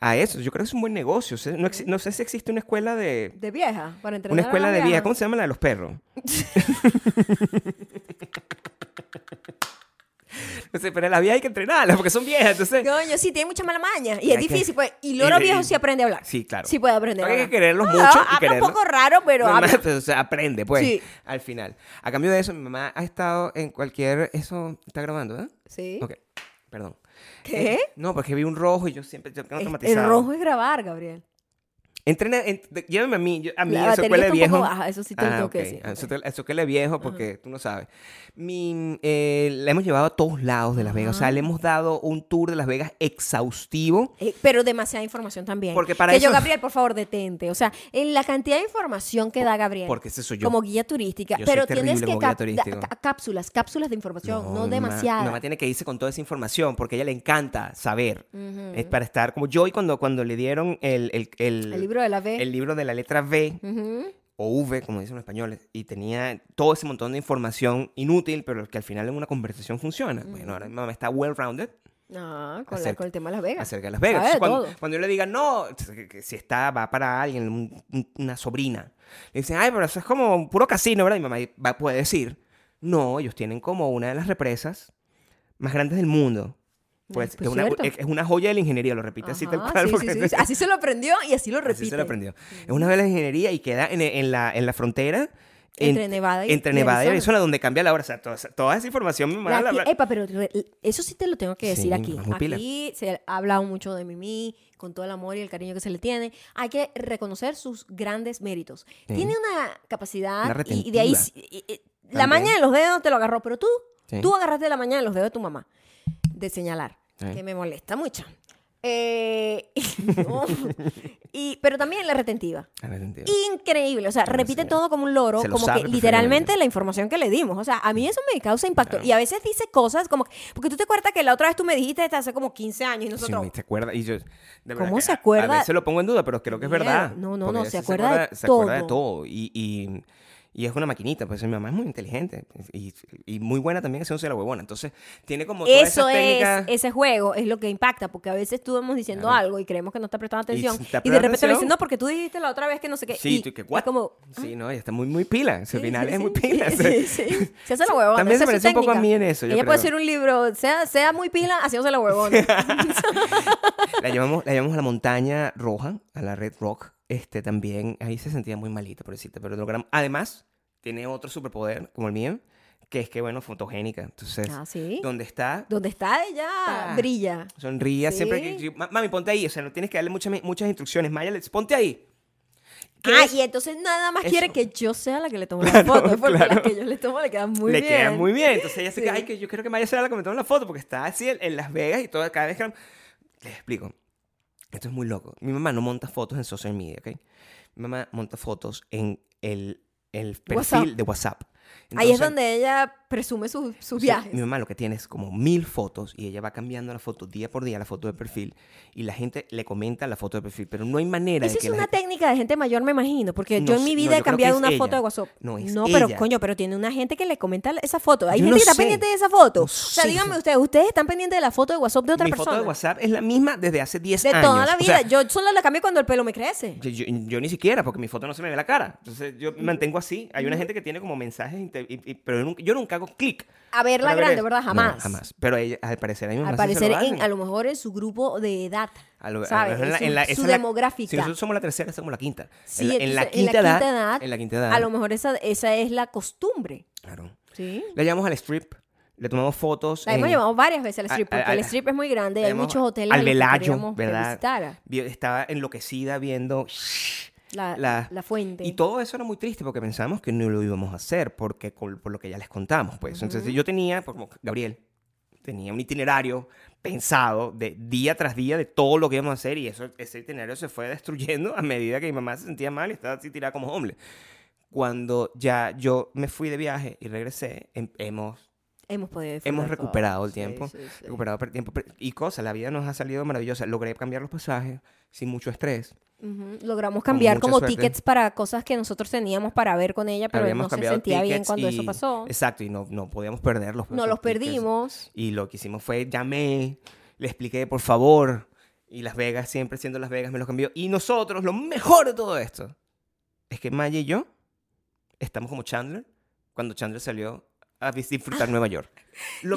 [SPEAKER 2] a eso, yo creo que es un buen negocio, o sea, no, exi- no sé si existe una escuela de...
[SPEAKER 1] De vieja, para entrenar.
[SPEAKER 2] Una
[SPEAKER 1] a
[SPEAKER 2] escuela
[SPEAKER 1] las
[SPEAKER 2] de vieja,
[SPEAKER 1] viejas.
[SPEAKER 2] ¿cómo se llama la de los perros? no sé, pero a las viejas hay que entrenarlas porque son viejas, entonces...
[SPEAKER 1] Coño, sí, tiene mucha mala maña. Y es
[SPEAKER 2] Hay que-
[SPEAKER 1] difícil, pues. Y
[SPEAKER 2] y
[SPEAKER 1] Loro
[SPEAKER 2] le-
[SPEAKER 1] Viejo sí aprende a hablar.
[SPEAKER 2] Sí, claro.
[SPEAKER 1] Sí puede aprender. a
[SPEAKER 2] Hay que
[SPEAKER 1] hablar.
[SPEAKER 2] quererlos
[SPEAKER 1] No,
[SPEAKER 2] mucho y
[SPEAKER 1] habla
[SPEAKER 2] quererlos.
[SPEAKER 1] un poco raro, pero
[SPEAKER 2] Normal,
[SPEAKER 1] habla.
[SPEAKER 2] pues, o sea, aprende, pues,
[SPEAKER 1] Sí.
[SPEAKER 2] al final. A cambio de eso, mi mamá ha estado en cualquier... Eso está grabando, ¿eh?
[SPEAKER 1] Sí.
[SPEAKER 2] Ok, perdón.
[SPEAKER 1] ¿Qué?
[SPEAKER 2] Eh, no, porque vi un rojo y yo siempre... Yo quedo
[SPEAKER 1] Es-
[SPEAKER 2] traumatizado.
[SPEAKER 1] el rojo es grabar, Gabriel.
[SPEAKER 2] Entrena, en- de- llévame a mí, yo- a mí
[SPEAKER 1] La
[SPEAKER 2] eso
[SPEAKER 1] batería
[SPEAKER 2] huele
[SPEAKER 1] está un
[SPEAKER 2] viejo.
[SPEAKER 1] poco baja, eso sí te lo tengo que
[SPEAKER 2] ok.
[SPEAKER 1] decir,
[SPEAKER 2] Ah,
[SPEAKER 1] ok.
[SPEAKER 2] Eso, te- eso que le viejo porque tú no sabes. Mi, eh, la hemos llevado a todos lados de Las Vegas. O
[SPEAKER 1] Ah.
[SPEAKER 2] sea, le hemos dado un tour de Las Vegas exhaustivo.
[SPEAKER 1] Eh, pero demasiada información también.
[SPEAKER 2] Porque para
[SPEAKER 1] que yo,
[SPEAKER 2] eso-
[SPEAKER 1] Gabriel, por favor, detente. O sea, en la cantidad de información que da Gabriel.
[SPEAKER 2] Porque ese soy yo.
[SPEAKER 1] Como guía turística.
[SPEAKER 2] Yo soy
[SPEAKER 1] pero tienes que
[SPEAKER 2] terrible como guía
[SPEAKER 1] cap-
[SPEAKER 2] turístico.
[SPEAKER 1] da- ca- cápsulas, cápsulas de información, no,
[SPEAKER 2] mi mamá- Mi
[SPEAKER 1] demasiada.
[SPEAKER 2] mamá tiene que irse con toda esa información porque a ella le encanta saber. Es para estar como yo y cuando, cuando le dieron el, el, el-
[SPEAKER 1] Mm. El libro E. Mm. de la B.
[SPEAKER 2] el libro de la letra V
[SPEAKER 1] Ujú.
[SPEAKER 2] o V, como dicen los españoles, y tenía todo ese montón de información inútil, pero que al final en una conversación funciona. Bueno, ahora
[SPEAKER 1] Mm.
[SPEAKER 2] mi mamá está well-rounded
[SPEAKER 1] Ah, con, la-
[SPEAKER 2] Acerca-
[SPEAKER 1] con el tema de Las Vegas.
[SPEAKER 2] acerca de Las Vegas.
[SPEAKER 1] Sabe de
[SPEAKER 2] Entonces, cuando,
[SPEAKER 1] todo.
[SPEAKER 2] cuando yo le diga, no, que- que si está, va para alguien, un- un- una sobrina, le dicen, ay, pero eso es como un puro casino, ¿verdad? Y mi mamá va- puede decir, no, ellos tienen como una de las represas más grandes del mundo. Pues,
[SPEAKER 1] pues
[SPEAKER 2] es, una,
[SPEAKER 1] cierto.
[SPEAKER 2] es- es una joya de la ingeniería, lo repite así tal
[SPEAKER 1] Ajá,
[SPEAKER 2] cual.
[SPEAKER 1] sí,
[SPEAKER 2] porque-
[SPEAKER 1] sí, sí, sí. Así se lo aprendió y así lo repite.
[SPEAKER 2] Así se lo aprendió. Es una de las ingeniería y queda en, en la, en la frontera. en-
[SPEAKER 1] Entre Nevada y-
[SPEAKER 2] entre
[SPEAKER 1] y
[SPEAKER 2] Nevada y
[SPEAKER 1] Arizona.
[SPEAKER 2] Arizona, donde cambia la hora. O sea, toda, esa- toda esa información mi mamá
[SPEAKER 1] La
[SPEAKER 2] la-
[SPEAKER 1] aquí-
[SPEAKER 2] la-
[SPEAKER 1] epa, pero re- eso sí te lo tengo que decir
[SPEAKER 2] Sí,
[SPEAKER 1] aquí.
[SPEAKER 2] vamos, pila.
[SPEAKER 1] Aquí se ha hablado mucho de Mimi, con todo el amor y el cariño que se le tiene. Hay que reconocer sus grandes méritos.
[SPEAKER 2] Sí.
[SPEAKER 1] Tiene una capacidad
[SPEAKER 2] Una
[SPEAKER 1] y, y de ahí
[SPEAKER 2] retentiva.
[SPEAKER 1] sí- y- y- la
[SPEAKER 2] También.
[SPEAKER 1] maña de los dedos te lo agarró, pero tú,
[SPEAKER 2] Sí.
[SPEAKER 1] tú agarraste la maña de los dedos de tu mamá. De señalar,
[SPEAKER 2] Sí.
[SPEAKER 1] que me molesta mucho. Eh, no. y, pero también la retentiva
[SPEAKER 2] Ah, no entiendo.
[SPEAKER 1] increíble. O sea,
[SPEAKER 2] Claro,
[SPEAKER 1] repite
[SPEAKER 2] señor.
[SPEAKER 1] todo como un loro,
[SPEAKER 2] Se lo
[SPEAKER 1] como
[SPEAKER 2] sabe
[SPEAKER 1] que literalmente
[SPEAKER 2] perfectamente.
[SPEAKER 1] la información que le dimos. O sea, a mí eso me causa impacto. Y a veces dice cosas como, porque tú te acuerdas que la otra vez tú me dijiste hasta hace como 15 años y
[SPEAKER 2] Sí,
[SPEAKER 1] nosotros...
[SPEAKER 2] me- se acuerda. Y yo, de verdad
[SPEAKER 1] ¿Cómo
[SPEAKER 2] que
[SPEAKER 1] se
[SPEAKER 2] a-
[SPEAKER 1] acuerda?
[SPEAKER 2] A veces lo pongo en duda, pero creo que es
[SPEAKER 1] Mierda.
[SPEAKER 2] verdad.
[SPEAKER 1] No, no,
[SPEAKER 2] Porque
[SPEAKER 1] no,
[SPEAKER 2] a
[SPEAKER 1] se
[SPEAKER 2] veces
[SPEAKER 1] acuerda de
[SPEAKER 2] Se acuerda de
[SPEAKER 1] todo.
[SPEAKER 2] todo. Y, y, y es una maquinita, pues mi mamá es muy inteligente y, y muy buena también haciéndose la huevona. Entonces, tiene como todas
[SPEAKER 1] Eso es,
[SPEAKER 2] esas técnicas.
[SPEAKER 1] ese juego es lo que impacta, porque a veces tú vamos diciendo
[SPEAKER 2] Claro.
[SPEAKER 1] algo y creemos que no está prestando atención. Y,
[SPEAKER 2] si está
[SPEAKER 1] de
[SPEAKER 2] prestando
[SPEAKER 1] repente le dicen,
[SPEAKER 2] atención-
[SPEAKER 1] no, porque tú dijiste la otra vez que no sé qué.
[SPEAKER 2] Sí,
[SPEAKER 1] y
[SPEAKER 2] tú, que
[SPEAKER 1] es
[SPEAKER 2] what?
[SPEAKER 1] como... ah.
[SPEAKER 2] Sí, no, ella está muy, muy pila. Al
[SPEAKER 1] sí,
[SPEAKER 2] final
[SPEAKER 1] sí,
[SPEAKER 2] es
[SPEAKER 1] sí,
[SPEAKER 2] muy
[SPEAKER 1] sí,
[SPEAKER 2] pila.
[SPEAKER 1] sí, sí. Se hace la huevona.
[SPEAKER 2] También
[SPEAKER 1] esa es
[SPEAKER 2] se
[SPEAKER 1] su
[SPEAKER 2] parece un poco a
[SPEAKER 1] técnica.
[SPEAKER 2] mí en eso, yo
[SPEAKER 1] Ella puede
[SPEAKER 2] creo.
[SPEAKER 1] ser un libro, sea, sea muy pila, haciéndose la huevona.
[SPEAKER 2] la, llevamos, la llevamos a la montaña roja, a la Red Rock. Este también, ahí se sentía muy malita, por decirte, pero logramos. Además, tiene otro superpoder, como el mío, que es que, bueno, fotogénica. Entonces,
[SPEAKER 1] Ah, sí.
[SPEAKER 2] donde está,
[SPEAKER 1] Donde está ella,
[SPEAKER 2] Ah.
[SPEAKER 1] brilla.
[SPEAKER 2] Sonría siempre que...
[SPEAKER 1] Sí.
[SPEAKER 2] yo- "Ma- Mami, ponte ahí. O sea, no tienes que darle muchas, muchas instrucciones. Maya, le dice, ponte ahí. ¿Qué
[SPEAKER 1] Ah,
[SPEAKER 2] es?
[SPEAKER 1] y entonces nada más
[SPEAKER 2] Eso.
[SPEAKER 1] quiere que yo sea la que le tome la foto, porque
[SPEAKER 2] claro.
[SPEAKER 1] la que yo le tomo le queda muy
[SPEAKER 2] le
[SPEAKER 1] bien.
[SPEAKER 2] queda muy bien. Entonces ella se
[SPEAKER 1] Sí.
[SPEAKER 2] queda, ay, que yo quiero que Maya sea la que me tome la foto porque está así en, en Las Vegas y todo, cada vez que... Les explico. Esto es muy loco. Mi mamá no monta fotos en social media, ¿ok? Mi mamá monta fotos en el, el perfil
[SPEAKER 1] WhatsApp.
[SPEAKER 2] de WhatsApp.
[SPEAKER 1] Ahí es
[SPEAKER 2] Entonces,
[SPEAKER 1] donde ella presume sus- sus
[SPEAKER 2] Sí,
[SPEAKER 1] viajes.
[SPEAKER 2] Mi mamá lo que tiene es como mil fotos y ella va cambiando la foto día por día, la foto de perfil, y la gente le comenta la foto de perfil, pero no hay manera
[SPEAKER 1] Esa
[SPEAKER 2] de
[SPEAKER 1] es
[SPEAKER 2] que la
[SPEAKER 1] una
[SPEAKER 2] gente-
[SPEAKER 1] técnica de gente mayor, me imagino, porque
[SPEAKER 2] No
[SPEAKER 1] yo en
[SPEAKER 2] sé,
[SPEAKER 1] mi
[SPEAKER 2] no,
[SPEAKER 1] vida
[SPEAKER 2] yo
[SPEAKER 1] he
[SPEAKER 2] creo que
[SPEAKER 1] cambiado
[SPEAKER 2] es
[SPEAKER 1] una
[SPEAKER 2] ella.
[SPEAKER 1] foto de WhatsApp.
[SPEAKER 2] No, es
[SPEAKER 1] pero
[SPEAKER 2] ella.
[SPEAKER 1] coño, pero tiene una gente que le comenta esa foto. Hay
[SPEAKER 2] Yo
[SPEAKER 1] gente
[SPEAKER 2] no
[SPEAKER 1] que está
[SPEAKER 2] sé.
[SPEAKER 1] pendiente de esa foto.
[SPEAKER 2] No
[SPEAKER 1] o sea,
[SPEAKER 2] sé.
[SPEAKER 1] díganme ustedes, ustedes están pendientes de la foto de WhatsApp de otra
[SPEAKER 2] Mi
[SPEAKER 1] persona.
[SPEAKER 2] foto de WhatsApp es la misma desde hace 10
[SPEAKER 1] De
[SPEAKER 2] años.
[SPEAKER 1] toda la
[SPEAKER 2] O
[SPEAKER 1] vida.
[SPEAKER 2] sea,
[SPEAKER 1] yo solo la cambio cuando el pelo me crece.
[SPEAKER 2] yo, yo- yo ni siquiera, porque mi foto no se me ve la cara. Entonces yo me mantengo así. Hay una gente que tiene como mensajes, inte- y- y- pero yo nunca, yo nunca hago clic.
[SPEAKER 1] A verla
[SPEAKER 2] para ver
[SPEAKER 1] grande,
[SPEAKER 2] eso.
[SPEAKER 1] ¿verdad?
[SPEAKER 2] No,
[SPEAKER 1] Jamás.
[SPEAKER 2] jamás. Pero ella, al parecer, a mi mamá
[SPEAKER 1] Al
[SPEAKER 2] sí se lo
[SPEAKER 1] parecer, en,
[SPEAKER 2] hacen.
[SPEAKER 1] a lo mejor en su grupo de edad,
[SPEAKER 2] A lo- a lo
[SPEAKER 1] ¿sabes?
[SPEAKER 2] mejor en la-
[SPEAKER 1] su
[SPEAKER 2] en la- esa
[SPEAKER 1] su
[SPEAKER 2] es la- Si
[SPEAKER 1] demográfica.
[SPEAKER 2] nosotros somos la tercera, somos la quinta.
[SPEAKER 1] Sí,
[SPEAKER 2] en, la, en la
[SPEAKER 1] entonces,
[SPEAKER 2] quinta edad, En la quinta edad.
[SPEAKER 1] A lo mejor esa, esa es la costumbre,
[SPEAKER 2] Claro.
[SPEAKER 1] ¿sí?
[SPEAKER 2] La llevamos al strip, le tomamos fotos.
[SPEAKER 1] La hemos
[SPEAKER 2] en-
[SPEAKER 1] llevado varias veces al
[SPEAKER 2] a-
[SPEAKER 1] strip,
[SPEAKER 2] a-
[SPEAKER 1] porque
[SPEAKER 2] a-
[SPEAKER 1] el strip es muy grande, y hay
[SPEAKER 2] llevamos
[SPEAKER 1] muchos hoteles a
[SPEAKER 2] Al
[SPEAKER 1] los que
[SPEAKER 2] velayo,
[SPEAKER 1] queríamos que
[SPEAKER 2] ¿verdad?
[SPEAKER 1] visitara.
[SPEAKER 2] Vi- Estaba enloquecida viendo
[SPEAKER 1] La,
[SPEAKER 2] la,
[SPEAKER 1] la fuente.
[SPEAKER 2] Y todo eso era muy triste porque pensamos que no lo íbamos a hacer porque col- por lo que ya les contamos, pues. Entonces yo tenía, por- como Gabriel, tenía un itinerario pensado de día tras día de todo lo que íbamos a hacer y eso, ese itinerario se fue destruyendo a medida que mi mamá se sentía mal y estaba así tirada como hombre. Cuando ya yo me fui de viaje y regresé, em- hemos
[SPEAKER 1] hemos podido
[SPEAKER 2] Hemos
[SPEAKER 1] disfrutar todo.
[SPEAKER 2] recuperado el
[SPEAKER 1] Sí,
[SPEAKER 2] tiempo,
[SPEAKER 1] sí, sí.
[SPEAKER 2] recuperado per- tiempo per- y cosas. La vida nos ha salido maravillosa. Logré cambiar los pasajes sin mucho estrés.
[SPEAKER 1] Ujú, Logramos cambiar
[SPEAKER 2] mucha
[SPEAKER 1] como
[SPEAKER 2] suerte.
[SPEAKER 1] tickets para cosas que nosotros teníamos para ver con ella, pero no se sentía bien
[SPEAKER 2] tickets
[SPEAKER 1] cuando
[SPEAKER 2] y-
[SPEAKER 1] eso pasó.
[SPEAKER 2] Exacto, y no, no podíamos perderlos.
[SPEAKER 1] No
[SPEAKER 2] esos
[SPEAKER 1] los
[SPEAKER 2] tickets.
[SPEAKER 1] perdimos.
[SPEAKER 2] Y lo que hicimos fue llamé, le expliqué, por favor. Y Las Vegas, siempre siendo Las Vegas, me los cambió. Y nosotros, lo mejor de todo esto, es que Maya y yo estamos como Chandler cuando Chandler salió a vis- disfrutar Nueva York. lo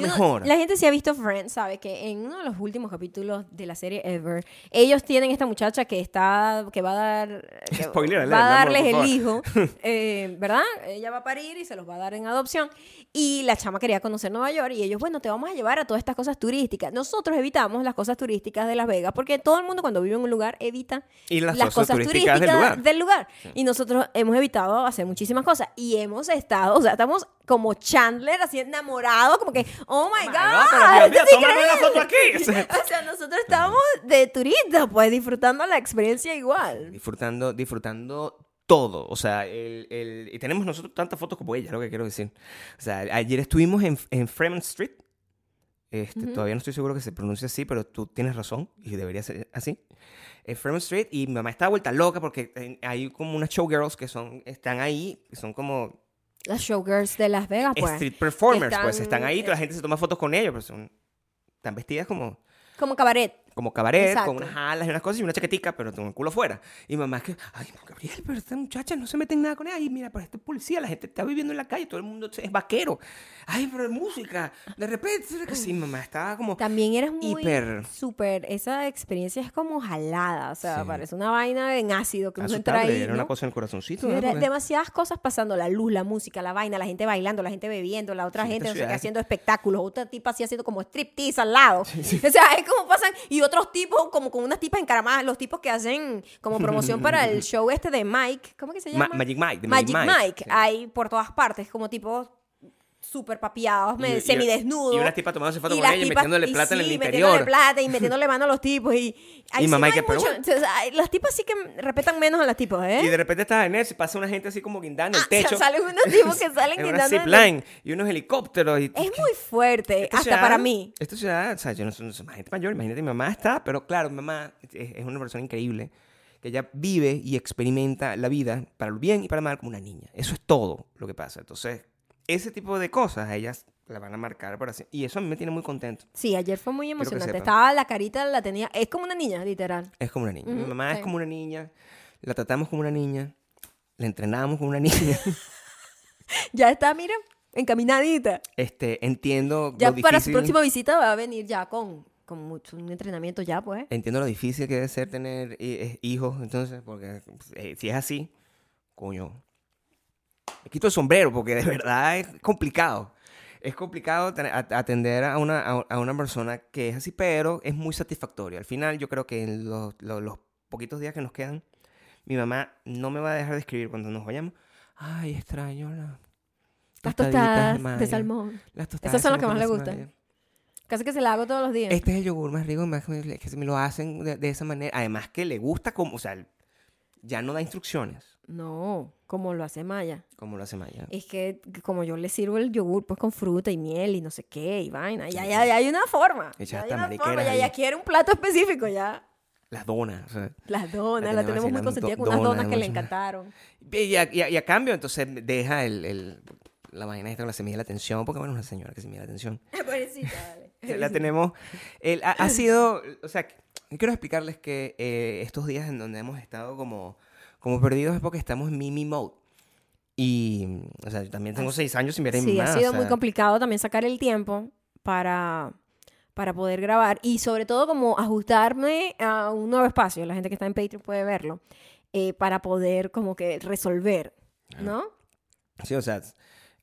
[SPEAKER 1] Yo-
[SPEAKER 2] mejor.
[SPEAKER 1] La gente si ha visto Friends sabe que en uno de los últimos capítulos de la serie Ever, ellos tienen esta muchacha que está, que va a dar, que
[SPEAKER 2] Spoiler alert,
[SPEAKER 1] va a
[SPEAKER 2] mi amor,
[SPEAKER 1] darles
[SPEAKER 2] por
[SPEAKER 1] el hijo, eh, ¿verdad? Ella va a parir y se los va a dar en adopción. Y la chama quería conocer Nueva York y ellos, bueno, te vamos a llevar a todas estas cosas turísticas. Nosotros evitamos las cosas turísticas de Las Vegas porque todo el mundo cuando vive en un lugar evita
[SPEAKER 2] Y las cosas turísticas del lugar.
[SPEAKER 1] del lugar. Y nosotros hemos evitado hacer muchísimas cosas. Y hemos estado, o sea, estamos como Chandler, así enamorados, como que, oh my, God,
[SPEAKER 2] Ah, pero Dios mío,
[SPEAKER 1] esto es
[SPEAKER 2] tómame una foto
[SPEAKER 1] increíble".
[SPEAKER 2] aquí. O sea,
[SPEAKER 1] O sea, nosotros estábamos de turistas, pues disfrutando la experiencia igual.
[SPEAKER 2] disfrutando, disfrutando todo. O sea, el, el- y tenemos nosotros tantas fotos como ella, lo que quiero decir. O sea, ayer estuvimos en, en Fremont Street. Este, Todavía no estoy seguro que se pronuncia así, pero tú tienes razón y debería ser así. En Fremont Street y mi mamá estaba vuelta loca porque eh, hay como unas showgirls que son, están ahí, que son como
[SPEAKER 1] Las showgirls de Las Vegas, pues.
[SPEAKER 2] street performers,
[SPEAKER 1] están- eh,
[SPEAKER 2] pues están ahí, toda la gente se toma fotos con ellos, pero son, están vestidas como
[SPEAKER 1] Como cabaret.
[SPEAKER 2] como cabaret,
[SPEAKER 1] Exacto.
[SPEAKER 2] con unas alas y unas cosas y una chaquetica, pero con el culo fuera. Y mamá es que, ay, no, Gabriel, pero esta muchacha no se mete en nada con ella. Ay, mira, pero este es policía, la gente está viviendo en la calle, todo el mundo es vaquero. Ay, pero es música. De repente, sí, mamá, estaba como...
[SPEAKER 1] También eras muy
[SPEAKER 2] Hiper.
[SPEAKER 1] súper. Esa experiencia es como jalada. O sea,
[SPEAKER 2] Sí.
[SPEAKER 1] parece una vaina en ácido que uno entra
[SPEAKER 2] Asustable,
[SPEAKER 1] ahí.
[SPEAKER 2] era una
[SPEAKER 1] ¿no?
[SPEAKER 2] cosa en el corazoncito.
[SPEAKER 1] Sí,
[SPEAKER 2] ¿no?
[SPEAKER 1] era
[SPEAKER 2] Porque-
[SPEAKER 1] demasiadas cosas pasando, la luz, la música, la vaina, la gente bailando, la gente bebiendo, la otra
[SPEAKER 2] Sí,
[SPEAKER 1] gente
[SPEAKER 2] esta
[SPEAKER 1] no sé qué,
[SPEAKER 2] ciudad-
[SPEAKER 1] haciendo espectáculos, otra tipa así haciendo como striptease al lado. O sea, es como pasan y otros tipos como con unas tipas encaramadas, los tipos que hacen como promoción para el show este de Mike, ¿cómo que se
[SPEAKER 2] Ma-
[SPEAKER 1] llama?
[SPEAKER 2] Magic Mike, de
[SPEAKER 1] Magic
[SPEAKER 2] Magic
[SPEAKER 1] Mike. ah,
[SPEAKER 2] Mike, sí.
[SPEAKER 1] Hay por todas partes como tipos súper papiados,
[SPEAKER 2] Y-
[SPEAKER 1] me-
[SPEAKER 2] y-
[SPEAKER 1] semidesnudos.
[SPEAKER 2] y una tipa tomándose foto
[SPEAKER 1] Y
[SPEAKER 2] con
[SPEAKER 1] las
[SPEAKER 2] ella y
[SPEAKER 1] tipas-
[SPEAKER 2] metiéndole
[SPEAKER 1] y
[SPEAKER 2] plata en el
[SPEAKER 1] sí,
[SPEAKER 2] interior.
[SPEAKER 1] metiéndole plata y metiéndole mano a los tipos. Y, ahí sí
[SPEAKER 2] mamá,
[SPEAKER 1] no
[SPEAKER 2] y
[SPEAKER 1] hay
[SPEAKER 2] que, pero
[SPEAKER 1] mucho-
[SPEAKER 2] bueno.
[SPEAKER 1] o sea, Los tipos sí que respetan menos a las tipas, ¿eh?
[SPEAKER 2] Y de repente estás en eso y pasa una gente así como guindando
[SPEAKER 1] Ah,
[SPEAKER 2] el techo.
[SPEAKER 1] o sea, salen unos tipos que salen
[SPEAKER 2] en una
[SPEAKER 1] gritando en el-
[SPEAKER 2] zipline Este y unos helicópteros. Y,
[SPEAKER 1] Es muy fuerte,
[SPEAKER 2] Esta
[SPEAKER 1] Eh, hasta
[SPEAKER 2] ciudad-
[SPEAKER 1] para mí.
[SPEAKER 2] Esta ciudad, o sea, yo no soy, no soy más gente mayor, imagínate, mi mamá está, pero claro, mi mamá es, es una persona increíble, que ella vive y experimenta la vida, para lo bien y para mal, como una niña. Eso es todo lo que pasa. Entonces, ese tipo de cosas a ellas la van a marcar para siempre. Y eso a mí me tiene muy contento.
[SPEAKER 1] Sí, ayer fue muy
[SPEAKER 2] que
[SPEAKER 1] emocionante.
[SPEAKER 2] sepa.
[SPEAKER 1] Estaba la carita, la tenía. Es como una niña, literal.
[SPEAKER 2] Es como una niña. Mi
[SPEAKER 1] Ujú,
[SPEAKER 2] mamá
[SPEAKER 1] sí.
[SPEAKER 2] es como una niña, la tratamos como una niña, la entrenamos como una niña.
[SPEAKER 1] Ya está, mira, encaminadita.
[SPEAKER 2] este, entiendo
[SPEAKER 1] Ya
[SPEAKER 2] lo
[SPEAKER 1] para su
[SPEAKER 2] difícil-
[SPEAKER 1] próxima visita va a venir ya con, con mucho- un entrenamiento ya, pues.
[SPEAKER 2] Entiendo lo difícil que debe ser tener eh, eh, hijos, entonces, porque eh, si es así, coño. Me quito el sombrero porque de verdad es complicado. Es complicado tener- at- atender a una, a, a una persona que es así, pero es muy satisfactorio. Al final, yo creo que en los, los- los poquitos días que nos quedan, mi mamá no me va a dejar de escribir cuando nos vayamos. Ay, extraño la.
[SPEAKER 1] Las
[SPEAKER 2] tostaditas
[SPEAKER 1] tostadas de
[SPEAKER 2] de maíz,
[SPEAKER 1] salmón.
[SPEAKER 2] Las tostadas
[SPEAKER 1] Esas son
[SPEAKER 2] de
[SPEAKER 1] las que más le
[SPEAKER 2] salmón con
[SPEAKER 1] gustan.
[SPEAKER 2] maíz".
[SPEAKER 1] Casi que se la hago todos los días.
[SPEAKER 2] Este es el yogur más rico, más que que se me lo hacen de, de esa manera. Además que le gusta como, o sea, ya no da instrucciones
[SPEAKER 1] No, como lo hace Maya.
[SPEAKER 2] como lo hace Maya.
[SPEAKER 1] Es que como yo le sirvo el yogur pues con fruta y miel y no sé qué y vaina, ya, ya, ya hay una forma.
[SPEAKER 2] Y
[SPEAKER 1] Ya
[SPEAKER 2] ya
[SPEAKER 1] hay
[SPEAKER 2] está,
[SPEAKER 1] una
[SPEAKER 2] mariquera,
[SPEAKER 1] forma, ya,
[SPEAKER 2] ahí.
[SPEAKER 1] ya quiere un plato específico, ya.
[SPEAKER 2] Las donas. o sea.
[SPEAKER 1] Las donas,
[SPEAKER 2] La
[SPEAKER 1] la tenemos muy
[SPEAKER 2] tenemos así,
[SPEAKER 1] consentida
[SPEAKER 2] las
[SPEAKER 1] con unas
[SPEAKER 2] donas,
[SPEAKER 1] donas que le
[SPEAKER 2] unas-
[SPEAKER 1] encantaron.
[SPEAKER 2] Y, a, y a- y a cambio, entonces deja el, el- la vaina esta con la semilla de la atención, porque bueno, es una señora que se mide la atención.
[SPEAKER 1] Ah, Pobrecita, dale.
[SPEAKER 2] La tenemos. el- ha, ha sido, o sea, quiero explicarles que eh, estos días en donde hemos estado como, como perdidos es porque estamos en Mimi Mode. Y, o sea, yo también tengo seis años sin ver a mi
[SPEAKER 1] Sí, ha
[SPEAKER 2] mamá, o
[SPEAKER 1] sido muy
[SPEAKER 2] sea,
[SPEAKER 1] complicado también sacar el tiempo para, para poder grabar y sobre todo como ajustarme a un nuevo espacio. La gente que está en Patreon puede verlo. eh, para poder como que resolver, ¿no?
[SPEAKER 2] Sí, o sea,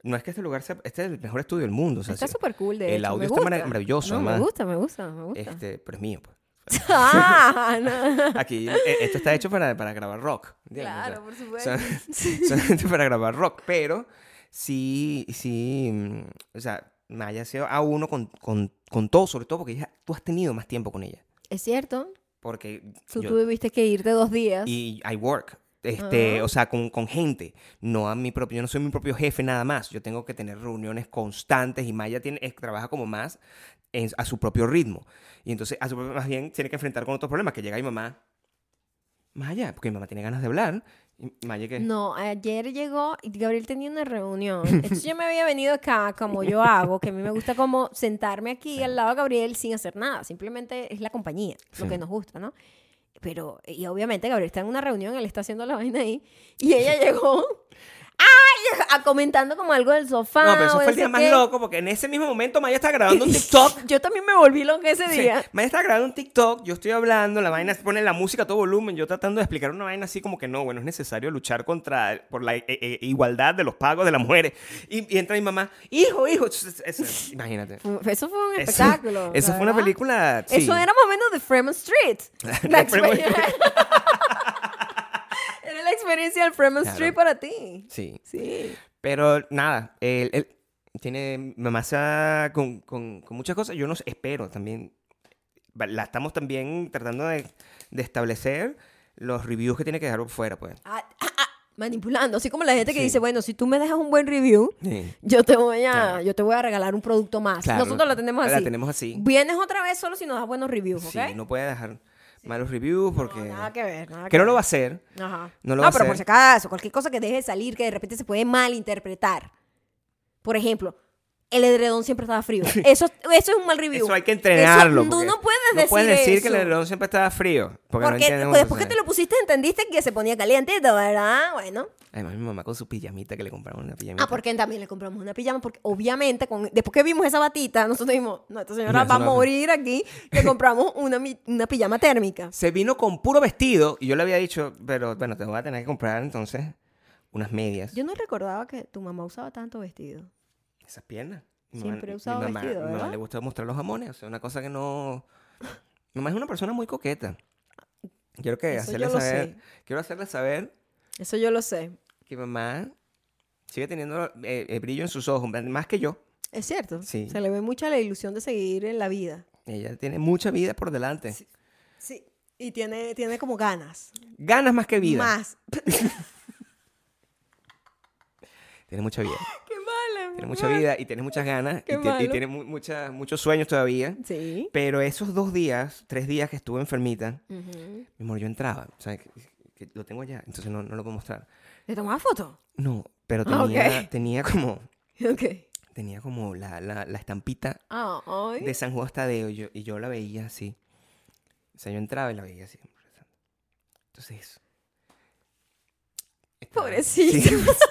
[SPEAKER 2] no es que este lugar sea. Este es el mejor estudio del mundo. O sea,
[SPEAKER 1] Está
[SPEAKER 2] sí,
[SPEAKER 1] súper cool de
[SPEAKER 2] el
[SPEAKER 1] hecho,
[SPEAKER 2] audio
[SPEAKER 1] me
[SPEAKER 2] está
[SPEAKER 1] gusta.
[SPEAKER 2] marav- maravilloso,
[SPEAKER 1] No, me
[SPEAKER 2] además.
[SPEAKER 1] gusta, me gusta, me gusta.
[SPEAKER 2] este, pero es mío. Pues.
[SPEAKER 1] Ah, no.
[SPEAKER 2] Aquí, eh, esto está hecho para, para grabar rock. ¿entiendes? O sea,
[SPEAKER 1] Claro, por supuesto.
[SPEAKER 2] son- solamente para grabar rock, pero sí, sí, mm, o sea, Maya ha sido a uno con, con, con todo, sobre todo porque ella- tú has tenido más tiempo con ella.
[SPEAKER 1] Es cierto,
[SPEAKER 2] Porque
[SPEAKER 1] tú
[SPEAKER 2] yo-
[SPEAKER 1] tuviste que irte dos días.
[SPEAKER 2] y I work. Este, O sea, con, con gente, no a mi propio, yo no soy mi propio jefe nada más, yo tengo que tener reuniones constantes y Maya tiene, es- trabaja como más en- a su propio ritmo. Y entonces, a su propio- más bien, tiene que enfrentar con otros problemas, que llega mi mamá, Maya, porque mi mamá tiene ganas de hablar, y Maya que...
[SPEAKER 1] No, ayer llegó y Gabriel tenía una reunión. Entonces yo me había venido acá, como yo hago, que a mí me gusta como sentarme aquí al lado de Gabriel sin hacer nada. Simplemente es la compañía, lo
[SPEAKER 2] Sí.
[SPEAKER 1] que nos gusta, ¿no? Pero, y obviamente Gabriel está en una reunión, él está haciendo la vaina ahí, y ella llegó. ¡Ay, a- comentando como algo del sofá.
[SPEAKER 2] No, pero
[SPEAKER 1] o
[SPEAKER 2] eso fue el
[SPEAKER 1] ese
[SPEAKER 2] día más
[SPEAKER 1] qué.
[SPEAKER 2] loco porque en ese mismo momento Maya está grabando un TikTok.
[SPEAKER 1] Yo también me volví loca ese
[SPEAKER 2] Sí,
[SPEAKER 1] día.
[SPEAKER 2] Maya está grabando un TikTok, yo estoy hablando, la vaina pone la música a todo volumen, yo tratando de explicar una vaina así como que no, bueno, es necesario luchar contra por la eh, eh, igualdad de los pagos de las mujeres. Y, y entra mi mamá, hijo, hijo, es- es- es- imagínate.
[SPEAKER 1] Fue- Eso fue un
[SPEAKER 2] Eso-
[SPEAKER 1] espectáculo.
[SPEAKER 2] eso fue una
[SPEAKER 1] ¿verdad?
[SPEAKER 2] película, sí.
[SPEAKER 1] Eso era más o menos de Fremont Street.
[SPEAKER 2] Claro,
[SPEAKER 1] La
[SPEAKER 2] de Fremont
[SPEAKER 1] experiencia- era la experiencia del Fremont
[SPEAKER 2] Claro.
[SPEAKER 1] Street para ti.
[SPEAKER 2] Sí.
[SPEAKER 1] Sí.
[SPEAKER 2] Pero nada, él, él tiene mamá está con, con, con muchas cosas. Yo no sé, espero también. va- La estamos también tratando de, de establecer los reviews que tiene que dejar por fuera, pues.
[SPEAKER 1] Ah, ah, ah, manipulando. Así como la gente que
[SPEAKER 2] Sí.
[SPEAKER 1] dice, bueno, si tú me dejas un buen review,
[SPEAKER 2] Sí.
[SPEAKER 1] yo te voy a,
[SPEAKER 2] Claro.
[SPEAKER 1] yo te voy a regalar un producto más.
[SPEAKER 2] Claro,
[SPEAKER 1] Nosotros la tenemos así.
[SPEAKER 2] La tenemos así.
[SPEAKER 1] Vienes otra vez solo si nos das buenos reviews, pues, ¿ok?
[SPEAKER 2] Sí, no puede dejar malos reviews porque.
[SPEAKER 1] Nada que ver, nada que,
[SPEAKER 2] que no
[SPEAKER 1] ver.
[SPEAKER 2] lo va a hacer.
[SPEAKER 1] Ajá.
[SPEAKER 2] no lo va
[SPEAKER 1] ah,
[SPEAKER 2] a
[SPEAKER 1] pero por si
[SPEAKER 2] hacer.
[SPEAKER 1] acaso, cualquier cosa que deje de salir que de repente se puede malinterpretar. Por ejemplo, el edredón siempre estaba frío. Eso, eso es un mal review.
[SPEAKER 2] Eso hay que entrenarlo.
[SPEAKER 1] Eso-
[SPEAKER 2] porque
[SPEAKER 1] tú no puedes decir
[SPEAKER 2] No puedes decir que el
[SPEAKER 1] eso.
[SPEAKER 2] edredón siempre estaba frío. Porque, no
[SPEAKER 1] Porque
[SPEAKER 2] entendemos
[SPEAKER 1] pues, después que
[SPEAKER 2] eso.
[SPEAKER 1] te lo pusiste entendiste que se ponía calientito, ¿verdad? Bueno.
[SPEAKER 2] Además, mi mamá con su pijamita que le compraron una pijamita.
[SPEAKER 1] Ah, porque también le compramos una pijama, porque obviamente, con- después que vimos esa batita, nosotros dijimos, no, esta señora
[SPEAKER 2] No,
[SPEAKER 1] va a
[SPEAKER 2] eso no-
[SPEAKER 1] morir aquí, le compramos una, mi- una pijama térmica.
[SPEAKER 2] Se vino con puro vestido y yo le había dicho, pero bueno, te voy a tener que comprar entonces unas medias.
[SPEAKER 1] Yo no recordaba que tu mamá usaba tanto vestido.
[SPEAKER 2] Esas piernas.
[SPEAKER 1] Siempre he usado
[SPEAKER 2] mi mamá,
[SPEAKER 1] vestido,
[SPEAKER 2] mi mamá
[SPEAKER 1] ¿verdad?
[SPEAKER 2] le gusta mostrar los jamones, o sea, una cosa que no... Mi mamá es una persona muy coqueta. Quiero que
[SPEAKER 1] Eso
[SPEAKER 2] hacerle
[SPEAKER 1] yo lo
[SPEAKER 2] saber,
[SPEAKER 1] sé.
[SPEAKER 2] quiero hacerle saber
[SPEAKER 1] Eso yo lo sé.
[SPEAKER 2] que mamá sigue teniendo eh, el brillo en sus ojos, más que yo.
[SPEAKER 1] Es cierto.
[SPEAKER 2] Sí.
[SPEAKER 1] Se le ve mucha la ilusión de seguir en la vida.
[SPEAKER 2] Ella tiene mucha vida por delante.
[SPEAKER 1] Sí. Y tiene, tiene como ganas.
[SPEAKER 2] Ganas más que vida.
[SPEAKER 1] Más.
[SPEAKER 2] Tiene mucha vida.
[SPEAKER 1] Qué mala.
[SPEAKER 2] Tiene mucha vida y tiene muchas ganas y,
[SPEAKER 1] Qué
[SPEAKER 2] tie- y
[SPEAKER 1] malo.
[SPEAKER 2] tiene mu- muchas- muchos sueños todavía.
[SPEAKER 1] Sí.
[SPEAKER 2] Pero esos dos días, tres días que estuve enfermita,
[SPEAKER 1] Ujú.
[SPEAKER 2] mi amor, yo entraba. O sea, que- que lo tengo allá, entonces no, no lo puedo mostrar.
[SPEAKER 1] ¿Le tomaba foto?
[SPEAKER 2] No, pero tenía,
[SPEAKER 1] Ah, ok.
[SPEAKER 2] tenía como,
[SPEAKER 1] Ok.
[SPEAKER 2] tenía como la, la- la estampita
[SPEAKER 1] Ah, ay.
[SPEAKER 2] de San Juan Tadeo y yo, y yo la veía así. O sea, yo entraba y la veía así. Entonces... estaba-
[SPEAKER 1] Pobrecito.
[SPEAKER 2] Sí.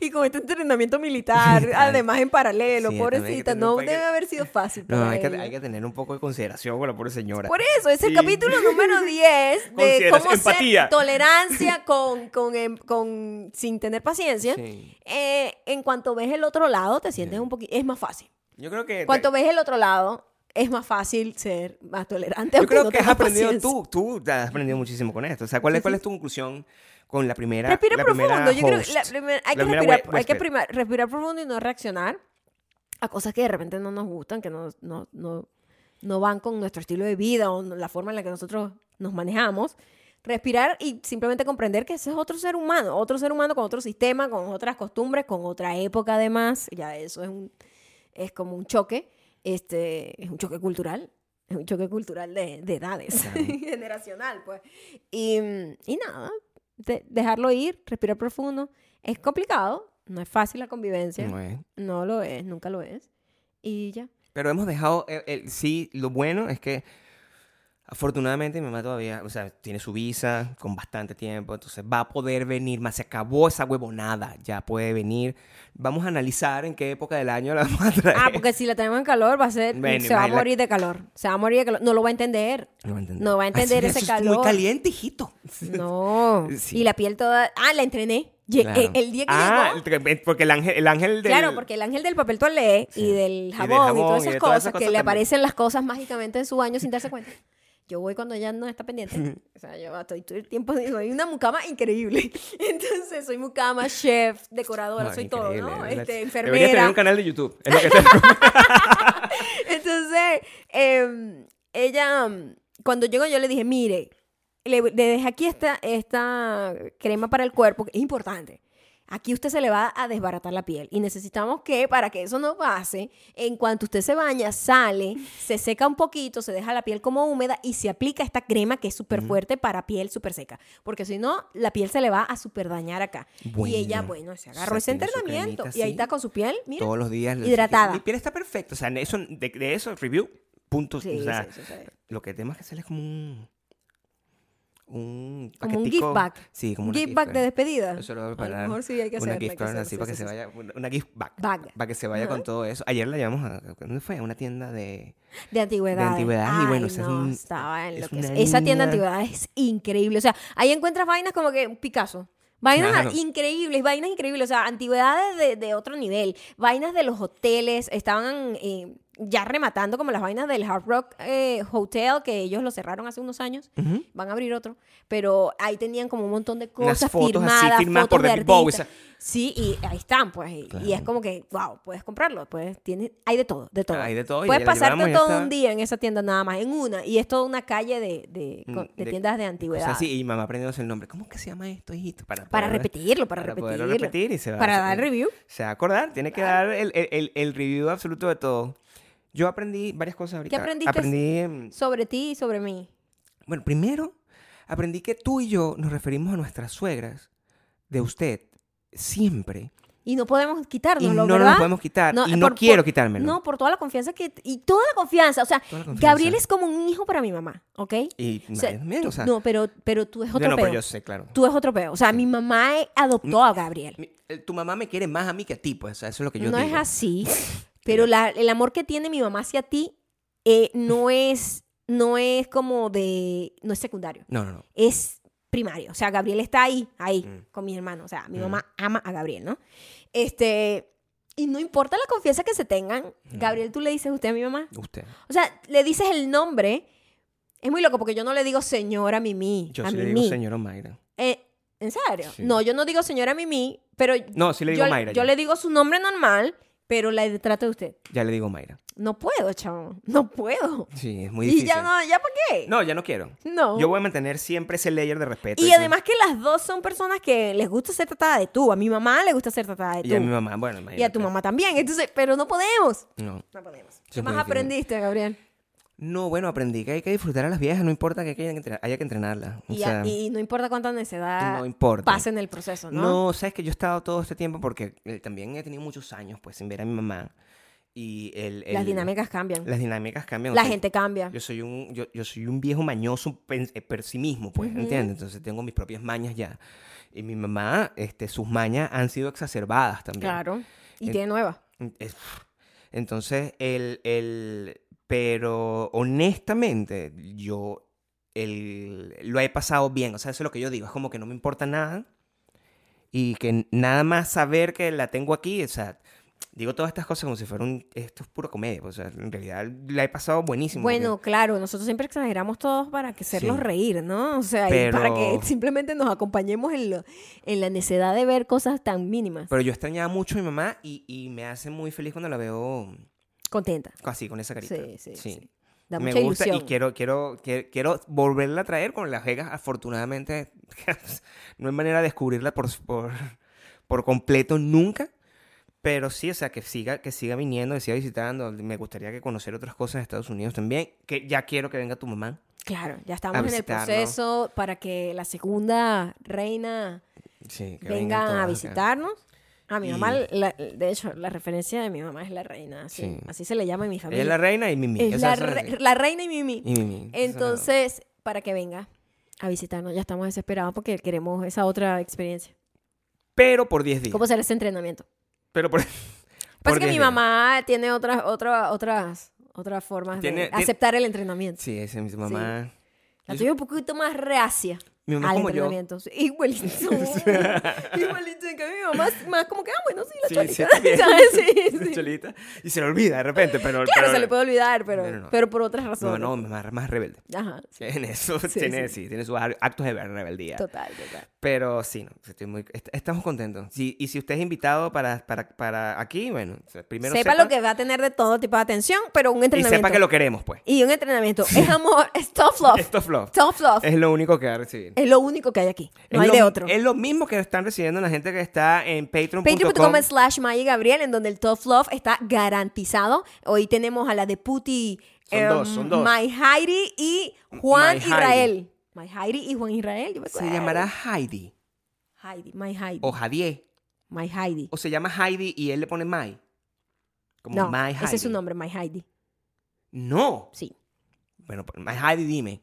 [SPEAKER 1] Y con este entrenamiento militar, además en paralelo,
[SPEAKER 2] Sí, también hay que
[SPEAKER 1] pobrecita,
[SPEAKER 2] tener
[SPEAKER 1] no
[SPEAKER 2] un pa-
[SPEAKER 1] debe haber sido fácil.
[SPEAKER 2] No,
[SPEAKER 1] para
[SPEAKER 2] hay que,
[SPEAKER 1] ella.
[SPEAKER 2] hay que tener un poco de consideración con la pobre señora.
[SPEAKER 1] Por eso, es el
[SPEAKER 2] Sí.
[SPEAKER 1] capítulo número 10 de
[SPEAKER 2] Consideración,
[SPEAKER 1] cómo
[SPEAKER 2] empatía.
[SPEAKER 1] ser tolerancia con, con, em- con- sin tener paciencia.
[SPEAKER 2] Sí.
[SPEAKER 1] Eh, en cuanto ves el otro lado, te sientes un poquito... Es más fácil.
[SPEAKER 2] Yo creo que...
[SPEAKER 1] Cuanto ves el otro lado, es más fácil ser más tolerante.
[SPEAKER 2] Yo
[SPEAKER 1] aunque
[SPEAKER 2] creo
[SPEAKER 1] no
[SPEAKER 2] que has
[SPEAKER 1] tengas
[SPEAKER 2] aprendido
[SPEAKER 1] paciencia.
[SPEAKER 2] tú, tú te has aprendido muchísimo con esto. O sea, ¿cuál, es- cuál es tu conclusión con la primera?
[SPEAKER 1] Respira
[SPEAKER 2] la
[SPEAKER 1] profundo.
[SPEAKER 2] primera
[SPEAKER 1] Yo creo que
[SPEAKER 2] host?
[SPEAKER 1] la primer- hay,
[SPEAKER 2] La
[SPEAKER 1] que
[SPEAKER 2] primera
[SPEAKER 1] respirar,
[SPEAKER 2] hue-
[SPEAKER 1] hay que
[SPEAKER 2] huésped.
[SPEAKER 1] prima- respirar profundo y no reaccionar a cosas que de repente no nos gustan, que no, no, no, no van con nuestro estilo de vida o la forma en la que nosotros nos manejamos. Respirar y simplemente comprender que ese es otro ser humano, otro ser humano con otro sistema, con otras costumbres, con otra época además. Ya eso es un, es como un choque, este, es un choque cultural, es un choque cultural de, de edades, generacional, pues. Y, mm, y nada, de- dejarlo ir, respirar profundo, es complicado, no es fácil la convivencia, no,
[SPEAKER 2] No es.
[SPEAKER 1] lo es, nunca lo es, y ya.
[SPEAKER 2] Pero hemos dejado, el- el- sí, lo bueno es que afortunadamente mi mamá todavía, o sea, tiene su visa con bastante tiempo, entonces va a poder venir, más se acabó esa huevonada, ya puede venir. Vamos a analizar en qué época del año la vamos a traer.
[SPEAKER 1] Ah, porque si la tenemos en calor, va a ser,
[SPEAKER 2] Bueno,
[SPEAKER 1] se va a
[SPEAKER 2] imagínate.
[SPEAKER 1] morir de calor, se va a morir de calor, no lo va a entender,
[SPEAKER 2] no va a entender,
[SPEAKER 1] no va a entender
[SPEAKER 2] Así,
[SPEAKER 1] ese
[SPEAKER 2] eso está
[SPEAKER 1] calor.
[SPEAKER 2] muy caliente, hijito.
[SPEAKER 1] no,
[SPEAKER 2] Sí.
[SPEAKER 1] y la piel toda, ah, la entrené, Ye-
[SPEAKER 2] Claro.
[SPEAKER 1] el, el día que
[SPEAKER 2] ah,
[SPEAKER 1] llegó,
[SPEAKER 2] el- porque el ángel, el ángel del...
[SPEAKER 1] Claro, porque el ángel del papel toalé
[SPEAKER 2] Sí.
[SPEAKER 1] y
[SPEAKER 2] Y
[SPEAKER 1] del
[SPEAKER 2] del
[SPEAKER 1] jabón y,
[SPEAKER 2] jabón
[SPEAKER 1] todas
[SPEAKER 2] y
[SPEAKER 1] esas cosas
[SPEAKER 2] de todas esas
[SPEAKER 1] que
[SPEAKER 2] cosas
[SPEAKER 1] le
[SPEAKER 2] también.
[SPEAKER 1] aparecen las cosas mágicamente en su baño sin darse cuenta. Yo voy cuando ya no está pendiente. O sea, yo estoy todo el tiempo, soy una mucama increíble. Entonces, soy mucama, chef, decoradora,
[SPEAKER 2] No,
[SPEAKER 1] soy todo,
[SPEAKER 2] increíble,
[SPEAKER 1] ¿no?
[SPEAKER 2] es la-
[SPEAKER 1] Este,
[SPEAKER 2] Deberías tener
[SPEAKER 1] enfermera.
[SPEAKER 2] un canal de YouTube. Es lo que te-
[SPEAKER 1] Entonces, em, ella, mm, cuando llegó, yo le dije, mire, le, le dejé aquí esta, esta crema para el cuerpo, que es importante. Aquí usted se le va a desbaratar la piel y necesitamos que para que eso no pase, en cuanto usted se baña, sale, se seca un poquito, se deja la piel como húmeda y se aplica esta crema que es súper fuerte para piel súper seca, porque si no, la piel se le va a súper dañar acá. y ella,
[SPEAKER 2] Bueno.
[SPEAKER 1] bueno, se
[SPEAKER 2] O
[SPEAKER 1] agarró
[SPEAKER 2] sea,
[SPEAKER 1] ese
[SPEAKER 2] tiene su
[SPEAKER 1] entrenamiento
[SPEAKER 2] cremita
[SPEAKER 1] y ahí
[SPEAKER 2] así.
[SPEAKER 1] está con su piel, mira,
[SPEAKER 2] todos los días. le-
[SPEAKER 1] Hidratada.
[SPEAKER 2] Mi piel está perfecta. O sea, en eso, de, de eso, review, puntos.
[SPEAKER 1] Sí,
[SPEAKER 2] o sea,
[SPEAKER 1] sí, sí, sí.
[SPEAKER 2] lo que tenemos que hacer es como un... un
[SPEAKER 1] Como un
[SPEAKER 2] paquetico-
[SPEAKER 1] gift bag.
[SPEAKER 2] Sí, como
[SPEAKER 1] un
[SPEAKER 2] un
[SPEAKER 1] gift bag de despedida.
[SPEAKER 2] Eso lo voy a
[SPEAKER 1] a lo
[SPEAKER 2] preparar.
[SPEAKER 1] mejor sí hay que
[SPEAKER 2] Una
[SPEAKER 1] hacerlo, hay
[SPEAKER 2] gift
[SPEAKER 1] que
[SPEAKER 2] card
[SPEAKER 1] hacerlo,
[SPEAKER 2] así
[SPEAKER 1] sí,
[SPEAKER 2] para que
[SPEAKER 1] sí,
[SPEAKER 2] se
[SPEAKER 1] sí.
[SPEAKER 2] vaya, una- una gift bag.
[SPEAKER 1] Bag.
[SPEAKER 2] Para que se vaya con todo eso. Ayer la llevamos a, ¿dónde fue? A una tienda de...
[SPEAKER 1] De antigüedades.
[SPEAKER 2] De antigüedades, y
[SPEAKER 1] Ay,
[SPEAKER 2] bueno, ese es
[SPEAKER 1] no,
[SPEAKER 2] un-
[SPEAKER 1] estaba en
[SPEAKER 2] es
[SPEAKER 1] lo que es.
[SPEAKER 2] una
[SPEAKER 1] Esa tienda de
[SPEAKER 2] niña.
[SPEAKER 1] antigüedades es increíble. O sea, ahí encuentras vainas como que un Picasso. Vainas
[SPEAKER 2] Claro.
[SPEAKER 1] increíbles, vainas increíbles. O sea, antigüedades de, de otro nivel. Vainas de los hoteles. Estaban eh, ya rematando como las vainas del Hard Rock eh, Hotel, que ellos lo cerraron hace unos años.
[SPEAKER 2] Ujú.
[SPEAKER 1] Van a abrir otro. Pero ahí tenían como un montón de
[SPEAKER 2] Unas
[SPEAKER 1] cosas
[SPEAKER 2] fotos así,
[SPEAKER 1] firmadas.
[SPEAKER 2] firmadas por
[SPEAKER 1] fotos de
[SPEAKER 2] David Bowie,
[SPEAKER 1] artistas.
[SPEAKER 2] o
[SPEAKER 1] Sí, y ahí están, pues. Y, y es
[SPEAKER 2] Claro.
[SPEAKER 1] como que, wow, puedes comprarlo. Puedes, tienes, hay de todo, de todo.
[SPEAKER 2] Hay de todo, y
[SPEAKER 1] Puedes
[SPEAKER 2] la
[SPEAKER 1] pasarte
[SPEAKER 2] llevamos y ya
[SPEAKER 1] todo
[SPEAKER 2] está.
[SPEAKER 1] un día en esa tienda nada más, en una. Y es toda una calle de, de,
[SPEAKER 2] Mm,
[SPEAKER 1] co- de
[SPEAKER 2] de
[SPEAKER 1] tiendas de
[SPEAKER 2] O
[SPEAKER 1] antigüedad.
[SPEAKER 2] sea, sí, y mamá aprendió el nombre. ¿Cómo que se llama esto, hijito? Para,
[SPEAKER 1] para
[SPEAKER 2] poder-
[SPEAKER 1] repetirlo, para,
[SPEAKER 2] para poderlo
[SPEAKER 1] repetirlo.
[SPEAKER 2] repetir y se va a
[SPEAKER 1] para dar
[SPEAKER 2] hacer-
[SPEAKER 1] review.
[SPEAKER 2] Se va a acordar, tiene que dar el, el- el- el review absoluto de todo. Yo aprendí varias cosas ahorita.
[SPEAKER 1] aprendiste?
[SPEAKER 2] Aprendí, em,
[SPEAKER 1] Sobre ti y sobre mí.
[SPEAKER 2] bueno, primero, aprendí que tú y yo nos referimos a nuestras suegras de usted siempre.
[SPEAKER 1] Y no podemos
[SPEAKER 2] Y
[SPEAKER 1] quitárnoslo,
[SPEAKER 2] no
[SPEAKER 1] ¿verdad?
[SPEAKER 2] nos podemos quitar.
[SPEAKER 1] No, eh,
[SPEAKER 2] y no
[SPEAKER 1] por-
[SPEAKER 2] quiero
[SPEAKER 1] por-
[SPEAKER 2] quitármelo.
[SPEAKER 1] No, por toda la confianza que... Y toda la confianza. O sea,
[SPEAKER 2] Toda la confianza.
[SPEAKER 1] Gabriel es como un hijo para mi mamá, ¿ok?
[SPEAKER 2] Y
[SPEAKER 1] O sea,
[SPEAKER 2] María también,
[SPEAKER 1] tú-
[SPEAKER 2] o sea,
[SPEAKER 1] no, pero, pero tú es
[SPEAKER 2] yo
[SPEAKER 1] otro
[SPEAKER 2] no,
[SPEAKER 1] peo.
[SPEAKER 2] pero yo sé, claro.
[SPEAKER 1] Tú es otro peo. O sea, mi mamá eh, adoptó a Gabriel.
[SPEAKER 2] Mi- eh, tu mamá me quiere más a mí que a ti, pues. o sea, eso es lo que yo
[SPEAKER 1] no
[SPEAKER 2] digo.
[SPEAKER 1] es así, pero la- el amor que tiene mi mamá hacia ti eh, no es no es como de no es secundario,
[SPEAKER 2] No, no, no.
[SPEAKER 1] es primario. O sea, Gabriel está ahí, ahí
[SPEAKER 2] Mm.
[SPEAKER 1] con mis hermanos. O sea, mi
[SPEAKER 2] Mm.
[SPEAKER 1] mamá ama a Gabriel, ¿no? Este y no importa la confianza que se tengan,
[SPEAKER 2] Mm.
[SPEAKER 1] Gabriel, tú le dices usted a mi mamá.
[SPEAKER 2] Usted.
[SPEAKER 1] O sea, le dices el nombre. Es muy loco porque yo no le digo señora a Mimi.
[SPEAKER 2] Yo
[SPEAKER 1] a
[SPEAKER 2] sí le
[SPEAKER 1] Mimi.
[SPEAKER 2] digo señora Mayra.
[SPEAKER 1] Eh, ¿En serio?
[SPEAKER 2] Sí.
[SPEAKER 1] No, yo no digo señora Mimi, pero
[SPEAKER 2] No, sí le digo
[SPEAKER 1] yo,
[SPEAKER 2] Mayra.
[SPEAKER 1] yo
[SPEAKER 2] ya.
[SPEAKER 1] le digo su nombre normal, pero la de- trato de usted.
[SPEAKER 2] Ya le digo Mayra.
[SPEAKER 1] No puedo, chavo. No puedo.
[SPEAKER 2] Sí, es muy
[SPEAKER 1] Y
[SPEAKER 2] difícil.
[SPEAKER 1] ya no, ¿ya para qué?
[SPEAKER 2] No, ya no quiero.
[SPEAKER 1] No.
[SPEAKER 2] Yo voy a mantener siempre ese layer de respeto.
[SPEAKER 1] y
[SPEAKER 2] ese-
[SPEAKER 1] además que las dos son personas que les gusta ser tratada de tú. A mi mamá le gusta ser tratada de tú.
[SPEAKER 2] Y a mi mamá,
[SPEAKER 1] Y
[SPEAKER 2] bueno,
[SPEAKER 1] a tu
[SPEAKER 2] imagínate.
[SPEAKER 1] mamá también. Entonces, pero no podemos.
[SPEAKER 2] No.
[SPEAKER 1] No podemos.
[SPEAKER 2] Sí,
[SPEAKER 1] ¿Qué más
[SPEAKER 2] porque-
[SPEAKER 1] aprendiste, Gabriel?
[SPEAKER 2] No, bueno, aprendí que hay que disfrutar a las viejas, no importa que hay que entre- haya que entrenarlas. O
[SPEAKER 1] Y,
[SPEAKER 2] sea,
[SPEAKER 1] a- y no importa cuánta necedad
[SPEAKER 2] no importa.
[SPEAKER 1] pase en el proceso, ¿no?
[SPEAKER 2] No, sabes que yo he estado todo este tiempo porque eh, también he tenido muchos años pues sin ver a mi mamá y el,
[SPEAKER 1] Las
[SPEAKER 2] el-
[SPEAKER 1] dinámicas cambian.
[SPEAKER 2] las dinámicas cambian. o
[SPEAKER 1] La
[SPEAKER 2] sea,
[SPEAKER 1] gente cambia.
[SPEAKER 2] Yo soy un yo, yo soy un viejo mañoso pen- eh, per sí mismo, pues,
[SPEAKER 1] Ujú.
[SPEAKER 2] ¿entiendes? Entonces tengo mis propias mañas ya. Y mi mamá, este sus mañas han sido exacerbadas también.
[SPEAKER 1] Claro. Y
[SPEAKER 2] En-
[SPEAKER 1] tiene nueva.
[SPEAKER 2] Es- Entonces, el, el- Pero honestamente, yo el, lo he pasado bien. O sea, eso es lo que yo digo. Es como que no me importa nada. Y que nada más saber que la tengo aquí, o sea, digo todas estas cosas como si fuera un... Esto es pura comedia. pues, o sea, en realidad la he pasado buenísimo. porque-
[SPEAKER 1] Bueno, claro, nosotros siempre exageramos todos para que hacerlos
[SPEAKER 2] Sí.
[SPEAKER 1] reír, ¿no? O sea, y
[SPEAKER 2] Pero-
[SPEAKER 1] para que simplemente nos acompañemos en, lo- en la necesidad de ver cosas tan mínimas.
[SPEAKER 2] Pero yo extrañaba mucho a mi mamá y, y me hace muy feliz cuando la veo mm,
[SPEAKER 1] Contenta.
[SPEAKER 2] así, con esa carita.
[SPEAKER 1] Sí, sí, sí. Da
[SPEAKER 2] me
[SPEAKER 1] mucha
[SPEAKER 2] gusta
[SPEAKER 1] ilusión.
[SPEAKER 2] y quiero, quiero, quiero, quiero volverla a traer con las vegas. Afortunadamente, no hay manera de descubrirla por, por, por completo nunca. Pero sí, o sea, que siga, que siga viniendo, que siga visitando. Me gustaría que conocer otras cosas de Estados Unidos también. Que ya quiero que venga tu mamá.
[SPEAKER 1] Claro, ya estamos en el
[SPEAKER 2] visitarnos.
[SPEAKER 1] proceso para que la segunda reina
[SPEAKER 2] Sí, que vengan
[SPEAKER 1] venga a
[SPEAKER 2] todas acá.
[SPEAKER 1] visitarnos. A mi
[SPEAKER 2] Y-
[SPEAKER 1] mamá, la- de hecho, la referencia de mi mamá es la reina, así,
[SPEAKER 2] Sí.
[SPEAKER 1] así se le llama en mi
[SPEAKER 2] Ella
[SPEAKER 1] familia.
[SPEAKER 2] es la reina y Mimi.
[SPEAKER 1] Es
[SPEAKER 2] o sea,
[SPEAKER 1] la,
[SPEAKER 2] eso es-
[SPEAKER 1] re- la reina y Mimi.
[SPEAKER 2] y Mimi. Eso es-
[SPEAKER 1] Entonces, para que venga a visitarnos, ya estamos desesperados porque queremos esa otra experiencia.
[SPEAKER 2] Pero por 10 días.
[SPEAKER 1] ¿Cómo será ese entrenamiento?
[SPEAKER 2] Pero por...
[SPEAKER 1] Pasa
[SPEAKER 2] por
[SPEAKER 1] que
[SPEAKER 2] 10
[SPEAKER 1] mi
[SPEAKER 2] días.
[SPEAKER 1] mamá tiene otras otras otras otras formas
[SPEAKER 2] Tiene-
[SPEAKER 1] de
[SPEAKER 2] tiene-
[SPEAKER 1] aceptar el entrenamiento.
[SPEAKER 2] Sí, esa es mi mamá.
[SPEAKER 1] La
[SPEAKER 2] Yo-
[SPEAKER 1] tuya es un poquito más reacia
[SPEAKER 2] Mi mamá
[SPEAKER 1] al
[SPEAKER 2] como yo.
[SPEAKER 1] entrenamiento. Sí, Igualito. Igualito. En cambio, mi mamá es más como que, ah, bueno, sí, la
[SPEAKER 2] Sí, sí,
[SPEAKER 1] cholita.
[SPEAKER 2] también.
[SPEAKER 1] ¿Sabes? Sí,
[SPEAKER 2] La
[SPEAKER 1] sí.
[SPEAKER 2] cholita. Y se le olvida de repente, pero...
[SPEAKER 1] Claro,
[SPEAKER 2] pero-
[SPEAKER 1] se le puede olvidar, pero,
[SPEAKER 2] Pero no.
[SPEAKER 1] pero por otras
[SPEAKER 2] No,
[SPEAKER 1] razones.
[SPEAKER 2] no, más, más rebelde.
[SPEAKER 1] Ajá.
[SPEAKER 2] En eso
[SPEAKER 1] Sí,
[SPEAKER 2] tiene,
[SPEAKER 1] sí.
[SPEAKER 2] sí, tiene sus ar- actos de rebeldía.
[SPEAKER 1] Total, total.
[SPEAKER 2] Pero sí, no, estoy muy, est- estamos contentos. Sí, y si usted es invitado para, para, para aquí, bueno, o sea, primero
[SPEAKER 1] sepa, lo que va a tener de todo tipo de atención, pero un
[SPEAKER 2] Y
[SPEAKER 1] entrenamiento.
[SPEAKER 2] sepa que lo queremos, pues.
[SPEAKER 1] Y un entrenamiento. Es amor, es tough love.
[SPEAKER 2] Esto es flop.
[SPEAKER 1] Tough love.
[SPEAKER 2] Es lo único que va a recibir.
[SPEAKER 1] Es lo único que hay aquí. No
[SPEAKER 2] Es
[SPEAKER 1] hay
[SPEAKER 2] lo-
[SPEAKER 1] de otro.
[SPEAKER 2] Es lo mismo que están recibiendo la gente que está en
[SPEAKER 1] Patreon.com
[SPEAKER 2] patreon.com.
[SPEAKER 1] slash Maya Gabriel, en donde el Tough Love está garantizado. Hoy tenemos a la de Puti,
[SPEAKER 2] Son
[SPEAKER 1] em,
[SPEAKER 2] dos, son dos.
[SPEAKER 1] Mai Heidi y Juan
[SPEAKER 2] Mai Heidi.
[SPEAKER 1] Israel. Mai Heidi y Juan Israel. yo me
[SPEAKER 2] Se
[SPEAKER 1] acuerdo.
[SPEAKER 2] llamará Heidi
[SPEAKER 1] Heidi, Mai Heidi.
[SPEAKER 2] o Jadier.
[SPEAKER 1] Mai Heidi.
[SPEAKER 2] O se llama Heidi y él le pone Mai. Como
[SPEAKER 1] no,
[SPEAKER 2] Mai Heidi.
[SPEAKER 1] ese es su nombre, Mai Heidi.
[SPEAKER 2] No.
[SPEAKER 1] Sí.
[SPEAKER 2] Bueno, pues, Mai Heidi, dime.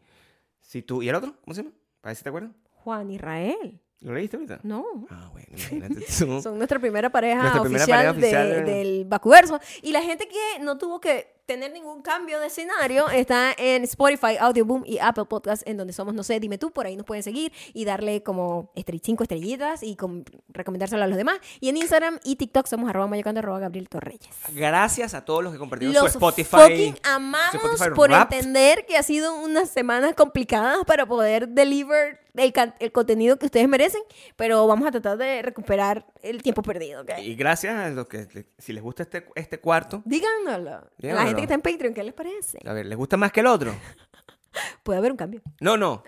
[SPEAKER 2] Si tú, ¿Y el otro? ¿Cómo se llama? ¿Para ver si te acuerdas?
[SPEAKER 1] Juan Israel.
[SPEAKER 2] ¿Lo leíste ahorita?
[SPEAKER 1] No.
[SPEAKER 2] Ah, bueno, imagínate tú.
[SPEAKER 1] Son nuestra primera pareja
[SPEAKER 2] Nuestra primera
[SPEAKER 1] oficial,
[SPEAKER 2] pareja
[SPEAKER 1] de-
[SPEAKER 2] oficial. eh.
[SPEAKER 1] del Vacuverso. Y la gente que no tuvo que tener ningún cambio de escenario está en Spotify, Audioboom y Apple Podcast, en donde somos, no sé, dime tú, por ahí nos pueden seguir y darle como estre- cinco estrellitas y com- recomendárselo a los demás. Y en Instagram y TikTok somos arroba mayocando arroba Gabriel Torreyes.
[SPEAKER 2] Gracias a todos los que compartieron su
[SPEAKER 1] Los
[SPEAKER 2] pues, Spotify.
[SPEAKER 1] fucking amamos
[SPEAKER 2] su Spotify
[SPEAKER 1] por
[SPEAKER 2] Wrapped.
[SPEAKER 1] entender que ha sido unas semanas complicadas para poder deliver el, can- el contenido que ustedes merecen, pero vamos a tratar de recuperar el tiempo perdido, ¿ok?
[SPEAKER 2] Y gracias a los que, si les gusta este, este cuarto,
[SPEAKER 1] Díganoslo. La
[SPEAKER 2] Díganoslo.
[SPEAKER 1] gente que está en Patreon, ¿qué les parece?
[SPEAKER 2] a ver, ¿les gusta más que el otro?
[SPEAKER 1] Puede haber un cambio.
[SPEAKER 2] No, no.